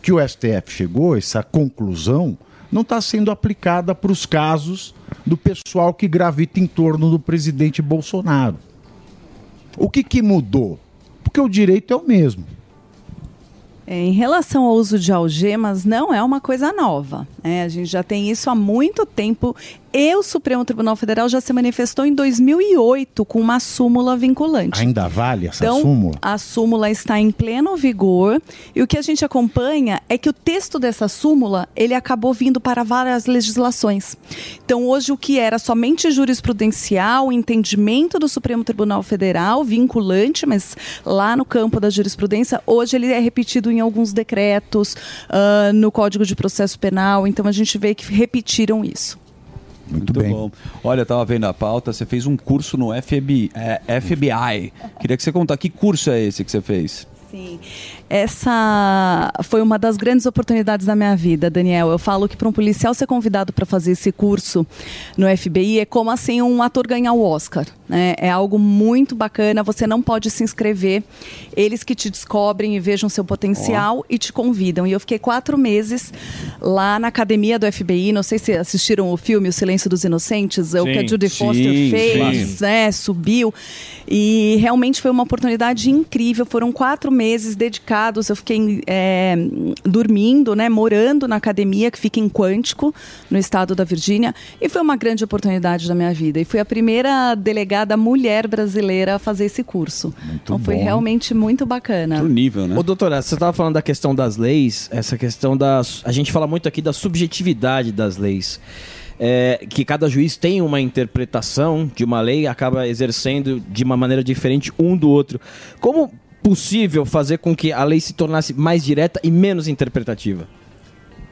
que o STF chegou, essa conclusão, não está sendo aplicada para os casos do pessoal que gravita em torno do presidente Bolsonaro. O que, que mudou? Porque o direito é o mesmo.
É, Em relação ao uso de algemas, não é uma coisa nova.
É, a gente já tem isso há muito tempo. E o Supremo Tribunal Federal já se manifestou em 2008 com uma súmula vinculante.
Ainda vale essa
então,
súmula?
a súmula está em pleno vigor e o que a gente acompanha é que o texto dessa súmula ele acabou vindo para várias legislações. Então, hoje o que era somente jurisprudencial, entendimento do Supremo Tribunal Federal, vinculante, mas lá no campo da jurisprudência, hoje ele é repetido em alguns decretos, ah, no Código de Processo Penal. Então, a gente vê que repetiram isso.
Muito, bem. bom. Olha, eu tava vendo a pauta, você fez um curso no FB, é, FBI. Queria que você contasse que curso é esse que você fez.
Sim. Essa foi uma das grandes oportunidades da minha vida, Daniel. Eu falo que para um policial ser convidado para fazer esse curso no FBI é como assim um ator ganhar o Oscar. né? É algo muito bacana. Você não pode se inscrever. Eles que te descobrem e vejam seu potencial e te convidam. E eu fiquei quatro meses lá na academia do FBI. Não sei se assistiram o filme O Silêncio dos Inocentes, o que a
Sim,
Judy Foster
sim,
fez.
sim.
né, subiu. E realmente foi uma oportunidade incrível. Foram quatro meses dedicados. Eu fiquei é, dormindo, né, morando na academia que fica em Quântico, no estado da Virgínia. E foi uma grande oportunidade da minha vida. E fui a primeira delegada mulher brasileira a fazer esse curso. então foi
bom.
realmente muito bacana.
nível, né?
Ô, doutora, você estava falando da questão das leis, essa questão da. A gente fala muito aqui da subjetividade das leis. É, que cada juiz tem uma interpretação de uma lei e acaba exercendo de uma maneira diferente um do outro. Como possível fazer com que a lei se tornasse mais direta e menos interpretativa?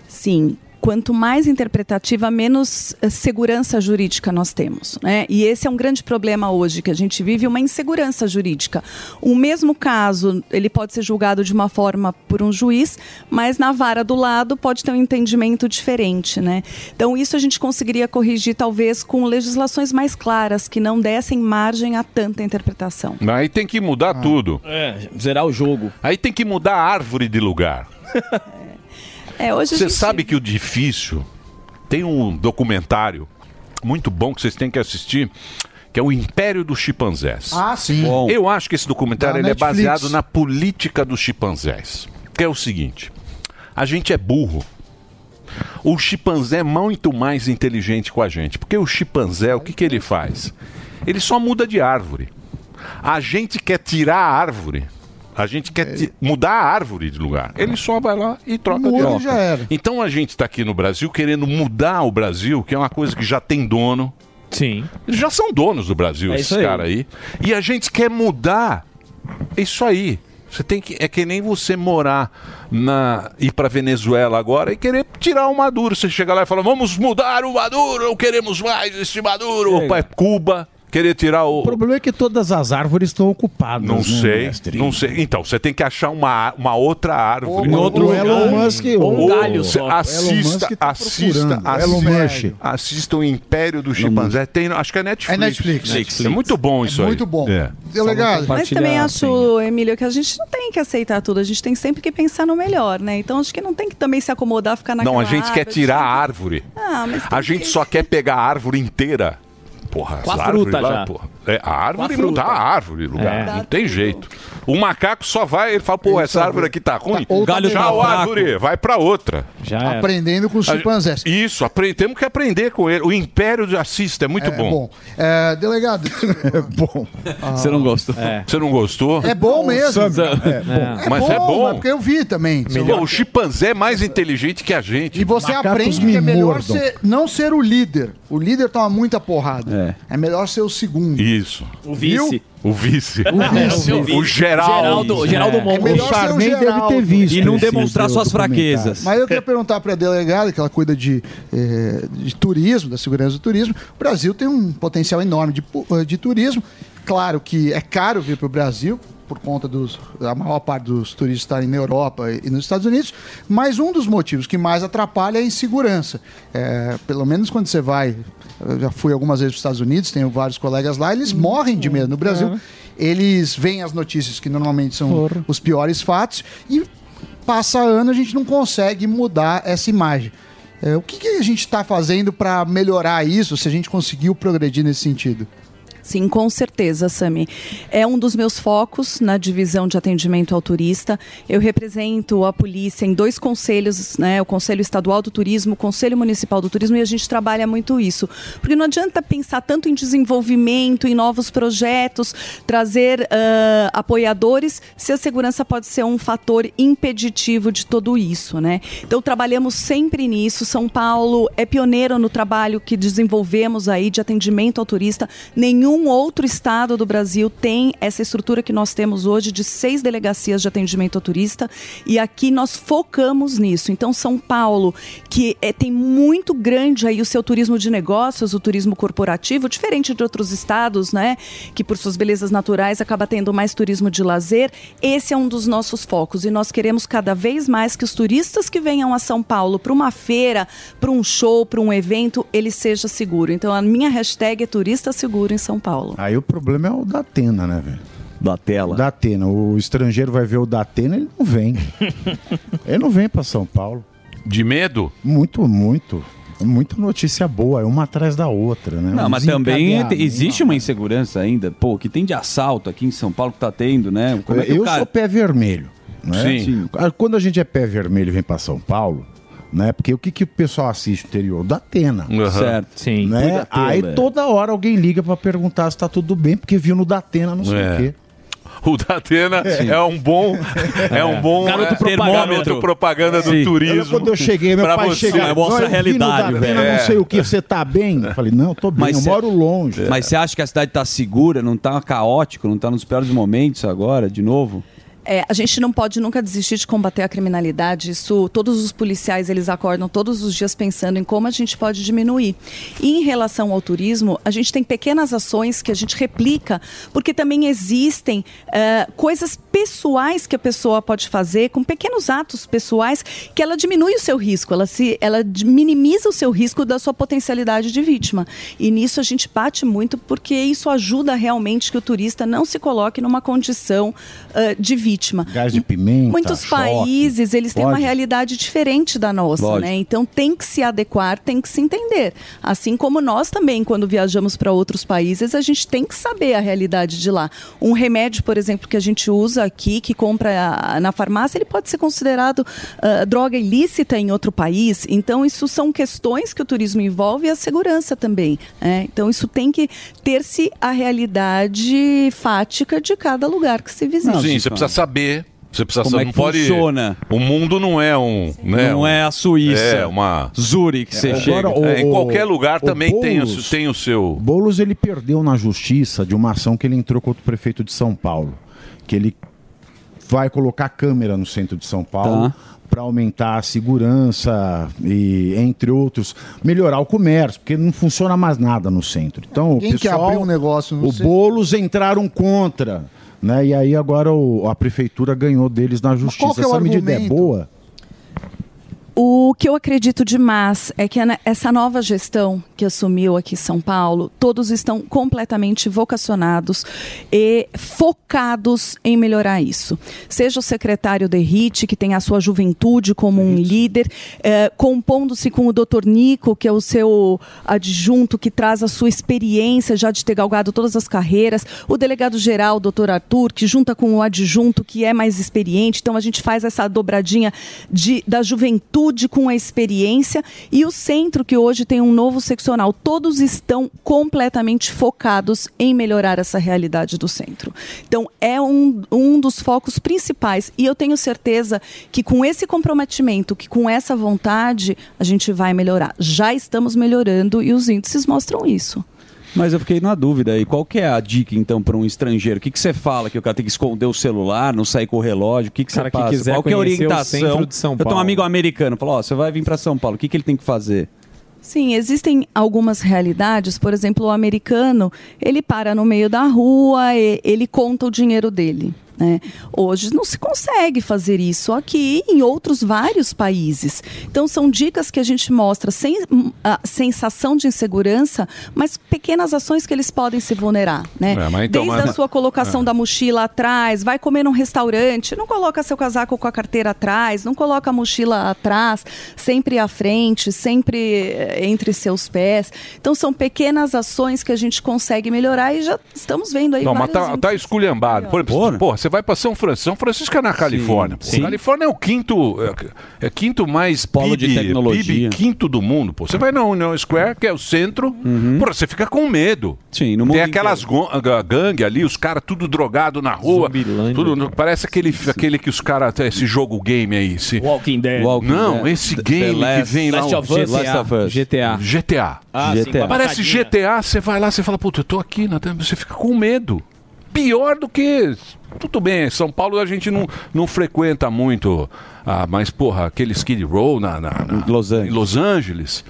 Sim. Quanto mais interpretativa, menos eh, segurança jurídica nós temos. Né? E esse é um grande problema hoje, que a gente vive uma insegurança jurídica. O mesmo caso, ele pode ser julgado de uma forma por um juiz, mas na vara do lado pode ter um entendimento diferente. Né? Então, isso a gente conseguiria corrigir, talvez, com legislações mais claras, que não dessem margem a tanta interpretação.
Aí tem que
Ah.
mudar tudo.
É, zerar o jogo.
Aí tem que mudar a árvore de lugar.
É, hoje a
Você
gente-
sabe que o difícil tem um documentário muito bom que vocês têm que assistir, que é o Império dos Chimpanzés.
Ah, sim. Bom.
Eu acho que esse documentário
Da
ele é
Netflix.
baseado na política dos chimpanzés, que é o seguinte: a gente é burro. O chimpanzé é muito mais inteligente com a gente, porque o chimpanzé, o que, que ele faz? Ele só muda de árvore. A gente quer tirar a árvore. A gente quer ti- é mudar a árvore de lugar. Ele só vai lá e troca de
Muda e
árvore.
é.
já era.
Então a gente está aqui no Brasil querendo mudar o Brasil, que é uma coisa que já tem dono.
Sim.
Eles já são donos do Brasil,
É
esses
isso aí.
caras aí. E a gente quer mudar isso aí. Você tem que é que nem você morar na ir para Venezuela agora e querer tirar o Maduro. Você chega lá e fala: "Vamos mudar o Maduro, não queremos mais esse Maduro".
Chega.
Opa, é Cuba querer tirar o
O problema é que todas as árvores estão ocupadas.
não
né,
sei,
mestre?
não sei. Então, você tem que achar uma, uma outra árvore. um
Ou- Em outro ou lugar. Elon Musk, ou-
Ou
um galho
você
só.
Assista,
O Elon Musk tá
assista,
procurando. Elon
assista,
Musk.
assista o Império do Chimpanzé. Tem, acho que é
É
Netflix.
Netflix.
É muito bom isso aí.
muito bom.
É.
Delegado.
Mas também é acho, Emílio, que a gente não tem que aceitar tudo, a gente tem sempre que pensar no melhor, né? Então acho que não tem que também se acomodar, ficar na assim.
Não, a gente quer tirar a árvore.
Ah, mas
A gente só quer pegar a árvore inteira. Porra, as
Com a
árvores
fruta
lá,
já.
porra. É, a árvore
Com a
mudar
fruta.
a árvore, lugar.
É.
Não tem jeito. O macaco só vai, ele fala, pô, essa árvore aqui tá ruim.
ou tá bem
Tchau,
fraco.
árvore, vai pra outra. Já
Aprendendo com os chimpanzés.
Isso, apre- temos que aprender com ele. O império de assista é muito
É
bom.
bom. É, delegado. é bom.
Você não gostou? É. Você não gostou?
É bom mesmo.
É bom. Mas é
é
bom.
porque eu vi também.
Pô, o chimpanzé é mais inteligente que a gente.
E você aprende que é melhor ser- não ser o líder. O líder toma muita porrada. É, melhor ser o segundo.
Isso.
O vice. Viu?
O vice.
O vice.
O Geraldo.
Geraldo- Geraldo É. Montes. É melhor ser o Sarney deve Geraldo. ter visto
E não
esse
demonstrar
do-
suas
documentário.
fraquezas.
Mas eu queria perguntar para a delegada, que ela cuida de, eh, de turismo, da segurança do turismo. O Brasil tem um potencial enorme de, pu- eh, de turismo. Claro que é caro vir para o Brasil, por conta dos, da maior parte dos turistas estarem na Europa e e nos Estados Unidos, mas um dos motivos que mais atrapalha é a insegurança. Eh, pelo menos quando você vai, eu já fui algumas vezes para os Estados Unidos, tenho vários colegas lá, eles morrem de medo. No Brasil, eles veem as notícias que normalmente são os piores fatos e passa ano a gente não consegue mudar essa imagem. tá É, o que, que a gente está fazendo para melhorar isso, se a gente conseguiu progredir nesse sentido?
Sim, com certeza, Sami. É um dos meus focos na divisão de atendimento ao turista. Eu represento a polícia em dois conselhos, né? O Conselho Estadual do Turismo, o Conselho Municipal do Turismo, e a gente trabalha muito isso. Porque não adianta pensar tanto em desenvolvimento, em novos projetos, trazer ah, apoiadores, se a segurança pode ser um fator impeditivo de todo isso, né? Então trabalhamos sempre nisso. São Paulo é pioneiro no trabalho que desenvolvemos aí de atendimento ao turista. Nenhum outro estado do Brasil tem essa estrutura que nós temos hoje de seis delegacias de atendimento ao turista e aqui nós focamos nisso. Então São Paulo, que é, tem muito grande aí o seu turismo de negócios, o turismo corporativo, diferente de outros estados, né, que por suas belezas naturais acaba tendo mais turismo de lazer. Esse é um dos nossos focos e nós queremos cada vez mais que os turistas que venham a São Paulo para uma feira, para um show, para um evento, ele seja seguro. Então a minha hashtag é turista seguro em São Paulo.
Aí o problema é o da Atena, né, velho?
Da tela.
Da Atena. O estrangeiro vai ver o da Atena, ele não vem. ele não vem pra São Paulo.
De medo?
Muito, muito. Muita notícia boa, é uma atrás da outra, né?
Não,
Um
mas também
desencadeamento.
existe uma insegurança ainda, pô, que tem de assalto aqui em São Paulo que tá tendo, né? Como é que o
eu
cara-
sou pé vermelho. Né?
Sim.
Ah, Quando a gente é pé vermelho e vem para São Paulo, né? Porque o que, que o pessoal assiste no interior? Da Atena.
Uhum. Certo. Sim. Cuida
Né?
da Atena,
Aí
é.
toda hora alguém liga para perguntar se tá tudo bem, porque viu no da Atena, não sei
É.
o quê.
O da Atena
Sim.
é um bom, é um bom
Garoto
é,
propaganda.
termômetro propaganda do
Sim.
turismo.
Eu, quando eu cheguei, meu
Pra
pai
você.
É,
chegava. "Olha, eu vi no da Atena, Não sei o que, você tá bem? Eu falei, não, eu tô bem, eu
cê-
moro longe.
Mas você acha que a cidade tá segura, não tá caótico, não tá nos piores momentos agora, de novo?
É, a gente não pode nunca desistir de combater a criminalidade. Isso, todos os policiais eles acordam todos os dias pensando em como a gente pode diminuir. E em relação ao turismo, a gente tem pequenas ações que a gente replica, porque também existem eh, coisas pessoais que a pessoa pode fazer com pequenos atos pessoais que ela diminui o seu risco, ela se, ela d- minimiza o seu risco da sua potencialidade de vítima. E nisso a gente bate muito porque isso ajuda realmente que o turista não se coloque numa condição eh, de vítima.
Gás de pimenta.
Muitos
choque.
países, eles têm uma
Pode?
realidade diferente da nossa,
Lógico.
né? Então tem que se adequar, tem que se entender. Assim como nós também, quando viajamos para outros países, a gente tem que saber a realidade de lá. Um remédio, por exemplo, que a gente usa aqui, que compra ah, na farmácia, ele pode ser considerado ah, droga ilícita em outro país. Então isso são questões que o turismo envolve e a segurança também. né? Então isso tem que ter-se a realidade fática de cada lugar que se visita.
Sim, você precisa saber. Você precisa
Como
saber.
é
não
que
pode...
funciona?
O mundo não é um. Né,
Não
um-
é a Suíça.
É, uma.
Zuri que você
É,
chega.
agora, É, em
o-
qualquer lugar
o
também tem o,
Boulos-
tem o seu.
Boulos ele perdeu na justiça de uma ação que ele entrou contra o prefeito de São Paulo, que ele vai colocar câmera no centro de São Paulo
Tá.
para aumentar a segurança e entre outros melhorar o comércio, porque não funciona mais nada no centro. Então,
Quem
o
que
pessoal,
abriu um negócio no
o
centro?
Boulos entraram contra, né? E aí agora o- a prefeitura ganhou deles na justiça.
qual que é o
Essa medida é
argumento?
boa?
O que eu acredito demais é que né, essa nova gestão que assumiu aqui em São Paulo, todos estão completamente vocacionados e focados em melhorar isso. Seja o secretário Derrite, que tem a sua juventude como um líder, eh, compondo-se com o doutor Nico, que é o seu adjunto, que traz a sua experiência já de ter galgado todas as carreiras, o delegado-geral, o doutor Arthur, que junta com o um adjunto, que é mais experiente. Então, a gente faz essa dobradinha de, da juventude com a experiência e o centro, que hoje tem um novo seccional. Todos estão completamente focados em melhorar essa realidade do centro. Então, é um, um dos focos principais. E eu tenho certeza que com esse comprometimento, que com essa vontade, a gente vai melhorar. Já estamos melhorando e os índices mostram isso.
Mas eu fiquei na dúvida aí. Qual que é a dica, então, para um estrangeiro? O que, que você fala? Que o cara tem que esconder o celular, não sair com o relógio? O que, que
Cara
você
que
passa?
quiser
qual que é a
conhecer o
orientação?
centro de São
Eu tenho um
Paulo.
amigo americano. Falou, ó, você vai vir para São Paulo. O que, que ele tem que fazer?
Sim, existem algumas realidades. Por exemplo, o americano, ele para no meio da rua, e- ele conta o dinheiro dele. né? Hoje não se consegue fazer isso aqui e em outros vários países. Então são dicas que a gente mostra sem hum, a sensação de insegurança, mas pequenas ações que eles podem se vulnerar, né?
É, mas então,
Desde a
mas-
sua colocação
É.
da mochila atrás, vai comer num restaurante, não coloca seu casaco com a carteira atrás, não coloca a mochila atrás, sempre à frente, sempre eh, entre seus pés. Então são pequenas ações que a gente consegue melhorar e já estamos vendo aí
Não, mas
vários
tá, tá esculhambado. Por exemplo, porra, você vai pra São Francisco. São Francisco é na Califórnia. Pô,
sim.
Califórnia é o quinto, é, é quinto mais
Polo de
PIB,
tecnologia. né?
PIB quinto do mundo. Pô. Você vai na Union Square, que é o centro, porra, você fica com medo.
Uhum. Sim,
Tem aquelas gangues ali, os caras tudo drogado na rua. Tudo, no- parece aquele, aquele que os caras. Esse jogo game aí. Esse,
Walking Dead.
Walking
não,
Dead.
esse
The
game
Last-
que vem lá. um
Last
o-
of Us, Last of Us.
GTA. GTA.
Ah, sim, com a
Parece
batatinha.
GTA, você vai lá, você fala, puta, eu tô aqui, né? você fica com medo. Pior do que. Tudo bem, São Paulo a gente não, não frequenta muito. Ah, mas, porra, aquele Skid Row na, na- na- em Los Angeles.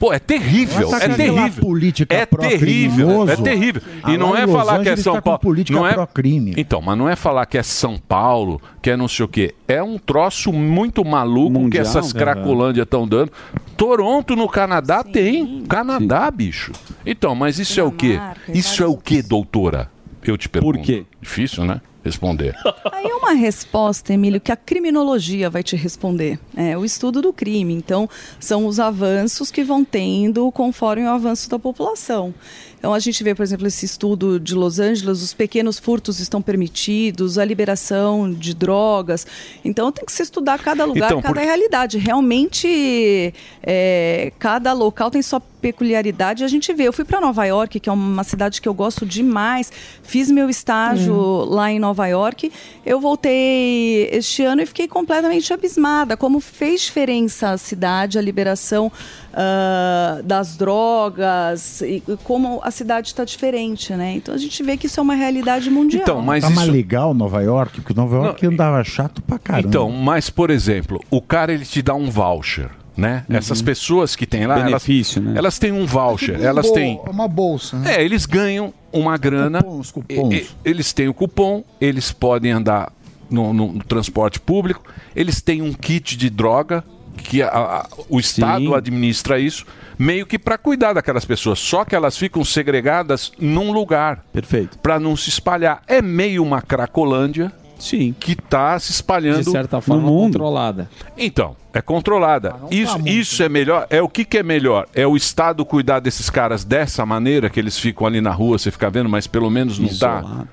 Pô, é terrível,
Essa
é
aquela
terrível.
política
É
pró-criminoso.
terrível, é terrível. E
Ah,
não
lá
é
em Los
falar que é
Angeles
São
tá com
Paulo.
política
não é
pró-crime.
Então, mas não é falar que é São Paulo, que é não sei o quê. É um troço muito maluco que
Mundial? né?
essas
Aham.
cracolândias estão dando. Toronto no Canadá tem. Canadá, bicho. Então, mas isso é o quê? Isso é o quê, doutora? Eu te pergunto. Por quê? Difícil, né? Responder.
Aí é uma resposta, Emílio, que a criminologia vai te responder. É o estudo do crime. Então, são os avanços que vão tendo conforme o avanço da população. Então, a gente vê, por exemplo, esse estudo de Los Angeles, os pequenos furtos estão permitidos, a liberação de drogas. Então, tem que se estudar cada lugar,
Então,
cada
por-
É realidade. Realmente, é, cada local tem sua peculiaridade. A gente vê. Eu fui para Nova York, que é uma cidade que eu gosto demais. Fiz meu estágio lá em Nova York. Eu voltei este ano e fiquei completamente abismada. Como fez diferença a cidade, a liberação ah, das drogas e e como a cidade está diferente, né? Então a gente vê que isso é uma realidade mundial.
Então,
tá mais legal Nova York, porque Nova York andava chato pra caramba.
Então, mas, por exemplo, o cara ele te dá um voucher, né? Essas pessoas que tem lá,
Uhum. Benefício,
elas,
né?
elas têm
Tipo
um
Tipo
voucher, elas
Bol-
têm.
Uma bolsa, né?
É, eles ganham uma grana. e- e- eles têm o cupom, eles podem andar no, no- no transporte público, eles têm um kit de droga que a- a- o Estado administra isso, meio que para cuidar daquelas pessoas. Só que elas ficam segregadas num lugar.
Perfeito.
Para não se espalhar. É meio uma cracolândia.
Sim.
Que está se espalhando
De certa forma, controlada. tá
então, é controlada. Isso, isso
né?
é melhor. É o que, que é melhor? É o Estado cuidar desses caras dessa maneira que eles ficam ali na rua, você fica vendo, mas pelo menos não tá.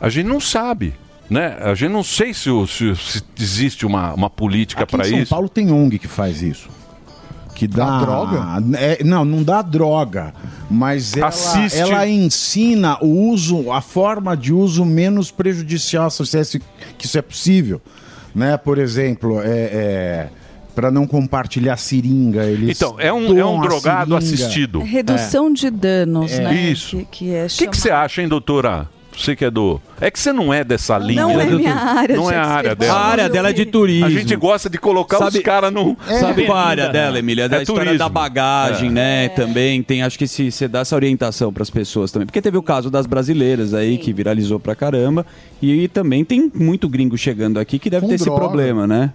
A gente não sabe, né? A gente não sei se, o- se- se existe uma, uma política
Aqui em
para
São
isso.
Paulo tem ONG que faz isso. Que dá.
Dá droga?
É, não, não dá droga. Mas ela,
Assiste.
ela ensina o uso, a forma de uso menos prejudicial à sociedade, que isso é possível. Né? Por exemplo, é. para não compartilhar seringa, eles
Então, é um-
doam
é um
a
drogado
seringa.
assistido.
Redução de danos,
É.
né?
Isso.
Que, que é
O que, que você acha, hein, doutora? Você que é do. É que você não é dessa linha.
é
né, doutor?
minha área,
Não é a
Shakespeare.
área dela.
A área dela é de turismo.
A gente gosta de colocar os
Sabe-
caras no.
Sabe qual a área dela, Emília? É da história
turismo.
da bagagem,
É.
né? Também tem, acho que se você dá essa orientação para as pessoas também. Porque teve o caso das brasileiras aí, que viralizou pra caramba. E, também tem muito gringo chegando aqui que deve ter esse
droga.
problema, né?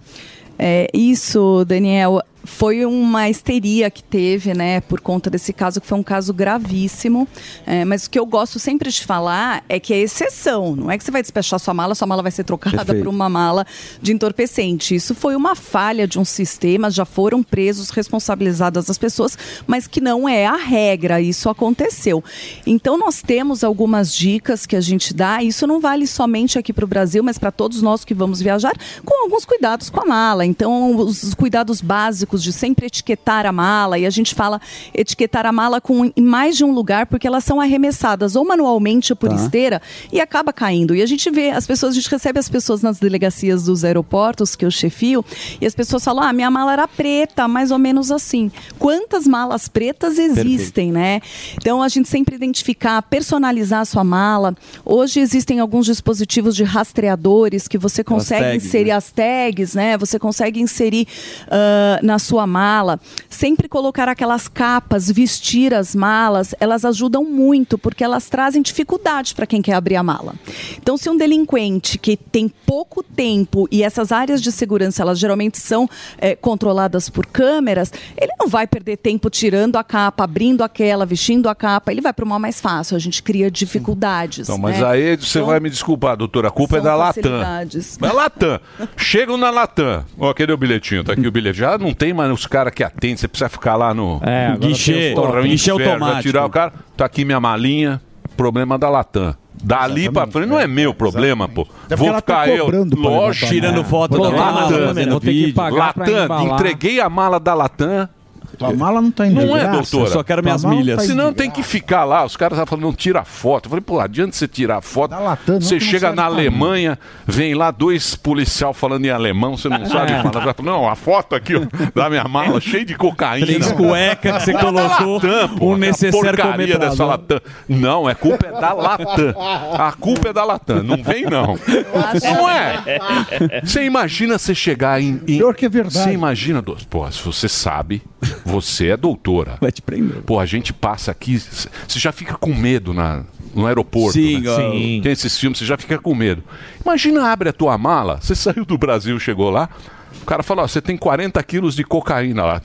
É, isso, Daniel, foi uma histeria que teve, né, por conta desse caso, que foi um caso gravíssimo. É, mas o que eu gosto sempre de falar é que é exceção. Não é que você vai despechar sua mala, sua mala vai ser trocada
Perfeito.
por uma mala de entorpecente. Isso foi uma falha de um sistema, já foram presos, responsabilizadas as pessoas, mas que não é a regra. Isso aconteceu. Então, nós temos algumas dicas que a gente dá. Isso não vale somente aqui para o Brasil, mas para todos nós que vamos viajar, com alguns cuidados com a mala. Então, os cuidados básicos de sempre etiquetar a mala, e a gente fala etiquetar a mala com, em mais de um lugar, porque elas são arremessadas ou manualmente por
Tá.
esteira e acaba caindo. E a gente vê as pessoas, a gente recebe as pessoas nas delegacias dos aeroportos que eu chefio, e as pessoas falam: ah, minha mala era preta, mais ou menos assim. Quantas malas pretas existem, né? Então a gente sempre identificar, personalizar a sua mala. Hoje existem alguns dispositivos de rastreadores que você
Aquelas
Uhum.
consegue
tags,
inserir as tags, né? Você consegue inserir ah, na sua mala, sempre colocar aquelas capas, vestir as malas, elas ajudam muito, porque elas trazem dificuldade para quem quer abrir a mala. Então, se um delinquente que tem pouco tempo e essas áreas de segurança, elas geralmente são eh, controladas por câmeras, ele não vai perder tempo tirando a capa, abrindo aquela, vestindo a capa, ele vai para uma mais fácil, a gente cria dificuldades.
Então, mas
né?
aí você vai me desculpar, doutora. A culpa é
são
da Latam.
facilidades.
É Latam. Chegam na Latam. Ó, cadê o bilhetinho? Tá aqui o bilhete. Já não tem mais os caras que atendem. Você precisa ficar lá no
É, agora
guichê,
tem os
Porra, um
guichê
inferno.
automático.
Vai Tirar o cara. Tá aqui minha malinha. Problema da Latam. Dali pra frente não é meu problema, pô.
Até porque
Vou
ela tá
ficar eu,
cobrando pra
lógico,
levantar a mala. Vou ter
Latam.
que pagar,
né?
vou ter que pagar pra
Latam,
embalar.
entreguei a mala da Latam.
Tua mala não tá indo
Não
de
é,
graça?
doutora.
Eu só quero minhas Tua mala milhas. tá indo
Senão tem que ficar lá. Os caras estavam falando, não tira foto. Eu falei, pô, adianta você tirar foto. você
que não
chega
serve pra
na
mim.
Alemanha, vem lá dois policial falando em alemão, você não sabe
É.
falar. Não, a foto aqui ó, da minha mala, cheia de cocaína.
Três cueca que você
Culpa da
colocou,
Latam, pô,
um
aquela
necessaire
porcaria
comedrador.
dessa Latam. Não, é culpa é da Latam. A culpa é da Latam. Não vem, não. Não é? Você imagina você chegar em. em... Pior que é verdade. Você imagina, do- pô, se você sabe, você é doutora. Vai te prender. Pô, a gente passa aqui, c- você já fica com medo na, no aeroporto.
Sim,
né?
gal- Sim.
Tem esses filmes, você já fica com medo. Imagina, abre a tua mala, você saiu do Brasil, chegou lá, o cara fala, ó, você tem 40 quilos de cocaína lá.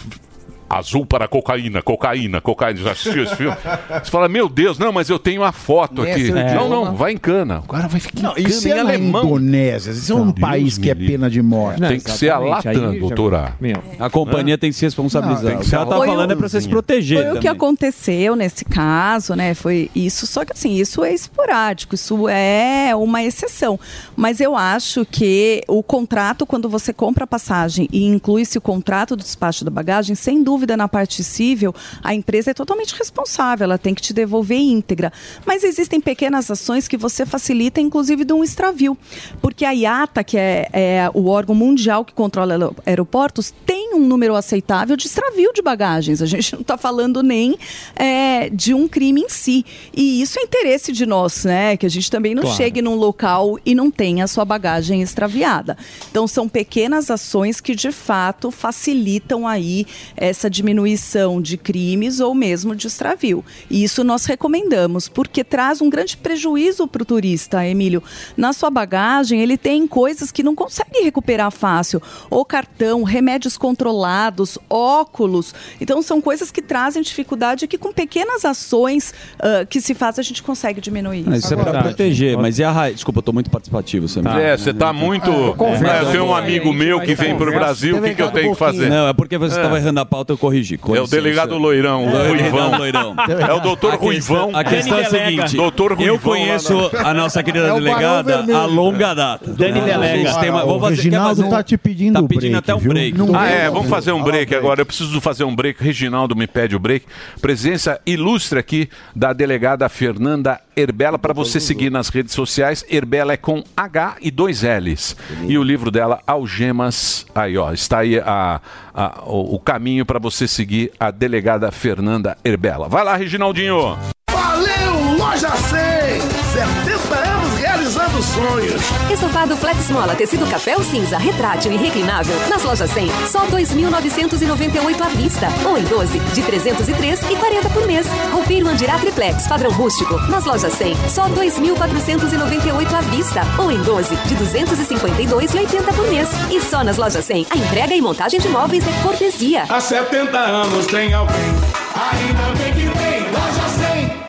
Azul para cocaína, cocaína, cocaína. Já assistiu esse filme? Você fala, meu Deus, não, mas eu tenho a foto
Nessa
aqui.
eu tinha
Não,
uma.
não, vai em cana. O cara vai ficar
Não,
em cana,
isso
em
é na
alemão.
Indonésia. Isso é um país que é pena de morte.
Tem que ser a Latam,
é
doutora.
A companhia tem que se responsabilizar.
Não,
o que ela tá
Foi
falando
o-
é pra você se proteger.
Foi o que
também.
aconteceu nesse caso, né? Foi isso. Só que assim, isso é esporádico, isso é uma exceção. Mas eu acho que o contrato, quando você compra a passagem e inclui-se o contrato do despacho da bagagem, sem dúvida na parte civil, a empresa é totalmente responsável, ela tem que te devolver íntegra. Mas existem pequenas ações que você facilita, inclusive de um extravio. Porque a IATA, que é, é o órgão mundial que controla aero- aeroportos, tem um número aceitável de extravio de bagagens. A gente não está falando nem é, de um crime em si. E isso é interesse de nós, né? Que a gente também não
Claro.
chegue num local e não tenha a sua bagagem extraviada. Então, são pequenas ações que, de fato, facilitam aí essa diminuição de crimes ou mesmo de extravio. E isso nós recomendamos, porque traz um grande prejuízo para o turista, Emílio. Na sua bagagem, ele tem coisas que não consegue recuperar fácil. Ou cartão, remédios controlados, óculos. Então, são coisas que trazem dificuldade e que, com pequenas ações ah, que se faz, a gente consegue diminuir
Ah, Isso é pra proteger, mas e a raiz? Desculpa, eu tô muito participativo, Samir.
É, você tá muito. Ah, eu tenho um amigo meu que vem pro Brasil, o que, que eu tenho que fazer?
Não, é porque você
Ah.
estava errando a pauta, eu corrigi. Com
É o
licença.
delegado Loirão, o Ruivão.
Loirão.
É o doutor
A questão-
Ruivão.
A questão é a
Dani
seguinte:
Delega. Doutor
eu
Ruivão
conheço
lá na-
a nossa querida
É o Barão
delegada
Vermelho.
há longa data.
Dani
Ah,
Delega.
vocês têm uma-
O
vamos fazer- quer
Reginaldo
fazer um-
tá te pedindo
tá
o
pedindo
break,
até um
viu?
break.
Não Ah, é, vamos fazer um break agora. Eu preciso fazer um break. Reginaldo me pede o break. Presença ilustre aqui da delegada Fernanda Herbela para você seguir nas redes sociais. Herbela é com H e dois L's. E o livro dela, Algemas. Aí, ó, está aí a- a- o, o caminho para você seguir a delegada Fernanda Herbela. Vai lá, Reginaldinho.
Valeu, Loja 100! 70 anos realizando sonhos.
Estofado Flex Mola, tecido café ou cinza, retrátil e reclinável. Nas lojas 100, só 2.998 à vista. Ou em 12, de 303 e 40 por mês. Roupeiro Andirá Triplex, padrão rústico. Nas lojas 100, só 2.498 à vista. Ou em 12, de 252 e 80 por mês. E só nas lojas 100, a entrega e montagem de móveis é cortesia.
Há 70 anos tem alguém. Ainda bem que tem loja 100.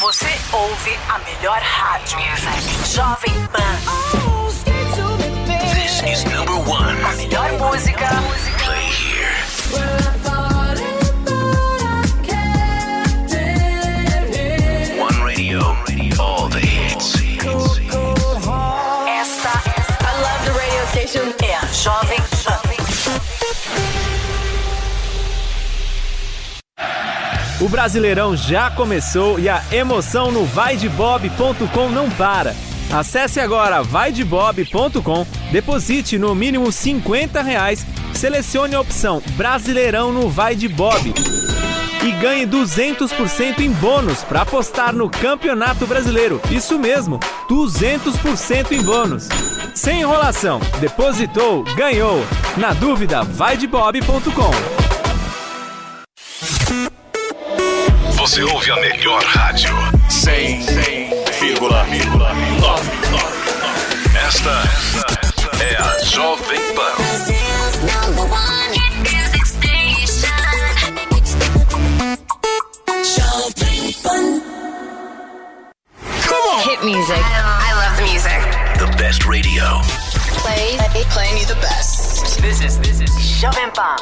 Você ouve a melhor rádio. Jovem Pan. This is number one. A melhor música. Play here.
One radio, all the hits.
Esta, esta. I é love the radio station. É a Jovem Pan.
O Brasileirão já começou e a emoção no vaidebob.com não para. Acesse agora vaidebob.com, deposite no mínimo 50 reais, selecione a opção Brasileirão no Vai de Bob e ganhe 200% em bônus para apostar no Campeonato Brasileiro. Isso mesmo, 200% em bônus. Sem enrolação, depositou, ganhou. Na dúvida, vai de bob.com.
Você ouve a melhor rádio. 100,9. Esta é a Jovem Pan.
Hit music. I love the music.
The best radio.
Play, play me the best. This is this is Jovem Pan.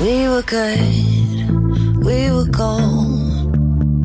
We were good, we were gold.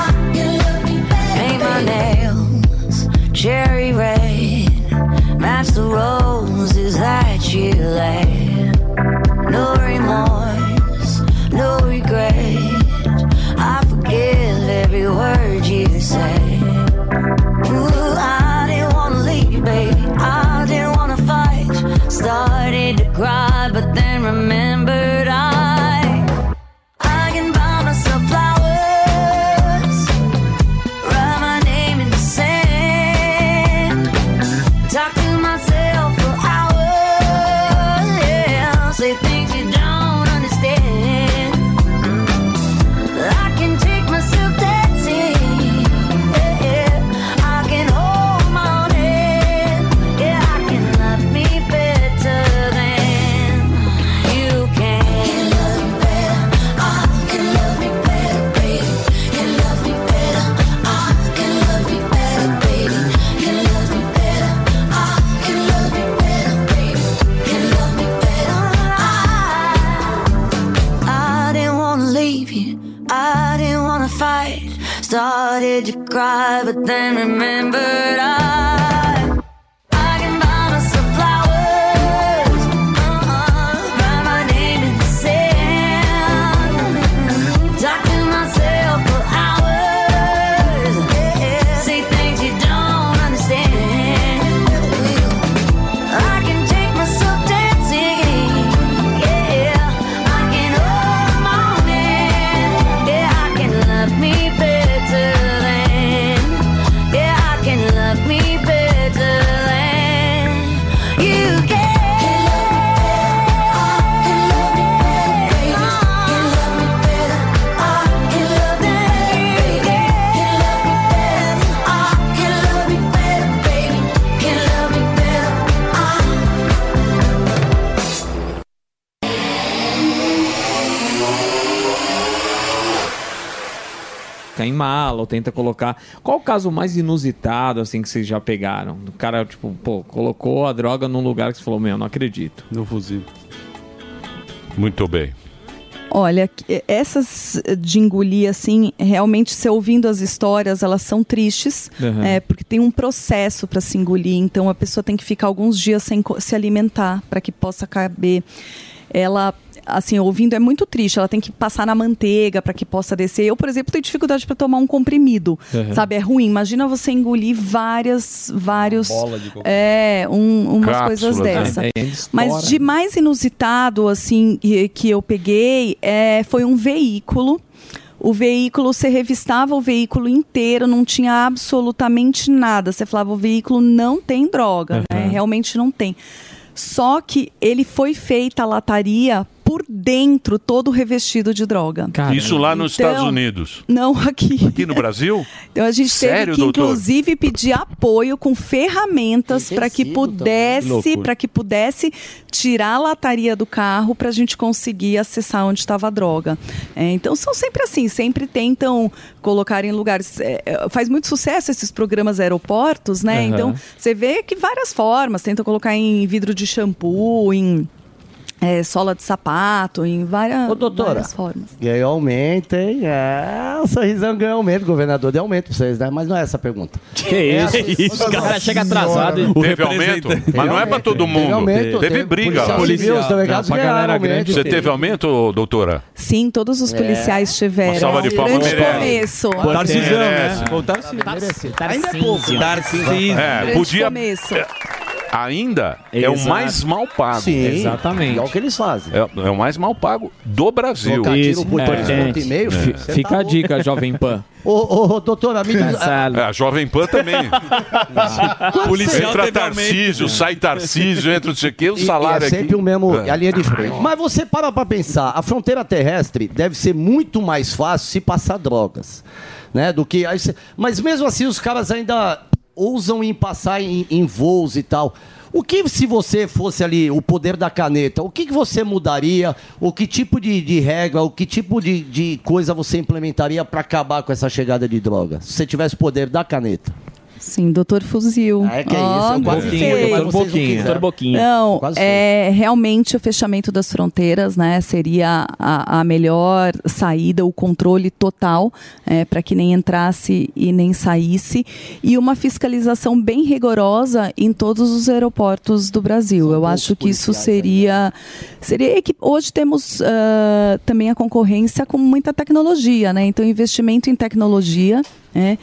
I can love me better. Paint my nails cherry red. Match the roses that you laid. No remorse, no regret. I forgive every word you say. Ooh, I didn't wanna leave, baby. I didn't wanna fight. Started to cry, but then remembered I. I can buy myself flowers. Write my name in the sand. Talk to myself for hours. Yeah, say things you don't understand. I can take myself dancing. Yeah, yeah. I can hold my own head. Yeah, I can love me better than you can. Can love me better. I can love me better, baby. Can love me better. I can love me better, baby. Can love me better. I can love me better, baby. Can love me better. I, I didn't wanna leave you. I didn't wanna fight. Started to cry, but then remembered I. I can buy myself flowers. Uh-uh. Write my name in the sand. Talk to myself for hours. Yeah. Say things you don't understand. I can take myself dancing. Yeah. I can hold my own hand. Yeah, I can love me better than. Yeah, I can love me better than you can.
Cai em mala ou tenta colocar. Qual o caso mais inusitado, assim, que vocês já pegaram? O cara, tipo, pô, colocou a droga num lugar que você falou, meu, não acredito. No fuzil.
Muito bem.
Olha, que- essas eh, de engolir, assim, realmente, se ouvindo as histórias, elas são tristes,
Uhum.
eh, porque tem um processo para se engolir, então a pessoa tem que ficar alguns dias sem co- se alimentar para que possa caber. Ela, assim, ouvindo é muito triste, ela tem que passar na manteiga para que possa descer. Eu, por exemplo, tenho dificuldade para tomar um comprimido,
Uhum.
sabe? É ruim. Imagina você engolir várias, vários.
Bola de coco.
É, um, umas
Cápsulas,
coisas
né?
dessa.
É, é, estoura,
Mas de mais inusitado, assim, e- que eu peguei, é, foi um veículo. O veículo, você revistava o veículo inteiro, não tinha absolutamente nada. Você falava, o veículo não tem droga, né? Realmente não tem. Só que ele foi feita a lataria por dentro, todo revestido de droga.
Isso lá nos
Então,
Estados Unidos.
Não aqui.
Aqui no Brasil?
Então a gente
Sério,
teve que,
doutor?
inclusive, pedir apoio com ferramentas para que
também. Que
pudesse,
loucura.
para que pudesse tirar a lataria do carro para a gente conseguir acessar onde estava a droga. É, então são sempre assim, sempre tentam colocar em lugares. é, é, faz muito sucesso esses programas aeroportos, né?
Aham.
Então você vê que várias formas tentam colocar em vidro de shampoo, em é, sola de sapato, em várias, várias formas.
Ganhou aumento, hein? É, o sorrisão ganhou aumento, governador deu aumento pra vocês, né? Mas não é essa a pergunta.
Que
É
isso? Isso, cara chega atrasado. e-
Teve aumento? Mas não é pra todo mundo. Teve,
aumento, teve.
briga. lá.
Policial civil, Policial. os delegados Não, pra ganharam galera aumento. grande
Você
teve.
teve aumento, doutora?
Sim, todos os
É.
policiais tiveram.
Uma salva de
É um
palmas
grande
merece.
começo.
Tarcisão, né?
Foi o
Ainda é pouco.
Tarcísio.
É,
Grande
podia...
começo.
é, Ainda é o
Exato.
mais mal pago.
Sim, Exatamente.
É
o que eles fazem.
É, o mais mal pago do Brasil.
Colocar tiro Isso, por é. três pontos e meio, filho, você
Fica
tá
a
louco.
dica, Jovem Pan.
Ô, ô, ô, doutora, me diz-
É, a Jovem Pan também.
Policial
entra
teve aumento.
Tarcísio, sai Tarcísio, entra não sei o quê, o
E- e
salário
é sempre
aqui.
o mesmo, a linha de frente. Mas você para pra pensar, a fronteira terrestre deve ser muito mais fácil se passar drogas, né? Do que aí você- mas mesmo assim os caras ainda ousam em passar em, em voos e tal. O que se você fosse ali o poder da caneta? O que, que você mudaria? O que tipo de, de regra? O que tipo de, de coisa você implementaria para acabar com essa chegada de droga? Se você tivesse o poder da caneta?
Sim, doutor fuzil.
É que é isso, eu quase
Ó, doutor
fui, mas
Boquinha,
vocês não
doutor
quiseram.
doutor Boquinha.
Não,
Quase foi.
é, realmente o fechamento das fronteiras né, seria a, a melhor saída, o controle total para que nem entrasse e nem saísse. E uma fiscalização bem rigorosa em todos os aeroportos do Brasil. Eu acho que isso seria.
né?
seria equi- Hoje temos ah, também a concorrência com muita tecnologia, né? Então, investimento em tecnologia. né?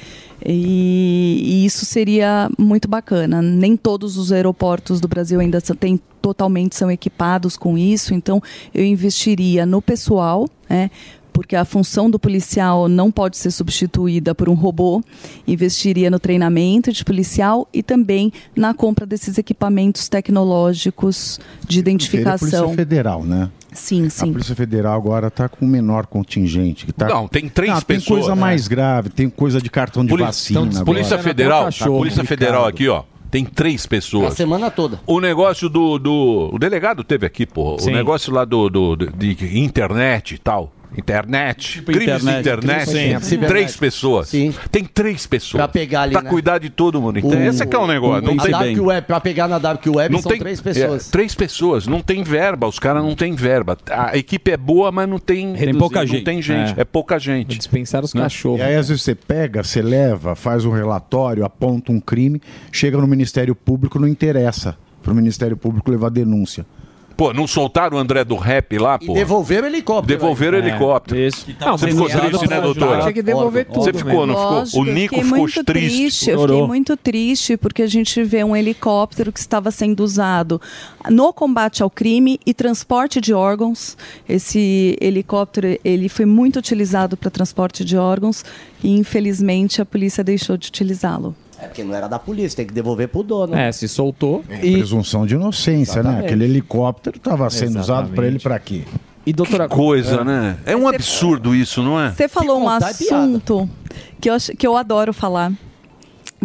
E, e isso seria muito bacana. Nem todos os aeroportos do Brasil ainda são- têm totalmente são equipados com isso, então eu investiria no pessoal, né? Porque a função do policial não pode ser substituída por um robô. Investiria no treinamento de policial e também na compra desses equipamentos
Seria
tecnológicos de
a é Polícia
identificação.
Federal, né?
é Sim, sim.
A Polícia Federal agora está com o menor contingente. Que tá...
Não, tem três
Não, Tem
pessoas,
coisa
né?
mais grave, tem coisa de cartão de
Poli-
vacina.
Então,
agora. Tá
Polícia Federal, a Polícia Federal aqui, ó. Tem três pessoas.
A semana toda.
O negócio do. do o delegado teve aqui, pô.
Sim.
O negócio lá do, do- de de internet e tal. Internet.
Tipo
crimes
internet,
de internet.
assim,
crimes, sim.
Três
Cibernética.
pessoas. Tem três pessoas. Pra
pegar ali, né?
cuidar de todo mundo. Então,
O-
esse é que é o negócio. Não
a
tem
Dark Web, pra pegar na Dark Web são três pessoas.
é, três pessoas. Não tem verba. Os caras não tem verba. A equipe é boa, mas não tem.
Tem pouca
não
gente.
tem gente. É,
É.
pouca gente. Né? Dispensar os
E aí, às vezes, você pega, você leva, faz um relatório, aponta um crime, chega no Ministério Público, não interessa para o Ministério Público levar denúncia.
Pô, não soltaram o André do rap lá, pô?
devolveram o helicóptero.
Devolveram o
É,
helicóptero.
isso. Não,
você
mas
ficou
não dá
triste,
pra
né,
ajudar.
doutora?
Tinha que devolver tudo
Você ficou,
mesmo.
não ficou?
Lógico,
O
eu
Nico
fiquei
ficou
muito
triste.
Eu fiquei muito triste porque a gente vê um helicóptero que estava sendo usado no combate ao crime e transporte de órgãos. Esse helicóptero ele foi muito utilizado para transporte de órgãos e infelizmente a polícia deixou de utilizá-lo.
É porque não era da polícia, tem que devolver pro dono.
É,
se soltou.
Presunção de inocência, né?
Exatamente.
Aquele helicóptero estava sendo usado para ele para quê?
E doutora
Coisa, né? É um absurdo isso, não é?
Você falou um
contar é piada.
assunto que eu, acho- que eu adoro falar.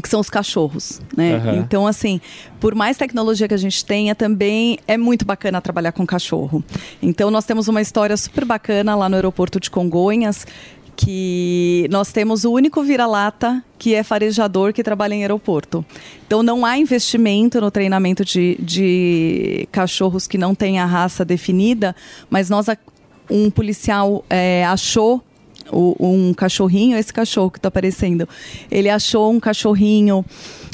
Que são os cachorros, né?
Aham.
Então, assim, por mais tecnologia que a gente tenha, também é muito bacana trabalhar com cachorro. Então, nós temos uma história super bacana lá no aeroporto de Congonhas, que nós temos o único vira-lata que é farejador que trabalha em aeroporto. Então, não há investimento no treinamento de, de cachorros que não têm a raça definida, mas nós, a- um policial eh, achou o- um cachorrinho, esse cachorro que está aparecendo, ele achou um cachorrinho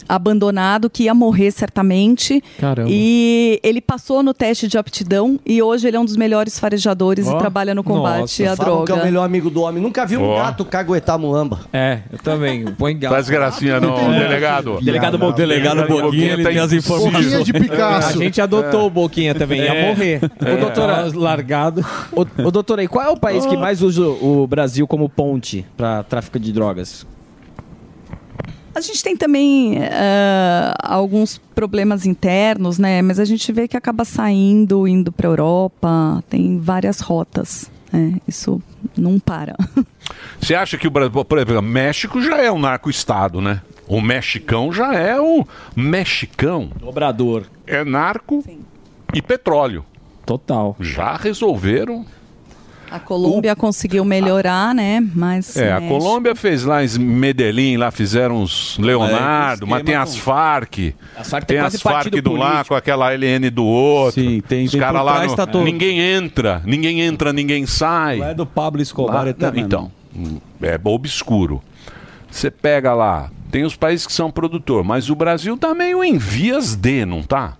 abandonado que ia morrer certamente.
Caramba.
E ele passou no teste de aptidão e hoje ele é um dos melhores farejadores
Ó.
e trabalha no combate à
Falam que
droga.
é o melhor amigo do homem. Nunca viu um
Ó.
gato caguetar muamba.
É, eu também. Põe gato.
Faz gracinha, não,
É.
delegado.
Delegado
Não, não,
Boquinha.
delegado Boquinha
ele
tá
tem as
em-
informações.
Boquinha de Picasso.
A gente adotou
É.
o Boquinha também,
É.
ia morrer.
É.
Ô, doutora, largado. Ô, ô, doutora, e qual é o país que mais usa o Brasil como ponte pra tráfico de drogas?
A gente tem também ah, alguns problemas internos, né? Mas a gente vê que acaba saindo, indo para Europa, tem várias rotas. né? Isso não para.
Você acha que o Brasil, por exemplo, México já é um narco-estado, né? O mexicão já é o mexicão.
Dobrador.
É narco e petróleo.
Total.
Já resolveram.
A Colômbia conseguiu melhorar, né? Mas
É, a
né,
Colômbia fez lá em Medellín, lá fizeram uns Leonardo,
É,
mas tem
esquema
as
com-
FARC.
As Farc tem
tem
quase
as FARC do
partido
lá
político.
com aquela LN do outro. Sim, tem, Os
tem
caras
por
lá.
trás
No,
tá todo-
Ninguém entra, ninguém entra, ninguém sai. Lá é
do Pablo Escobar né? eternamente.
Então, é obscuro. Você pega lá, tem os países que são produtor, mas o Brasil tá meio em vias de, não tá?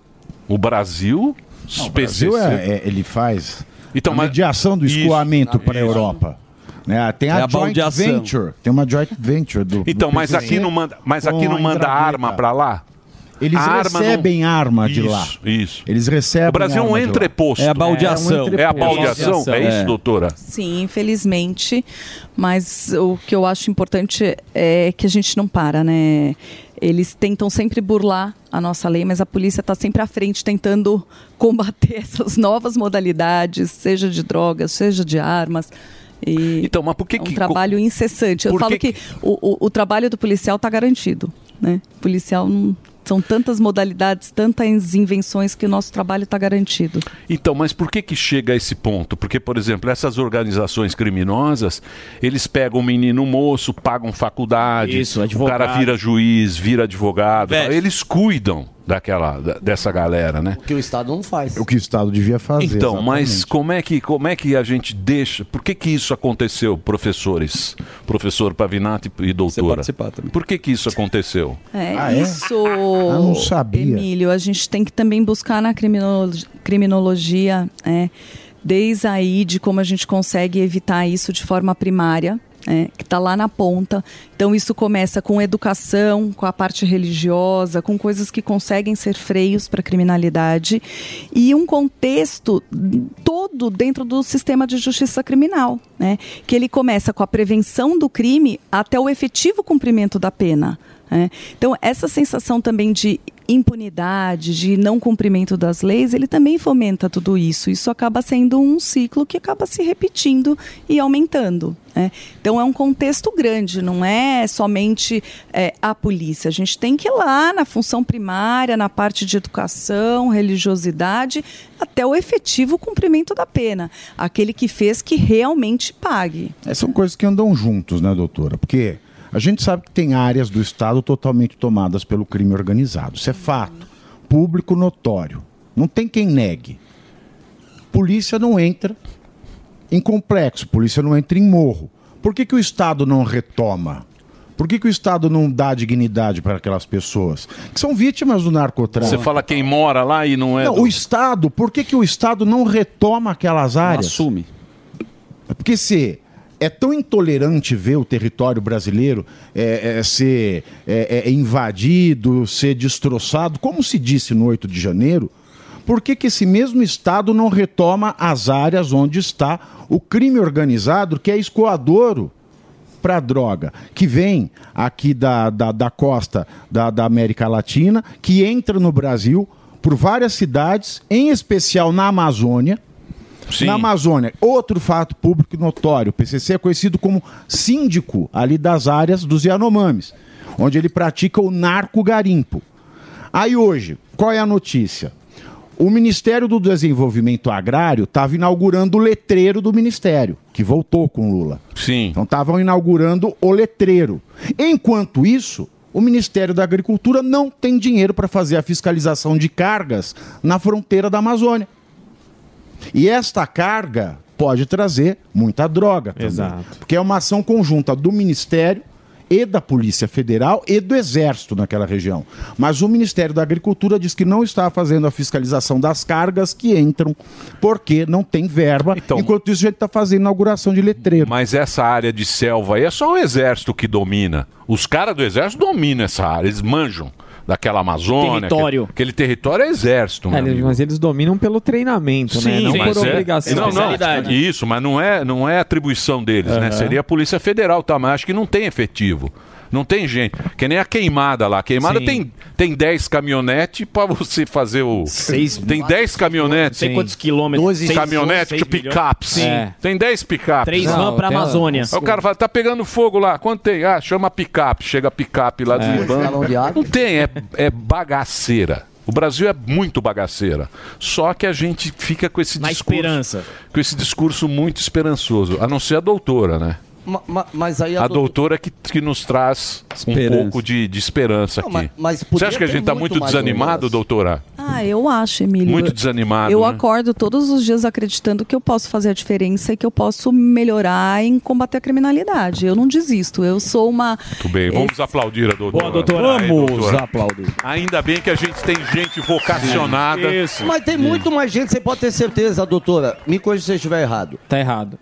O Brasil,
O Brasil é- é- ele faz
Então,
a mediação do escoamento para a Europa. Né? Tem a,
É a
joint
baldeação.
venture. Tem uma joint venture do.
Então,
do
mas
PCC
aqui não
é
manda, mas
com
aqui não
a
manda
Intradita.
arma pra lá.
Eles
A arma não-
recebem arma de
Isso,
lá.
Isso.
Eles recebem.
O Brasil é um
arma de lá. um
entreposto. É a baldeação, é isso, doutora?
Sim, infelizmente. Mas o que eu acho importante é que a gente não para, né? Eles tentam sempre burlar a nossa lei, mas a polícia está sempre à frente tentando combater essas novas modalidades, seja de drogas, seja de armas. E
então, mas por que
é um trabalho incessante. Eu
por
falo
que
que, o, o- o trabalho do policial está garantido, né? O policial não- são tantas modalidades, tantas invenções que o nosso trabalho está garantido.
Então, mas por que que chega a esse ponto? Porque, por exemplo, essas organizações criminosas, eles pegam um menino moço, pagam faculdade,
Isso,
o
advogado.
cara vira juiz, vira advogado, eles cuidam daquela da- dessa galera, né?
Que o Estado não faz.
O que o Estado devia fazer.
Então, mas
exatamente.
como é que como é que a gente deixa? Por que que isso aconteceu, professores, professor Pavinato e e doutora? Por que que isso aconteceu?
É
Ah, é?
isso,
Ah, não sabia.
Emílio. A gente tem que também buscar na criminolo- criminologia, é, desde aí de como a gente consegue evitar isso de forma primária. é, que está lá na ponta. Então, isso começa com educação, com a parte religiosa, com coisas que conseguem ser freios para a criminalidade e um contexto todo dentro do sistema de justiça criminal, né? que ele começa com a prevenção do crime até o efetivo cumprimento da pena. né? Então, essa sensação também de impunidade, de não cumprimento das leis, ele também fomenta tudo isso. Isso acaba sendo um ciclo que acaba se repetindo e aumentando. né? Então é um contexto grande, não é somente é, a polícia. A gente tem que ir lá na função primária, na parte de educação, religiosidade, até o efetivo cumprimento da pena. Aquele que fez que realmente pague.
É, são coisas que andam juntos, né, doutora? Porque a gente sabe que tem áreas do Estado totalmente tomadas pelo crime organizado. Isso é fato. Público notório. Não tem quem negue. Polícia não entra em complexo, polícia não entra em morro. Por que, que o Estado não retoma? Por que, que o Estado não dá dignidade para aquelas pessoas que são vítimas do narcotráfico?
Você fala quem mora lá e não é
Não,
do-
o Estado, por que, que o Estado não retoma aquelas áreas?
assume.
Porque se é tão intolerante ver o território brasileiro é, é, ser é, é, invadido, ser destroçado, como se disse no 8 de janeiro, por que, que esse mesmo Estado não retoma as áreas onde está o crime organizado, que é escoadouro para droga, que vem aqui da, da, da costa da, da América Latina, que entra no Brasil por várias cidades, em especial na Amazônia. Na Amazônia, outro fato público notório, o PCC é conhecido como síndico ali das áreas dos Yanomamis, onde ele pratica o narco-garimpo. Aí hoje, qual é a notícia? O Ministério do Desenvolvimento Agrário estava inaugurando o letreiro do Ministério, que voltou com Lula.
Sim.
Então estavam inaugurando o letreiro. Enquanto isso, o Ministério da Agricultura não tem dinheiro para fazer a fiscalização de cargas na fronteira da Amazônia. E esta carga pode trazer muita droga também.
Exato.
Porque é uma ação conjunta do Ministério e da Polícia Federal e do Exército naquela região. Mas o Ministério da Agricultura diz que não está fazendo a fiscalização das cargas que entram porque não tem verba. Enquanto isso, a gente está fazendo inauguração de letreiro.
Mas essa área de selva aí é só o exército que domina. Os caras do exército dominam essa área, eles manjam daquela Amazônia.
Território.
Aquele, aquele território é exército,
É,
meu amigo.
mas eles dominam pelo treinamento, né? Não por
é-
obrigação.
Não, não, isso, mas não é, não é atribuição deles, né?
Aham.
Seria a Polícia Federal, tá? Mas acho que não tem efetivo. Não tem gente. Que nem a queimada lá. A queimada
Sim.
tem, tem 10 caminhonetes pra você fazer o.
Seis-
tem 10 caminhonetes.
Não sei quantos quilômetros.
Doze
Seis-
caminhonetes,
seis
que
milhões.
picapes.
Sim. É.
Tem 10 picapes.
Três van Não, pra tem- Amazônia.
Aí o cara fala, tá pegando fogo lá. Quanto tem? Ah, chama a picape. Chega a picape lá do
É.
Ibama.
Galão de água.
Não tem, é, é bagaceira. O Brasil é muito bagaceira. Só que a gente fica com esse
Na
discurso.
esperança.
Com esse discurso muito esperançoso. A não ser a doutora, né?
Ma- ma- mas aí
A doutora que, que nos traz um pouco de, de esperança aqui.
mas
Você
podia
acha que a
ter
gente está
muito
muito
mais
desanimado, doutora?
Ah, eu acho, Emílio.
Muito desanimado.
Eu
né?
acordo todos os dias acreditando que eu posso fazer a diferença e que eu posso melhorar em combater a criminalidade. Eu não desisto. Eu sou uma.
Muito
É.
bem, vamos aplaudir a doutora.
Boa, doutora.
Aí,
Vamos
aplaudir.
Ainda bem que a gente tem gente vocacionada.
Mas tem muito mais gente, você pode ter certeza, doutora. Me corrija se você estiver errado.
Tá errado.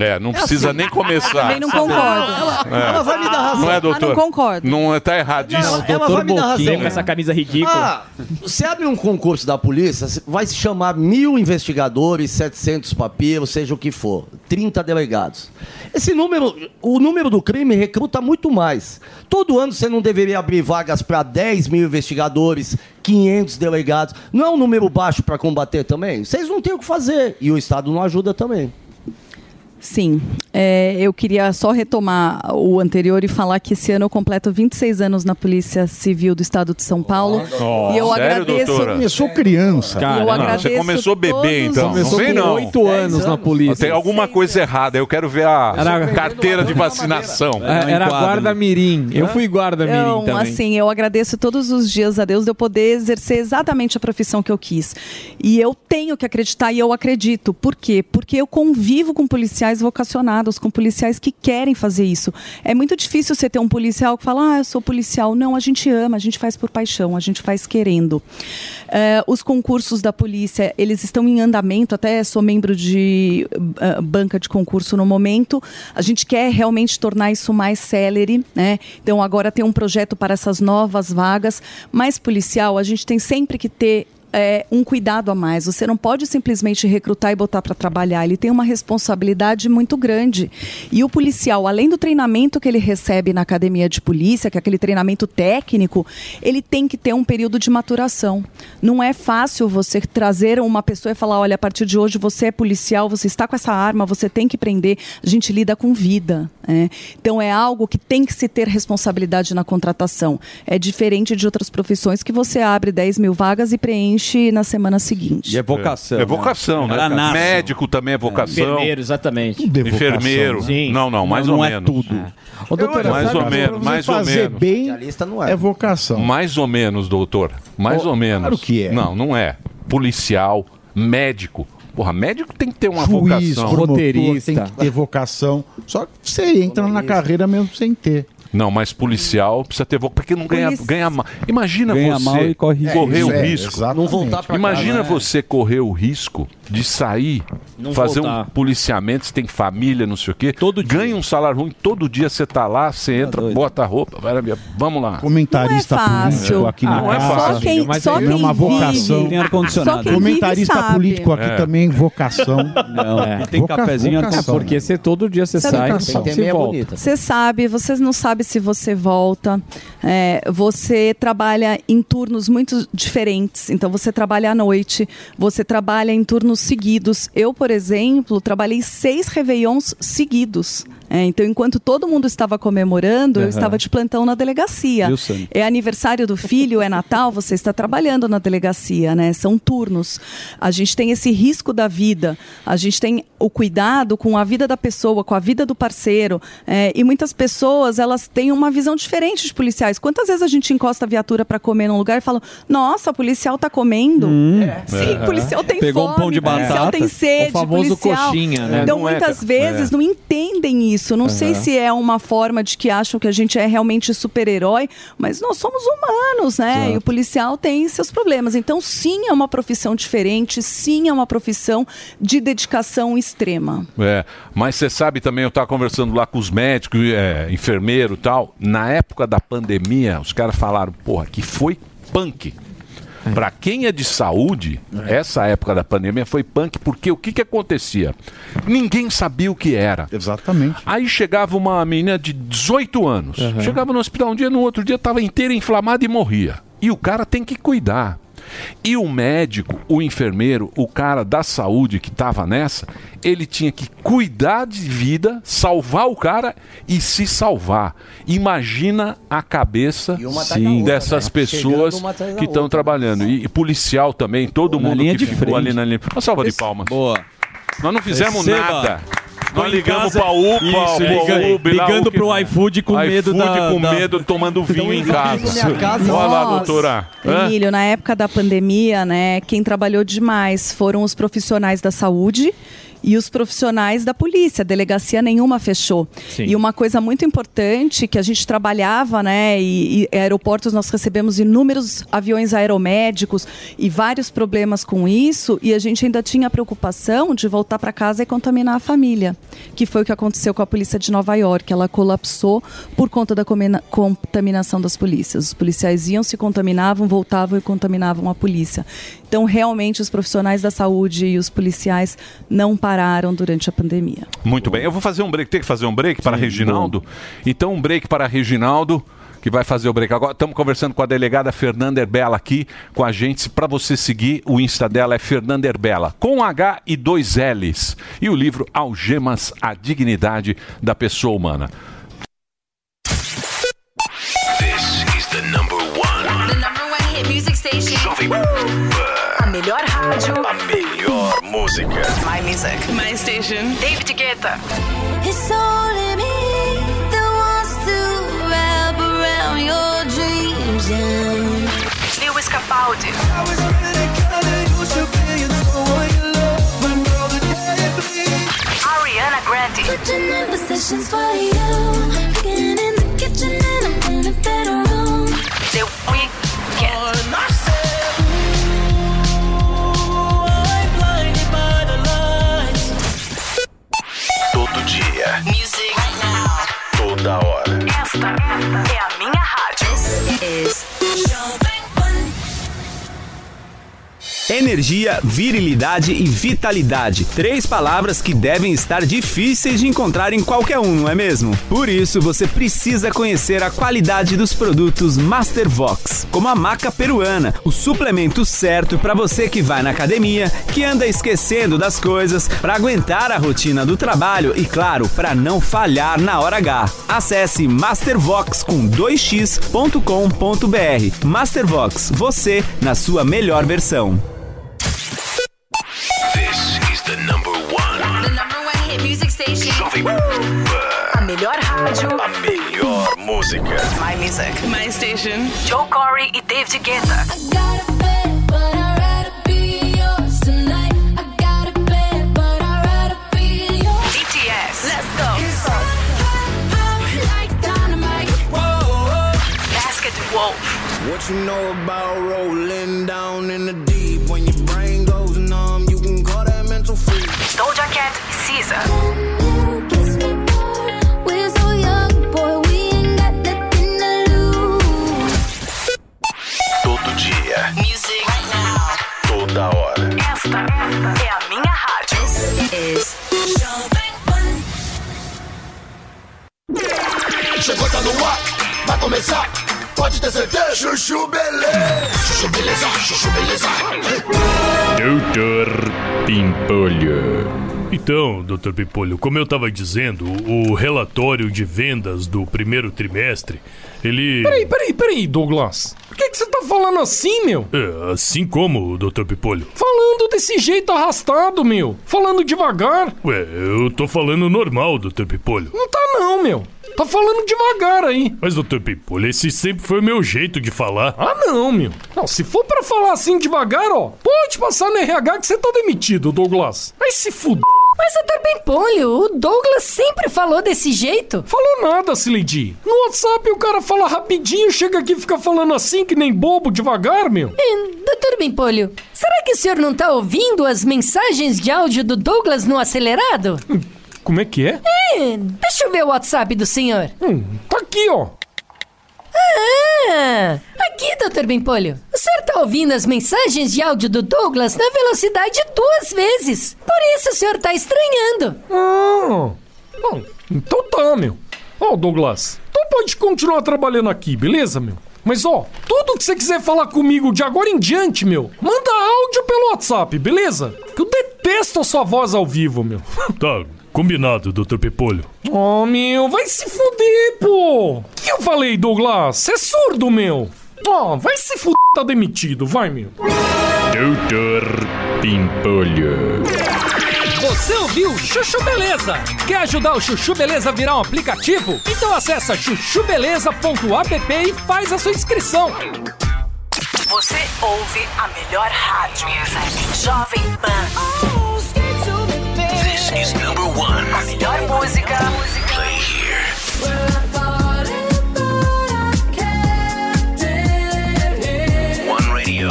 É, não precisa nem começar.
Também não concordo.
Ela,
É.
ela vai me dar razão.
Não é, doutor?
Ah, não concordo.
Não é, tá
Ah,
erradíssimo.
Ela- ela vai me dar razão.
Com essa
camisa
Ah, você abre um concurso da polícia, você vai se chamar mil investigadores, 700 papiros, seja o que for, 30 delegados. Esse número, o número do crime recruta muito mais. Todo ano você não deveria abrir vagas para 10 mil investigadores, 500 delegados. Não é um número baixo para combater também? Vocês não têm o que fazer e o Estado não ajuda também.
Sim, É, eu queria só retomar o anterior e falar que esse ano eu completo 26 anos na Polícia Civil do Estado de São Paulo.
Ó,
e eu
sério,
agradeço.
doutora? Começou criança.
Cara,
Não,
eu
você
agradeço
começou bebê,
todos
então.
Começou
não vem,
com
não.
oito Dez anos na anos. polícia.
Tem alguma coisa errada. Eu quero ver a carteira de vacinação.
É, era guarda mirim. Eu fui guarda mirim
Então,
também.
assim, eu agradeço todos os dias a Deus de eu poder exercer exatamente a profissão que eu quis. E eu tenho que acreditar e eu acredito. Por quê? Porque eu convivo com policiais vocacionados, com policiais que querem fazer isso. É muito difícil você ter um policial que fala, ah, eu sou policial. Não, a gente ama, a gente faz por paixão, a gente faz querendo. Eh, os concursos da polícia, eles estão em andamento, até sou membro de eh, banca de concurso no momento. A gente quer realmente tornar isso mais célere, né? Então agora tem um projeto para essas novas vagas. Mas policial, a gente tem sempre que ter é, um cuidado a mais. Você não pode simplesmente recrutar e botar para trabalhar. Ele tem uma responsabilidade muito grande. E o policial, além do treinamento que ele recebe na academia de polícia, que é aquele treinamento técnico, ele tem que ter um período de maturação. Não é fácil você trazer uma pessoa e falar: olha, a partir de hoje você é policial, você está com essa arma, você tem que prender. A gente lida com vida. né? Então é algo que tem que se ter responsabilidade na contratação. É diferente de outras profissões que você abre 10 mil vagas e preenche na semana seguinte.
E é vocação.
É vocação, né?
Ela nasce.
Médico também é vocação.
Enfermeiro, exatamente.
Enfermeiro. Não, não, mais ou menos.
Ô, doutora,
mais
sabe-
ou menos, mais ou
fazer
menos.
bem é vocação.
Mais ou menos, doutor. Mais
Oh,
ou menos.
claro que é.
Não, não é. Policial, médico. Porra, médico tem que ter uma
Juiz,
vocação.
promotor, tem que ter vocação. Só que você entra na carreira mesmo sem ter.
Não, mas policial precisa ter vocação. Porque não ganha,
Polici-
ganha mal. Imagina
Ganha
você
mal e corre risco.
correr
É,
o
isso é,
risco.
exatamente. Não voltar pra
Imagina
casa, né?
você correr o risco de sair,
Não
fazer um
voltar.
policiamento, você tem família, não sei o quê. Todo ganha um salário ruim, todo dia você tá lá, você entra, bota a roupa. vai, Vamos lá.
Comentarista
Não é fácil.
político aqui na
Não é
casa.
fácil. Só quem-
Mas
só
é
quem
uma
vive.
vocação.
Tem ar-condicionado. Só quem
Comentarista
vive sabe.
político aqui
É.
também, vocação. Não,
é. E tem cafezinho
vocação,
É, porque você todo dia você sai,
vocação.
você volta.
é Você sabe, você não sabe se você volta. É, você trabalha em turnos muito diferentes. Então, você trabalha à noite, você trabalha em turnos seguidos. Eu, por exemplo, trabalhei seis Réveillons seguidos. É, então, enquanto todo mundo estava comemorando, eu
Aham.
estava tipo, de plantão na delegacia.
Viu, Sandra?
É aniversário do filho, é Natal, você está trabalhando na delegacia, né? São turnos. A gente tem esse risco da vida, a gente tem o cuidado com a vida da pessoa, com a vida do parceiro. é, e muitas pessoas, elas têm uma visão diferente de policiais. Quantas vezes a gente encosta a viatura para comer num lugar e fala, nossa, o policial está comendo? Sim,
É.
policial tem
Pegou um
fome,
pão de
policial
batata.
tem sede,
O famoso
policial.
coxinha, né?
Então,
Não é,
muitas
cara.
vezes,
É.
não entendem isso. Não sei
Aham.
se é uma forma de que acham que a gente é realmente super-herói, mas nós somos humanos, né? E o policial tem seus problemas. Então, sim, é uma profissão diferente, sim, é uma profissão de dedicação extrema.
É, mas você sabe também, eu estava conversando lá com os médicos, é, enfermeiro e tal. Na época da pandemia, os caras falaram, porra, que foi punk. Pra quem é de saúde, essa época da pandemia foi punk, porque o que que acontecia? Ninguém sabia o que era.
Exatamente.
Aí chegava uma menina de 18 anos, chegava no hospital um dia, no outro dia estava inteira inflamada e morria. E o cara tem que cuidar. E o médico, o enfermeiro, o cara da saúde que estava nessa, ele tinha que cuidar de vida, salvar o cara e se salvar. Imagina a cabeça
uma atrás da outra,
dessas
né?
pessoas
Chegando uma atrás da
que estão trabalhando. E, e policial também, todo mundo que ficou ali na linha. Uma salva de palmas. Boa. Nós não fizemos
Receba.
nada.
Tô
Nós
em
ligamos
casa-
pra UPA, pra
Isso, liga-
Uber, lá,
ligando
o que-
pro iFood com medo da-
com
da-
medo, tomando vinho em casa. Olha lá,
Nossa,
doutora. Hã?
Emílio, na época da pandemia, né, quem trabalhou demais foram os profissionais da saúde e os profissionais da polícia. Delegacia nenhuma fechou.
Sim.
E uma coisa muito importante que a gente trabalhava, né, e, e aeroportos nós recebemos inúmeros aviões aeromédicos e vários problemas com isso, e a gente ainda tinha a preocupação de voltar para casa e contaminar a família, que foi o que aconteceu com a polícia de Nova York. Ela colapsou por conta da comina- contaminação das polícias. Os policiais iam, se contaminavam, voltavam e contaminavam a polícia. Então, realmente, os profissionais da saúde e os policiais não pararam durante a pandemia.
Muito bem, eu vou fazer um break, tem que fazer um break para Reginaldo. Então, um break para Reginaldo, que vai fazer o break agora. Estamos conversando com a delegada Fernanda Erbela aqui com a gente. Para você seguir, o Insta dela é Fernanda Erbela, com H e dois L's. E o livro Algemas, a Dignidade da Pessoa Humana.
This is the number one.
The number one hit music station.
Jovem Pan.
A melhor rádio.
A melhor música.
My music. My station. David Guetta.
It's only me that wants to wrap around your dreams.
Lewis Capaldi. Ariana Grande. The Weeknd. Oh,
Todo dia. Music. Toda hora.
Esta, esta é a minha rádio.
Energia, virilidade e vitalidade. Três palavras que devem estar difíceis de encontrar em qualquer um, não é mesmo? Por isso, você precisa conhecer a qualidade dos produtos Mastervox, como a maca peruana, o suplemento certo para você que vai na academia, que anda esquecendo das coisas, para aguentar a rotina do trabalho e, claro, para não falhar na hora H. Acesse mastervox com 2x.com.br. Mastervox, você na sua melhor versão.
This is the number one.
The number one hit music station.
Jovem Pan.
A melhor rádio.
A melhor música.
My music. My station. Joe Corey e David Guetta. BTS. Let's go. Basket Wolf.
What you know about rolling down in the deep? When your brain goes numb, you can call that mental freak.
Doja Cat e Cisa.
We're so young, boy, we ain't got nothing to lose.
Todo dia. Music. Toda hora.
Esta, esta é a minha rádio.
Chegou, tá no ar. Vai começar. Pode ter certeza. Chuchu beleza. Chuchu beleza. Chuchu beleza.
Doutor Pimpolho. Então, Dr. Pimpolho, como eu estava dizendo, o relatório de vendas do primeiro trimestre, ele...
Peraí, peraí, peraí, Douglas. Por que, que você tá falando assim, meu?
É, assim como, Dr. Pimpolho?
Falando desse jeito arrastado, meu. Falando devagar.
Ué, eu tô falando normal, Dr. Pimpolho.
Não tá não, meu. Tá falando devagar aí.
Mas, Dr. Pimpolho, esse sempre foi o meu jeito de falar.
Ah, não, meu. Não, se for pra falar assim devagar, ó, pode passar no RH que você tá demitido, Douglas. Vai se fuder.
Mas, doutor Bempolho, o Douglas sempre falou desse jeito.
Falou nada, Sileidi. No WhatsApp o cara fala rapidinho, chega aqui e fica falando assim que nem bobo, devagar, meu.
Doutor Bempolho, será que o senhor não tá ouvindo as mensagens de áudio do Douglas no acelerado?
Como é que é? Hum,
É, deixa eu ver o Whatsap do senhor.
Tá aqui, ó.
Ah, aqui, Dr. Bimpolho. O senhor tá ouvindo as mensagens de áudio do Douglas na velocidade duas vezes. Por isso o senhor tá estranhando.
Ah, bom, então tá, meu. Ó, Douglas, tu pode continuar trabalhando aqui, beleza, meu? Mas ó, tudo que você quiser falar comigo de agora em diante, meu, manda áudio pelo WhatsApp, beleza? Que eu detesto a sua voz ao vivo, meu.
Tá, combinado, Dr. Pepolho.
Oh, meu, vai se fuder, pô! que eu falei, Douglas? Você é surdo, meu! Ó, vai se fuder, tá demitido, vai, meu.
Doutor Pimpolho.
Você ouviu Chuchu Beleza? Quer ajudar o Chuchu Beleza a virar um aplicativo? Então acessa chuchubeleza.app e faz a sua inscrição.
Você ouve a melhor rádio. Jovem Oh, Pan.
This is number one.
A melhor música.
Play here. One radio.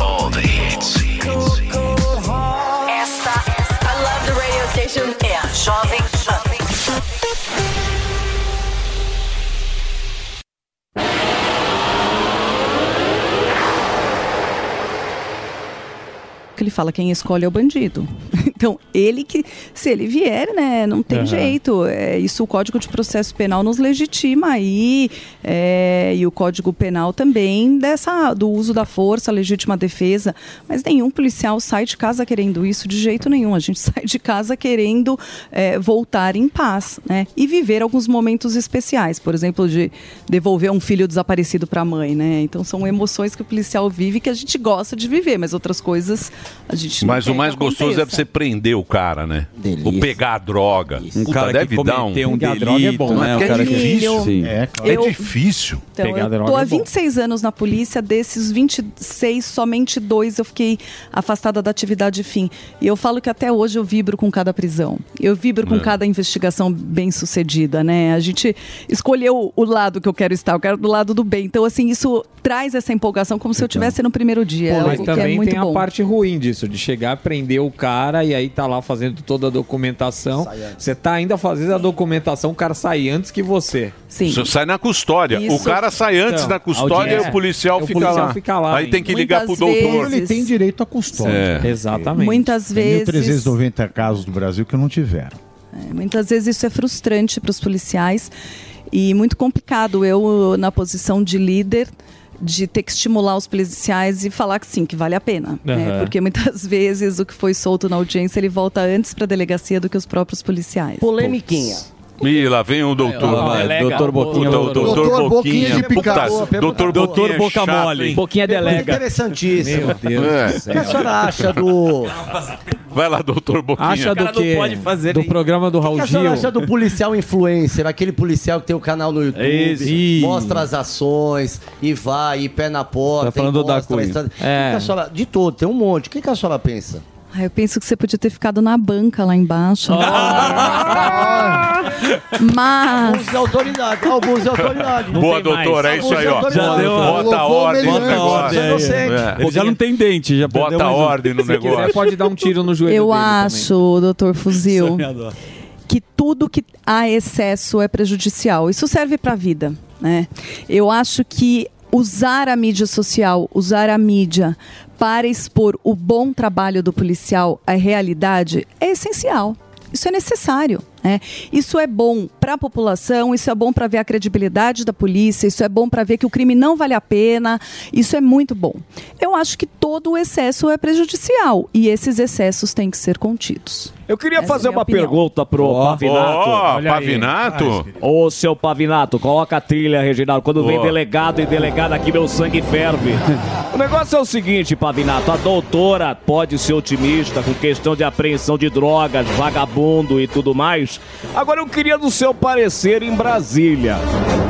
All the hits.
Esta, I love the radio station. É a Jovem Pan.
que ele fala quem escolhe é o bandido. Então, ele que. Se ele vier, né? Não tem
Aham.
jeito. É, isso o Código de Processo Penal nos legitima aí. é, e o Código Penal também dessa, do uso da força, legítima defesa. Mas nenhum policial sai de casa querendo isso de jeito nenhum. A gente sai de casa querendo é, voltar em paz, né? E viver alguns momentos especiais. Por exemplo, de devolver um filho desaparecido para a mãe, né? Então são emoções que o policial vive que a gente gosta de viver, mas outras coisas a gente não
Mas
quer
o mais
que
gostoso
É,
é
aconteça.
deve ser prender o cara, né? Ou pegar a droga. Um
O cara
deve
que
dar um.
cometeu um Pegar a droga é delito, bom, né? né? O
Porque
cara
é
que-
difícil.
Sim.
É,
claro. Eu-
difícil.
Então, eu
é
é
tô há 26 anos na polícia, desses 26, somente dois eu fiquei afastada da atividade fim. E eu falo que até hoje eu vibro com cada prisão. Eu vibro com
É.
cada investigação bem sucedida, né? A gente escolheu o lado que eu quero estar, eu quero do lado do bem. Então, assim, isso traz essa empolgação como se eu tivesse no primeiro dia.
Pô,
é
mas
algo que é
também
muito
tem
bom.
a parte ruim disso, de chegar, prender o cara e aí tá lá fazendo toda a documentação. Você tá ainda fazendo a documentação, o cara sai antes que você.
Isso sai na custódia. O
Isso.
cara sai antes
Então,
da custódia e
audiência.
o policial,
É, o
fica,
policial
lá.
fica lá
Aí tem que
ainda.
ligar pro doutor.
vezes-
Ele tem direito à custódia.
É.
Exatamente.
Muitas
Tem
vezes-
1390 casos do Brasil que não tiveram.
É, Muitas vezes isso é frustrante para os policiais e muito complicado. Eu, na posição de líder, de ter que estimular os policiais e falar que sim, que vale a pena. né?
Aham.
Porque muitas vezes o que foi solto na audiência ele volta antes para a delegacia do que os próprios policiais.
Polemiquinha. Ih, lá vem o doutor.
Olha lá,
Delega.
doutor Boquinha.
O do- Doutor,
Doutor Boquinha
Boquinha.
de picareta.
Puta, Doutor Boquinha. é
Doutor
é
Boca
chato,
Mole.
hein? É.
Boquinha é delega.
Interessantíssimo. É.
Meu Deus do
O que a
céu.
senhora acha do...
Vai lá, doutor Boquinha.
Acha do quê? do programa do
O
Raul
que a
Gil. É
senhora acha do policial influencer? Aquele policial que tem o canal no YouTube,
Esse.
mostra as ações e vai, e pé na porta.
Tá falando
e mostra,
da Cunha.
a estrada.
É.
O que a senhora- de todo, tem um monte. O que, que a senhora pensa?
Ah, eu penso que você podia ter ficado na banca lá embaixo. né? Mas.
Abuso de autoridade. Abuso de autoridade.
Boa, doutor, é isso aí, ó. Já deu Bota ordem no negócio. É.
Ele já não tem dente, já
Bota
perdeu mais um.
ordem no
Se quiser,
negócio.
pode dar um tiro no joelho
Eu
dele
acho, doutor Fuzil,
Sonhador.
que tudo que há excesso é prejudicial. Isso serve para a vida, né? Eu acho que usar a mídia social, usar a mídia para expor o bom trabalho do policial à realidade é essencial. Isso é necessário. né? Isso é bom para a população, isso é bom para ver a credibilidade da polícia, isso é bom para ver que o crime não vale a pena, isso é muito bom. Eu acho que todo o excesso é prejudicial e esses excessos têm que ser contidos.
Eu queria fazer
minha
uma
opinião.
pergunta pro Pavinato.
ó,
Olha aí.
Pavinato?
Ô, seu Pavinato, coloca a trilha, Reginaldo. Quando vem
Ó.
delegado e delegada aqui, meu sangue ferve. o negócio é o seguinte, Pavinato. A doutora pode ser otimista com questão de apreensão de drogas, vagabundo e tudo mais. Agora eu queria do seu parecer em Brasília.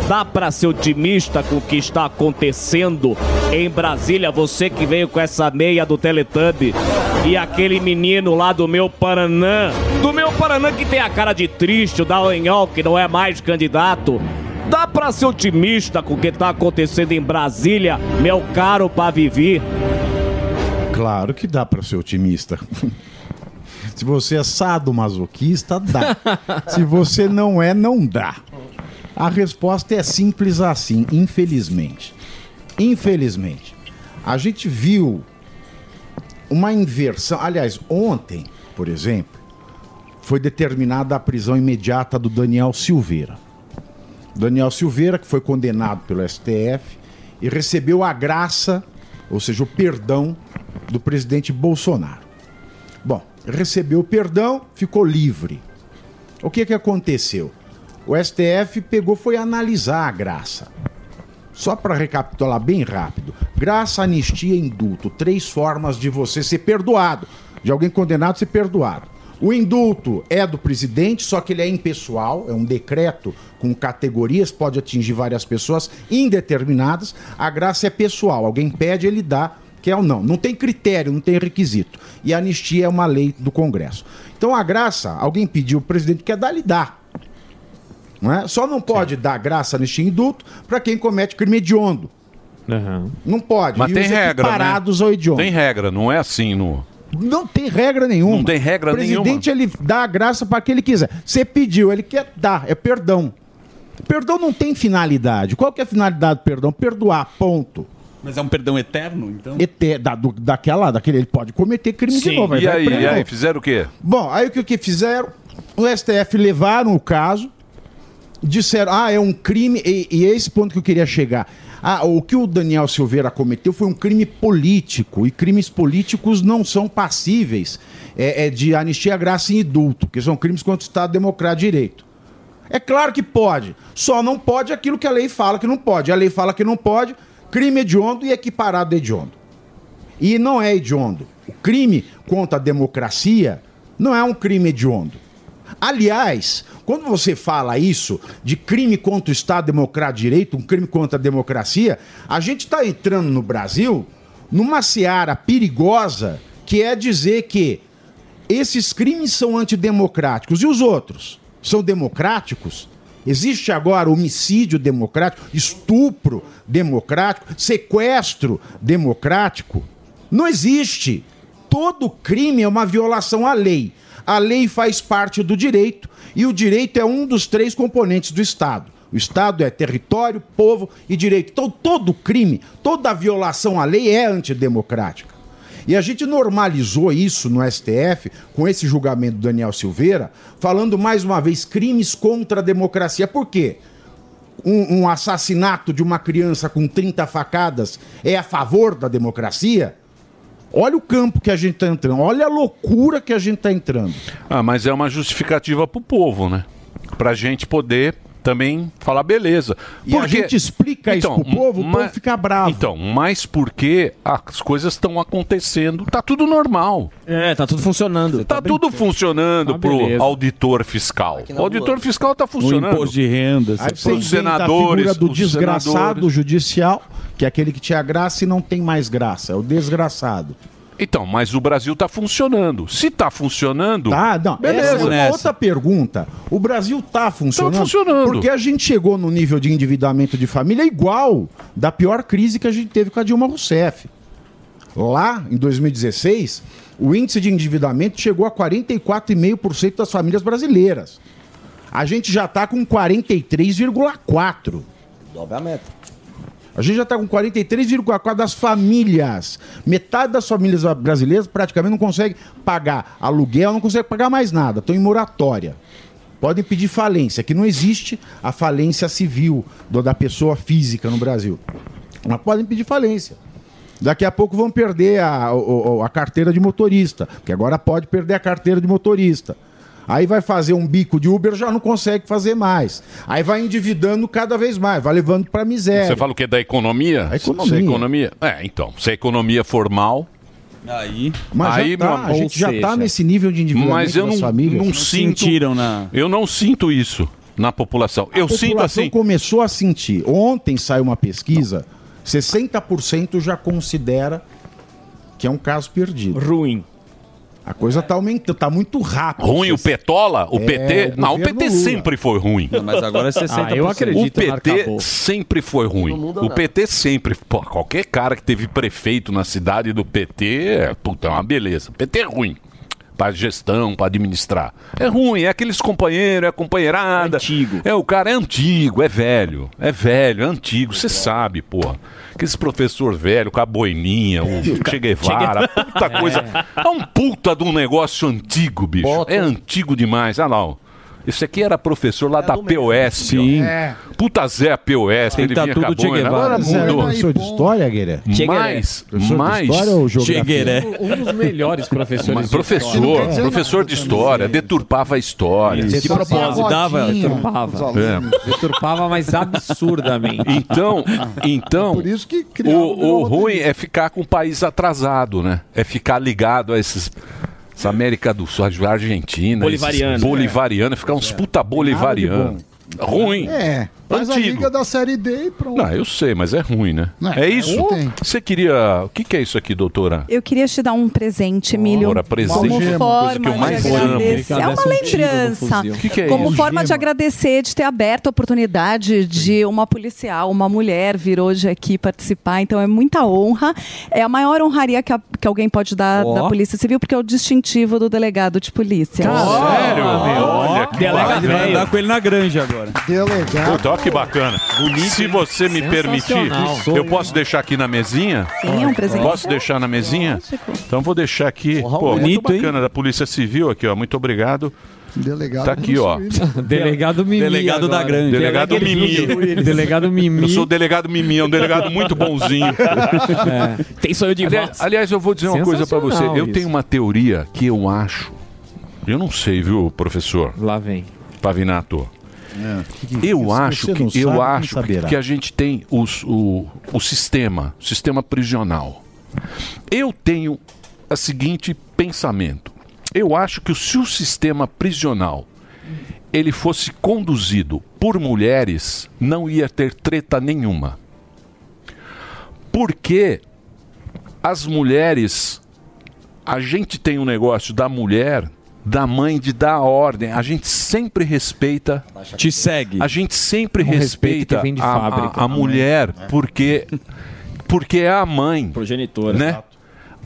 Dá pra ser otimista com o que está acontecendo em Brasília? Você que veio com essa meia do Teletubb e aquele menino lá do meu Paraná, do meu Paraná que tem a cara de triste, o Dallagnol que não é mais candidato. Dá pra ser otimista com o que tá acontecendo em Brasília, meu caro Pavivi?
Claro que dá para ser otimista. Se você é sadomasoquista, dá. Se você não é, não dá. A resposta é simples assim, infelizmente. Infelizmente. A gente viu uma inversão. Aliás, ontem, por exemplo, foi determinada a prisão imediata do Daniel Silveira. Daniel Silveira, que foi condenado pelo STF e recebeu a graça, ou seja, o perdão do presidente Bolsonaro. Bom, recebeu o perdão, ficou livre. O que que aconteceu? O STF pegou, foi analisar a graça. Só para recapitular bem rápido: graça, anistia e indulto. Três formas de você ser perdoado, de alguém condenado ser perdoado. O indulto é do presidente, só que ele é impessoal, é um decreto com categorias, pode atingir várias pessoas indeterminadas. A graça é pessoal, alguém pede, ele dá, quer ou não. Não tem critério, não tem requisito. E a anistia é uma lei do Congresso. Então a graça, alguém pediu, o presidente quer dar, ele dá. Não é? Só não pode dar graça, anistia e indulto para quem comete crime hediondo. Não pode.
Mas
E
tem
os
regra.
equiparados
né?
ao hediondo.
Tem regra, não é assim no.
Não tem regra nenhuma.
Não tem regra
O presidente, ele dá a graça para quem ele quiser. Você pediu, ele quer dar, é perdão. Perdão não tem finalidade. Qual que é a finalidade do perdão? Perdoar, ponto.
Mas é um perdão eterno, então?
Ete, da, do- daquela, daquele, ele pode cometer crime de novo.
e
vai
aí,
preso.
e aí, fizeram o quê?
Bom, aí o que, que fizeram? O STF levaram o caso, disseram, ah, é um crime, e, e é esse ponto que eu queria chegar. Ah, o que o Daniel Silveira cometeu foi um crime político, e crimes políticos não são passíveis é, é de anistia, graça e indulto, que são crimes contra o Estado Democrático de Direito. É claro que pode, só não pode aquilo que a lei fala que não pode. A lei fala que não pode, crime hediondo e equiparado a hediondo. E não é hediondo. O crime contra a democracia não é um crime hediondo. Aliás, quando você fala isso de crime contra o Estado Democrático de Direito, um crime contra a democracia, a gente está entrando no Brasil numa seara perigosa que é dizer que esses crimes são antidemocráticos e os outros são democráticos? Existe agora homicídio democrático, estupro democrático, sequestro democrático? Não existe. Todo crime é uma violação à lei. A lei faz parte do direito e o direito é um dos três componentes do Estado. O Estado é território, povo e direito. Então, todo crime, toda violação à lei é antidemocrática. E a gente normalizou isso no STF, com esse julgamento do Daniel Silveira, falando mais uma vez crimes contra a democracia. Por quê? Um, um assassinato de uma criança com 30 facadas é a favor da democracia? Olha o campo que a gente está entrando, olha a loucura que a gente está entrando.
Ah, mas é uma justificativa pro povo, né? Pra gente poder também falar beleza.
E a gente explica isso pro povo, o povo fica bravo.
Então, mas porque as coisas estão acontecendo, tá tudo normal.
É, tá tudo funcionando.
Tá, tudo funcionando
Tá
Ah,
pro
beleza.
auditor fiscal.
na
O auditor
rua.
fiscal tá funcionando.
O imposto de renda,
Aí
os
você
senadores,
inventa a figura do
os
desgraçado
senadores.
judicial, que é aquele que tinha graça e não tem mais graça, é o desgraçado.
Então, mas o Brasil tá funcionando. Se tá funcionando.
Tá, não.
beleza.
Essa é uma outra pergunta. O Brasil tá funcionando?
Tá funcionando.
Porque a gente chegou no nível de endividamento de família igual da pior crise que a gente teve com a Dilma Rousseff. Lá, em 2016, o índice de endividamento chegou a 44,5% das famílias brasileiras. A gente já está com 43,4%.
Dobra a meta.
A gente já está com 43,4% das famílias. Metade das famílias brasileiras praticamente não consegue pagar aluguel, não consegue pagar mais nada. Estão em moratória. Podem pedir falência, que não existe a falência civil do- da pessoa física no Brasil. Mas podem pedir falência. Daqui a pouco vão perder a, o- o- a carteira de motorista, porque agora pode perder a carteira de motorista. Aí vai fazer um bico de Uber, já não consegue fazer mais. Aí vai endividando cada vez mais, vai levando para miséria.
Você fala o que da economia?
É. economia.
Se a economia. É, então, se a economia formal.
Aí,
Mas já tá, a gente já está nesse nível de endividamento
Mas eu
das
não,
famílias.
não sinto.
né?
Eu não sinto isso na população.
A
eu sinto
população
assim.
começou a sentir. Ontem saiu uma pesquisa, 60% já considera que é um caso perdido.
Ruim.
A coisa está aumentando, está muito rápido.
Ruim o Petola? O
É,
PT?
o
não, o
governo
PT
Lula.
sempre foi ruim.
Não, mas agora é 60%. Ah, eu acredito
O
no
PT
arcabouço.
sempre foi ruim.
muda
O
nada.
PT sempre. Pô, qualquer cara que teve prefeito na cidade do PT, é, puta, é uma beleza. PT é ruim. pra gestão, pra administrar. É ruim, é aqueles companheiros, é companheirada. Antigo. É, o cara é antigo, é velho. É velho, é antigo, você sabe, porra. Que esse professor velho com a boininha, o Che Guevara, puta coisa. É um puta de um negócio antigo, bicho. É
um
antigo demais. Olha lá, ó. Esse aqui era professor
É
lá da POS. Sim.
É.
Puta Zé POS,
Tem
ele
que tá
vinha né?
tudo
com a
Che
boina.
Guevara.
Agora
Zé, tá
mudou.
Professor de história, Gueré?
Mais, mais.
História ou geografia?
Um dos melhores professores.
Mas
de
professor,
história.
professor de história, deturpava a história. É.
Isso, de
é um
propósito, dava,
Os
deturpava.
alunos.
Deturpava, mas absurdamente.
Então, então o, o ruim é ficar com o país atrasado, né? É ficar ligado a esses essa América do Sul, a Argentina,
Bolivariano.
esses bolivariano, ficar uns puta bolivariano. Ruim.
É. Faz a
Antigo.
liga da série D e pronto.
Não, eu sei, mas é ruim, né?
Não,
é isso?
é ruim.
Você queria. O que, que é isso aqui, doutora?
Eu queria te dar um presente, Emílio.
Ora, presente.
Como
Algema, coisa que eu
forma
mais
de
amo.
agradecer. É uma
Agradece um tiro no
lembrança.
fuzil. Que que é
Como
isso?
forma de agradecer de ter aberto a oportunidade de uma policial, uma mulher vir hoje aqui participar. Então é muita honra. É a maior honraria que, a- que alguém pode dar
Ó.
da Polícia Civil, porque é o distintivo do delegado de polícia.
Sério?
Ah,
Olha que
Delega
bacana.
vai é andar com ele na granja agora.
Delegado.
Puta, olha que bacana. Se você me permitir,
Sensacional.
eu
né?
posso deixar aqui na mesinha?
Sim, é um presente.
Posso deixar na mesinha? Então vou deixar aqui. Pô,
Bonito,
muito bacana da Polícia Civil aqui, ó. Muito obrigado.
Delegado.
Tá aqui, ó.
Delegado Mimi.
Delegado da
agora.
Grande.
Delegado
Delega-
Mimi.
Delegado Mimi.
Eu sou o delegado Mimi, é um delegado muito bonzinho.
É. Tem sonho de
aliás,
voz.
aliás, eu vou dizer uma coisa pra você.
Sensacional
Eu
isso.
tenho uma teoria que eu acho. Eu não sei, viu, professor?
Lá vem.
Pavinato.
É. Se
Eu
você
acho
não
que eu
sabe, não
acho
saberá.
que a gente tem os- o, o sistema, o sistema prisional. Eu tenho o seguinte pensamento. Eu acho que se o sistema prisional ele fosse conduzido por mulheres, não ia ter treta nenhuma. Porque as mulheres a gente tem um negócio da mulher, da mãe de dar ordem. A gente sempre respeita.
Te segue.
A gente sempre
Um respeito que
respeita
vem de
a, a-
fábrica. É.
a
A mãe.
mulher, porque porque é a mãe. Progenitora. Né?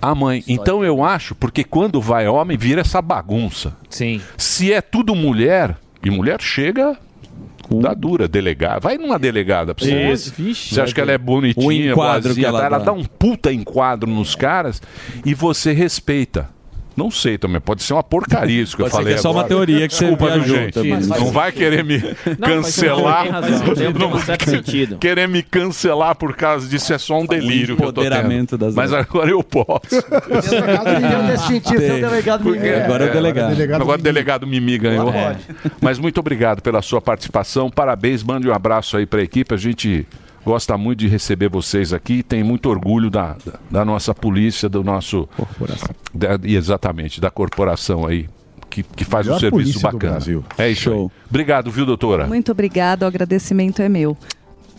A mãe. Então eu acho, porque quando vai homem, vira essa bagunça.
Sim.
Se é tudo mulher, e mulher chega. Da dura, delegada. Vai numa delegada pra você. ver.
Isso. Vixe.
você acha que ela é bonitinha,
O enquadro
boazinha,
que ela
tá? ela
dá.
dá um puta enquadro nos caras e você respeita. Não sei também, pode ser uma porcaria isso que eu
Pode ser
falei.
que é só uma
agora.
teoria que você
Desculpa, viu,
viajou
gente.
também.
Não vai querer me cancelar.
tem razão, tem- tem um certo sentido.
Querer me cancelar por causa disso é só um delírio. que eu tô tendo.
empoderamento das
Mas agora eu posso. Porque-
Agora é o delegado.
Agora o delegado Mimi ganhou.
É.
Mas muito obrigado pela sua participação. Parabéns, mande um abraço aí para a equipe. A gente gosta muito de receber vocês aqui. Tem muito orgulho da, da, da nossa polícia, do nosso... Corporação. exatamente, da corporação aí, que, que faz um
Melhor
serviço
polícia do
bacana.
Brasil.
É isso aí. Obrigado, viu, doutora?
Muito obrigada, o agradecimento é meu.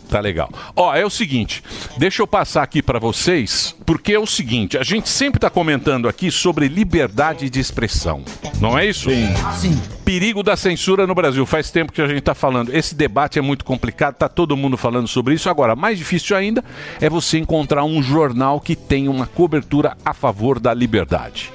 Tá legal. Ó, é o seguinte, deixa eu passar aqui pra vocês, porque é o seguinte, a gente sempre tá comentando aqui sobre liberdade de expressão, não é isso? Sim. Perigo da censura no Brasil, faz tempo que a gente tá falando. Esse debate é muito complicado, tá todo mundo falando sobre isso. Agora, mais difícil ainda é você encontrar um jornal que tenha uma cobertura a favor da liberdade.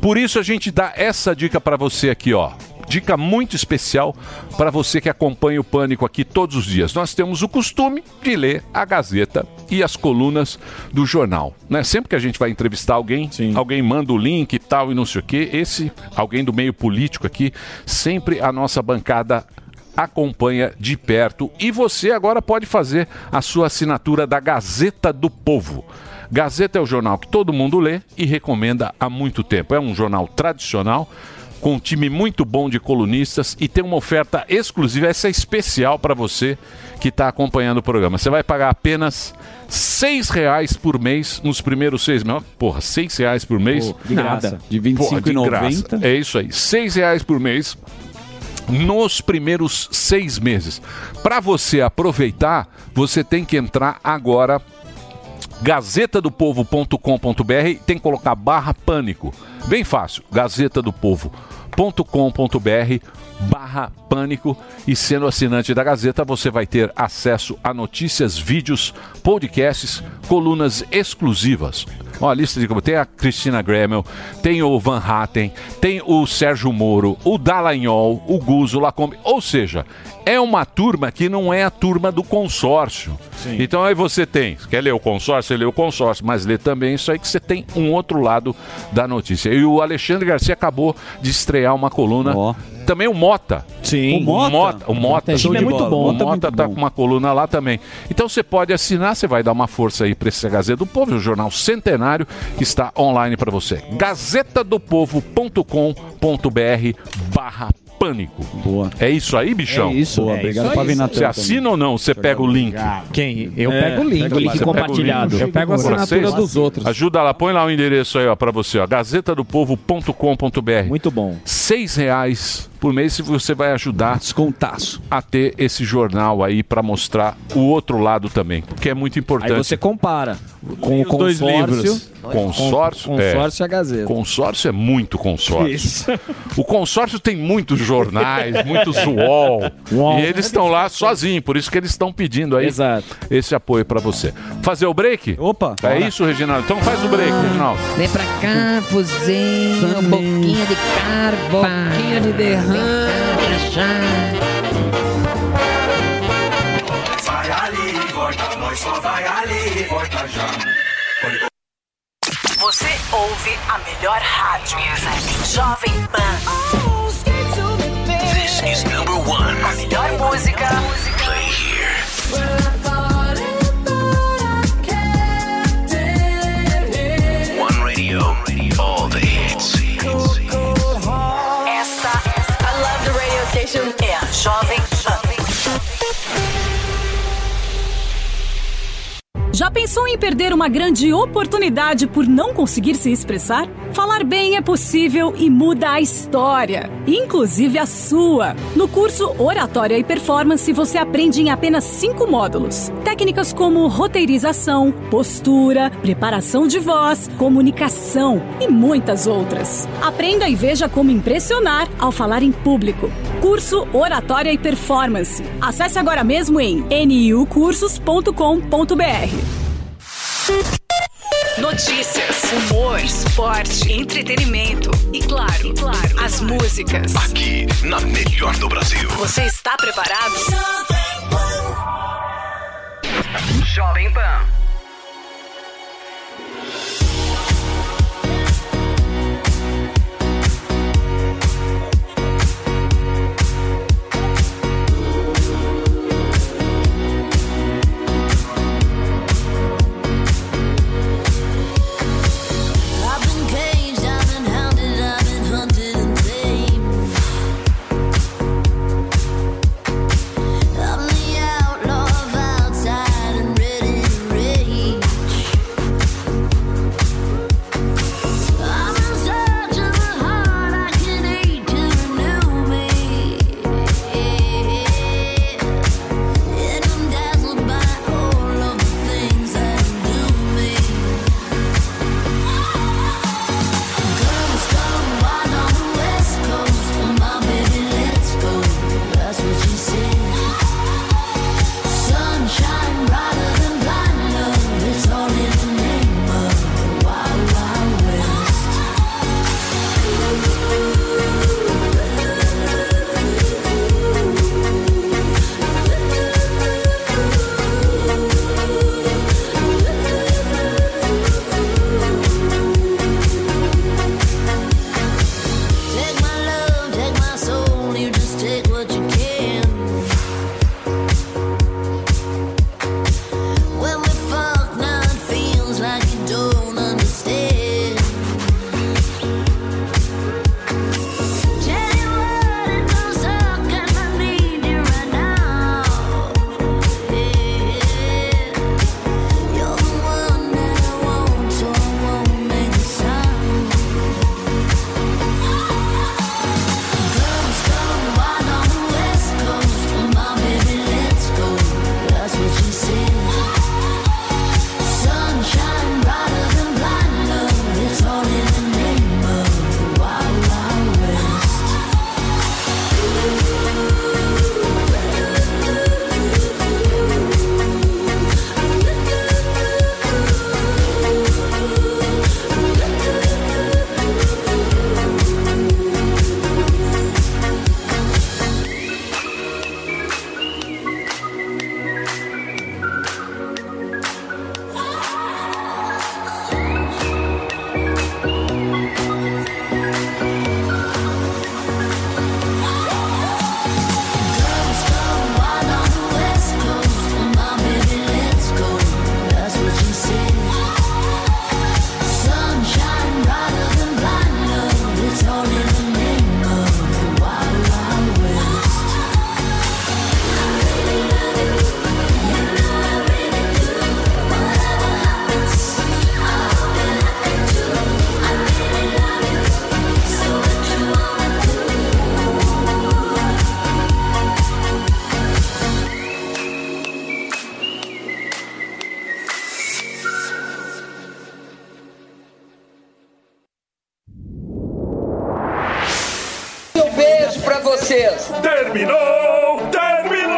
Por isso a gente dá essa dica pra você aqui, ó. Dica muito especial para você que acompanha o Pânico aqui todos os dias. Nós temos o costume de ler a Gazeta e as colunas do jornal. Né? Sempre que a gente vai entrevistar alguém, alguém manda o link e tal e não sei o quê. Esse, alguém do meio político aqui, sempre a nossa bancada acompanha de perto e você agora pode fazer a sua assinatura da Gazeta do Povo. Gazeta é o jornal que todo mundo lê e recomenda há muito tempo. É um jornal tradicional com um time muito bom de colunistas e tem uma oferta exclusiva, essa é especial para você que está acompanhando o programa. Você vai pagar apenas seis reais por mês nos primeiros seis meses. Porra, seis reais por mês?
Pô, de graça.
Porra,
De
graça.
25,90.
É isso aí, seis reais por mês nos primeiros seis meses. Para você aproveitar, você tem que entrar agora gazetadopovo.com.br tem que colocar barra pânico. Bem fácil, Gazeta do Povo gazeta.com.br barra pânico e sendo assinante da Gazeta você vai ter acesso a notícias, vídeos, podcasts, colunas exclusivas. Ó, a lista de como tem a Cristina Gremel, tem o Van Hatten, tem o Sérgio Moro, o Dallagnol, o Guzo, o Lacombe. Ou seja, é uma turma que não é a turma do consórcio. Então aí você tem, quer ler o consórcio, você lê o consórcio, mas lê também isso aí que você tem um outro lado da notícia. E o Alexandre Garcia acabou de estrear uma coluna. Também o Mota. Sim. O Mota. O Mota. O Mota,
é show de bola.
O
O Mota é
Mota tá com uma coluna lá também. Então você pode assinar, você vai dar uma força aí para esse Gazeta do Povo, o jornal centenário que está online para você. gazetadopovo.com.br barra pânico. Boa. É isso aí, bichão?
É isso. Boa, É obrigado, isso aí. Pavinato.
Você assina ou não? Você pega o link?
Quem? Eu pego o link, o link
Você É, pega o
compartilhado.
link.
Eu pego a assinatura
Vocês?
dos outros.
Ajuda lá, põe lá o endereço aí ó, pra você, ó, gazetadopovo.com.br. Muito bom. Seis reais por mês se você vai ajudar Descontaço. a ter esse jornal aí pra mostrar o outro lado também, porque é muito importante.
Aí você compara com o
os dois livros.
consórcio.
Consórcio,
Com-
é.
consórcio e a Gazeta.
Consórcio é muito consórcio.
Isso.
O consórcio tem muitos jornais, muitos UOL.
UOL.
E eles estão lá sozinhos, por isso que eles estão pedindo aí esse apoio pra você. Fazer o break? Opa! É
bora.
isso, Reginaldo? Então faz o break, Reginaldo.
Vem pra cá, fuzinho, boquinha de carpa, boquinha de derrame.
Vai ali e volta, nós só vai ali e volta já.
Você ouve a melhor rádio. Jovem Pan.
This is number one.
A melhor música.
Play here. One radio. All the hits.
Esta, I love the radio station. É a Jovem Pan.
Já pensou em perder uma grande oportunidade por não conseguir se expressar? Falar bem é possível e muda a história, inclusive a sua. No curso Oratória e Performance, você aprende em apenas cinco módulos. Técnicas como roteirização, postura, preparação de voz, comunicação e muitas outras. Aprenda e veja como impressionar ao falar em público. Curso Oratória e Performance. Acesse agora mesmo em nucursos.com.br. Notícias, humor, esporte, entretenimento e claro, e claro, as músicas.
Aqui na melhor do Brasil.
Você está preparado?
Jovem Pan.
I've been caged, I've been hounded, I've been hunted and tamed. I'm the outlaw of outside and red and red.
vocês.
Terminou! Terminou!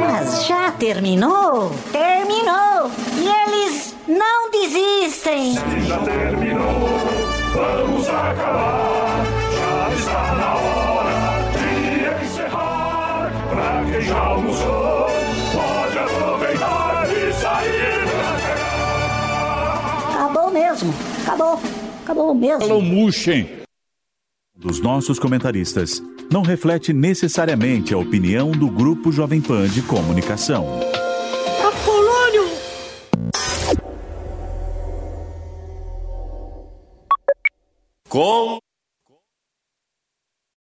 Mas já terminou? Terminou! E eles não desistem!
Já terminou! Vamos acabar! Já está na hora de encerrar! Pra quem já almoçou, pode aproveitar e sair pra
Acabou mesmo! Acabou! Acabou mesmo!
Falou murchem. Dos nossos comentaristas não reflete necessariamente a opinião do Grupo Jovem Pan de Comunicação.
Apolônio!
Com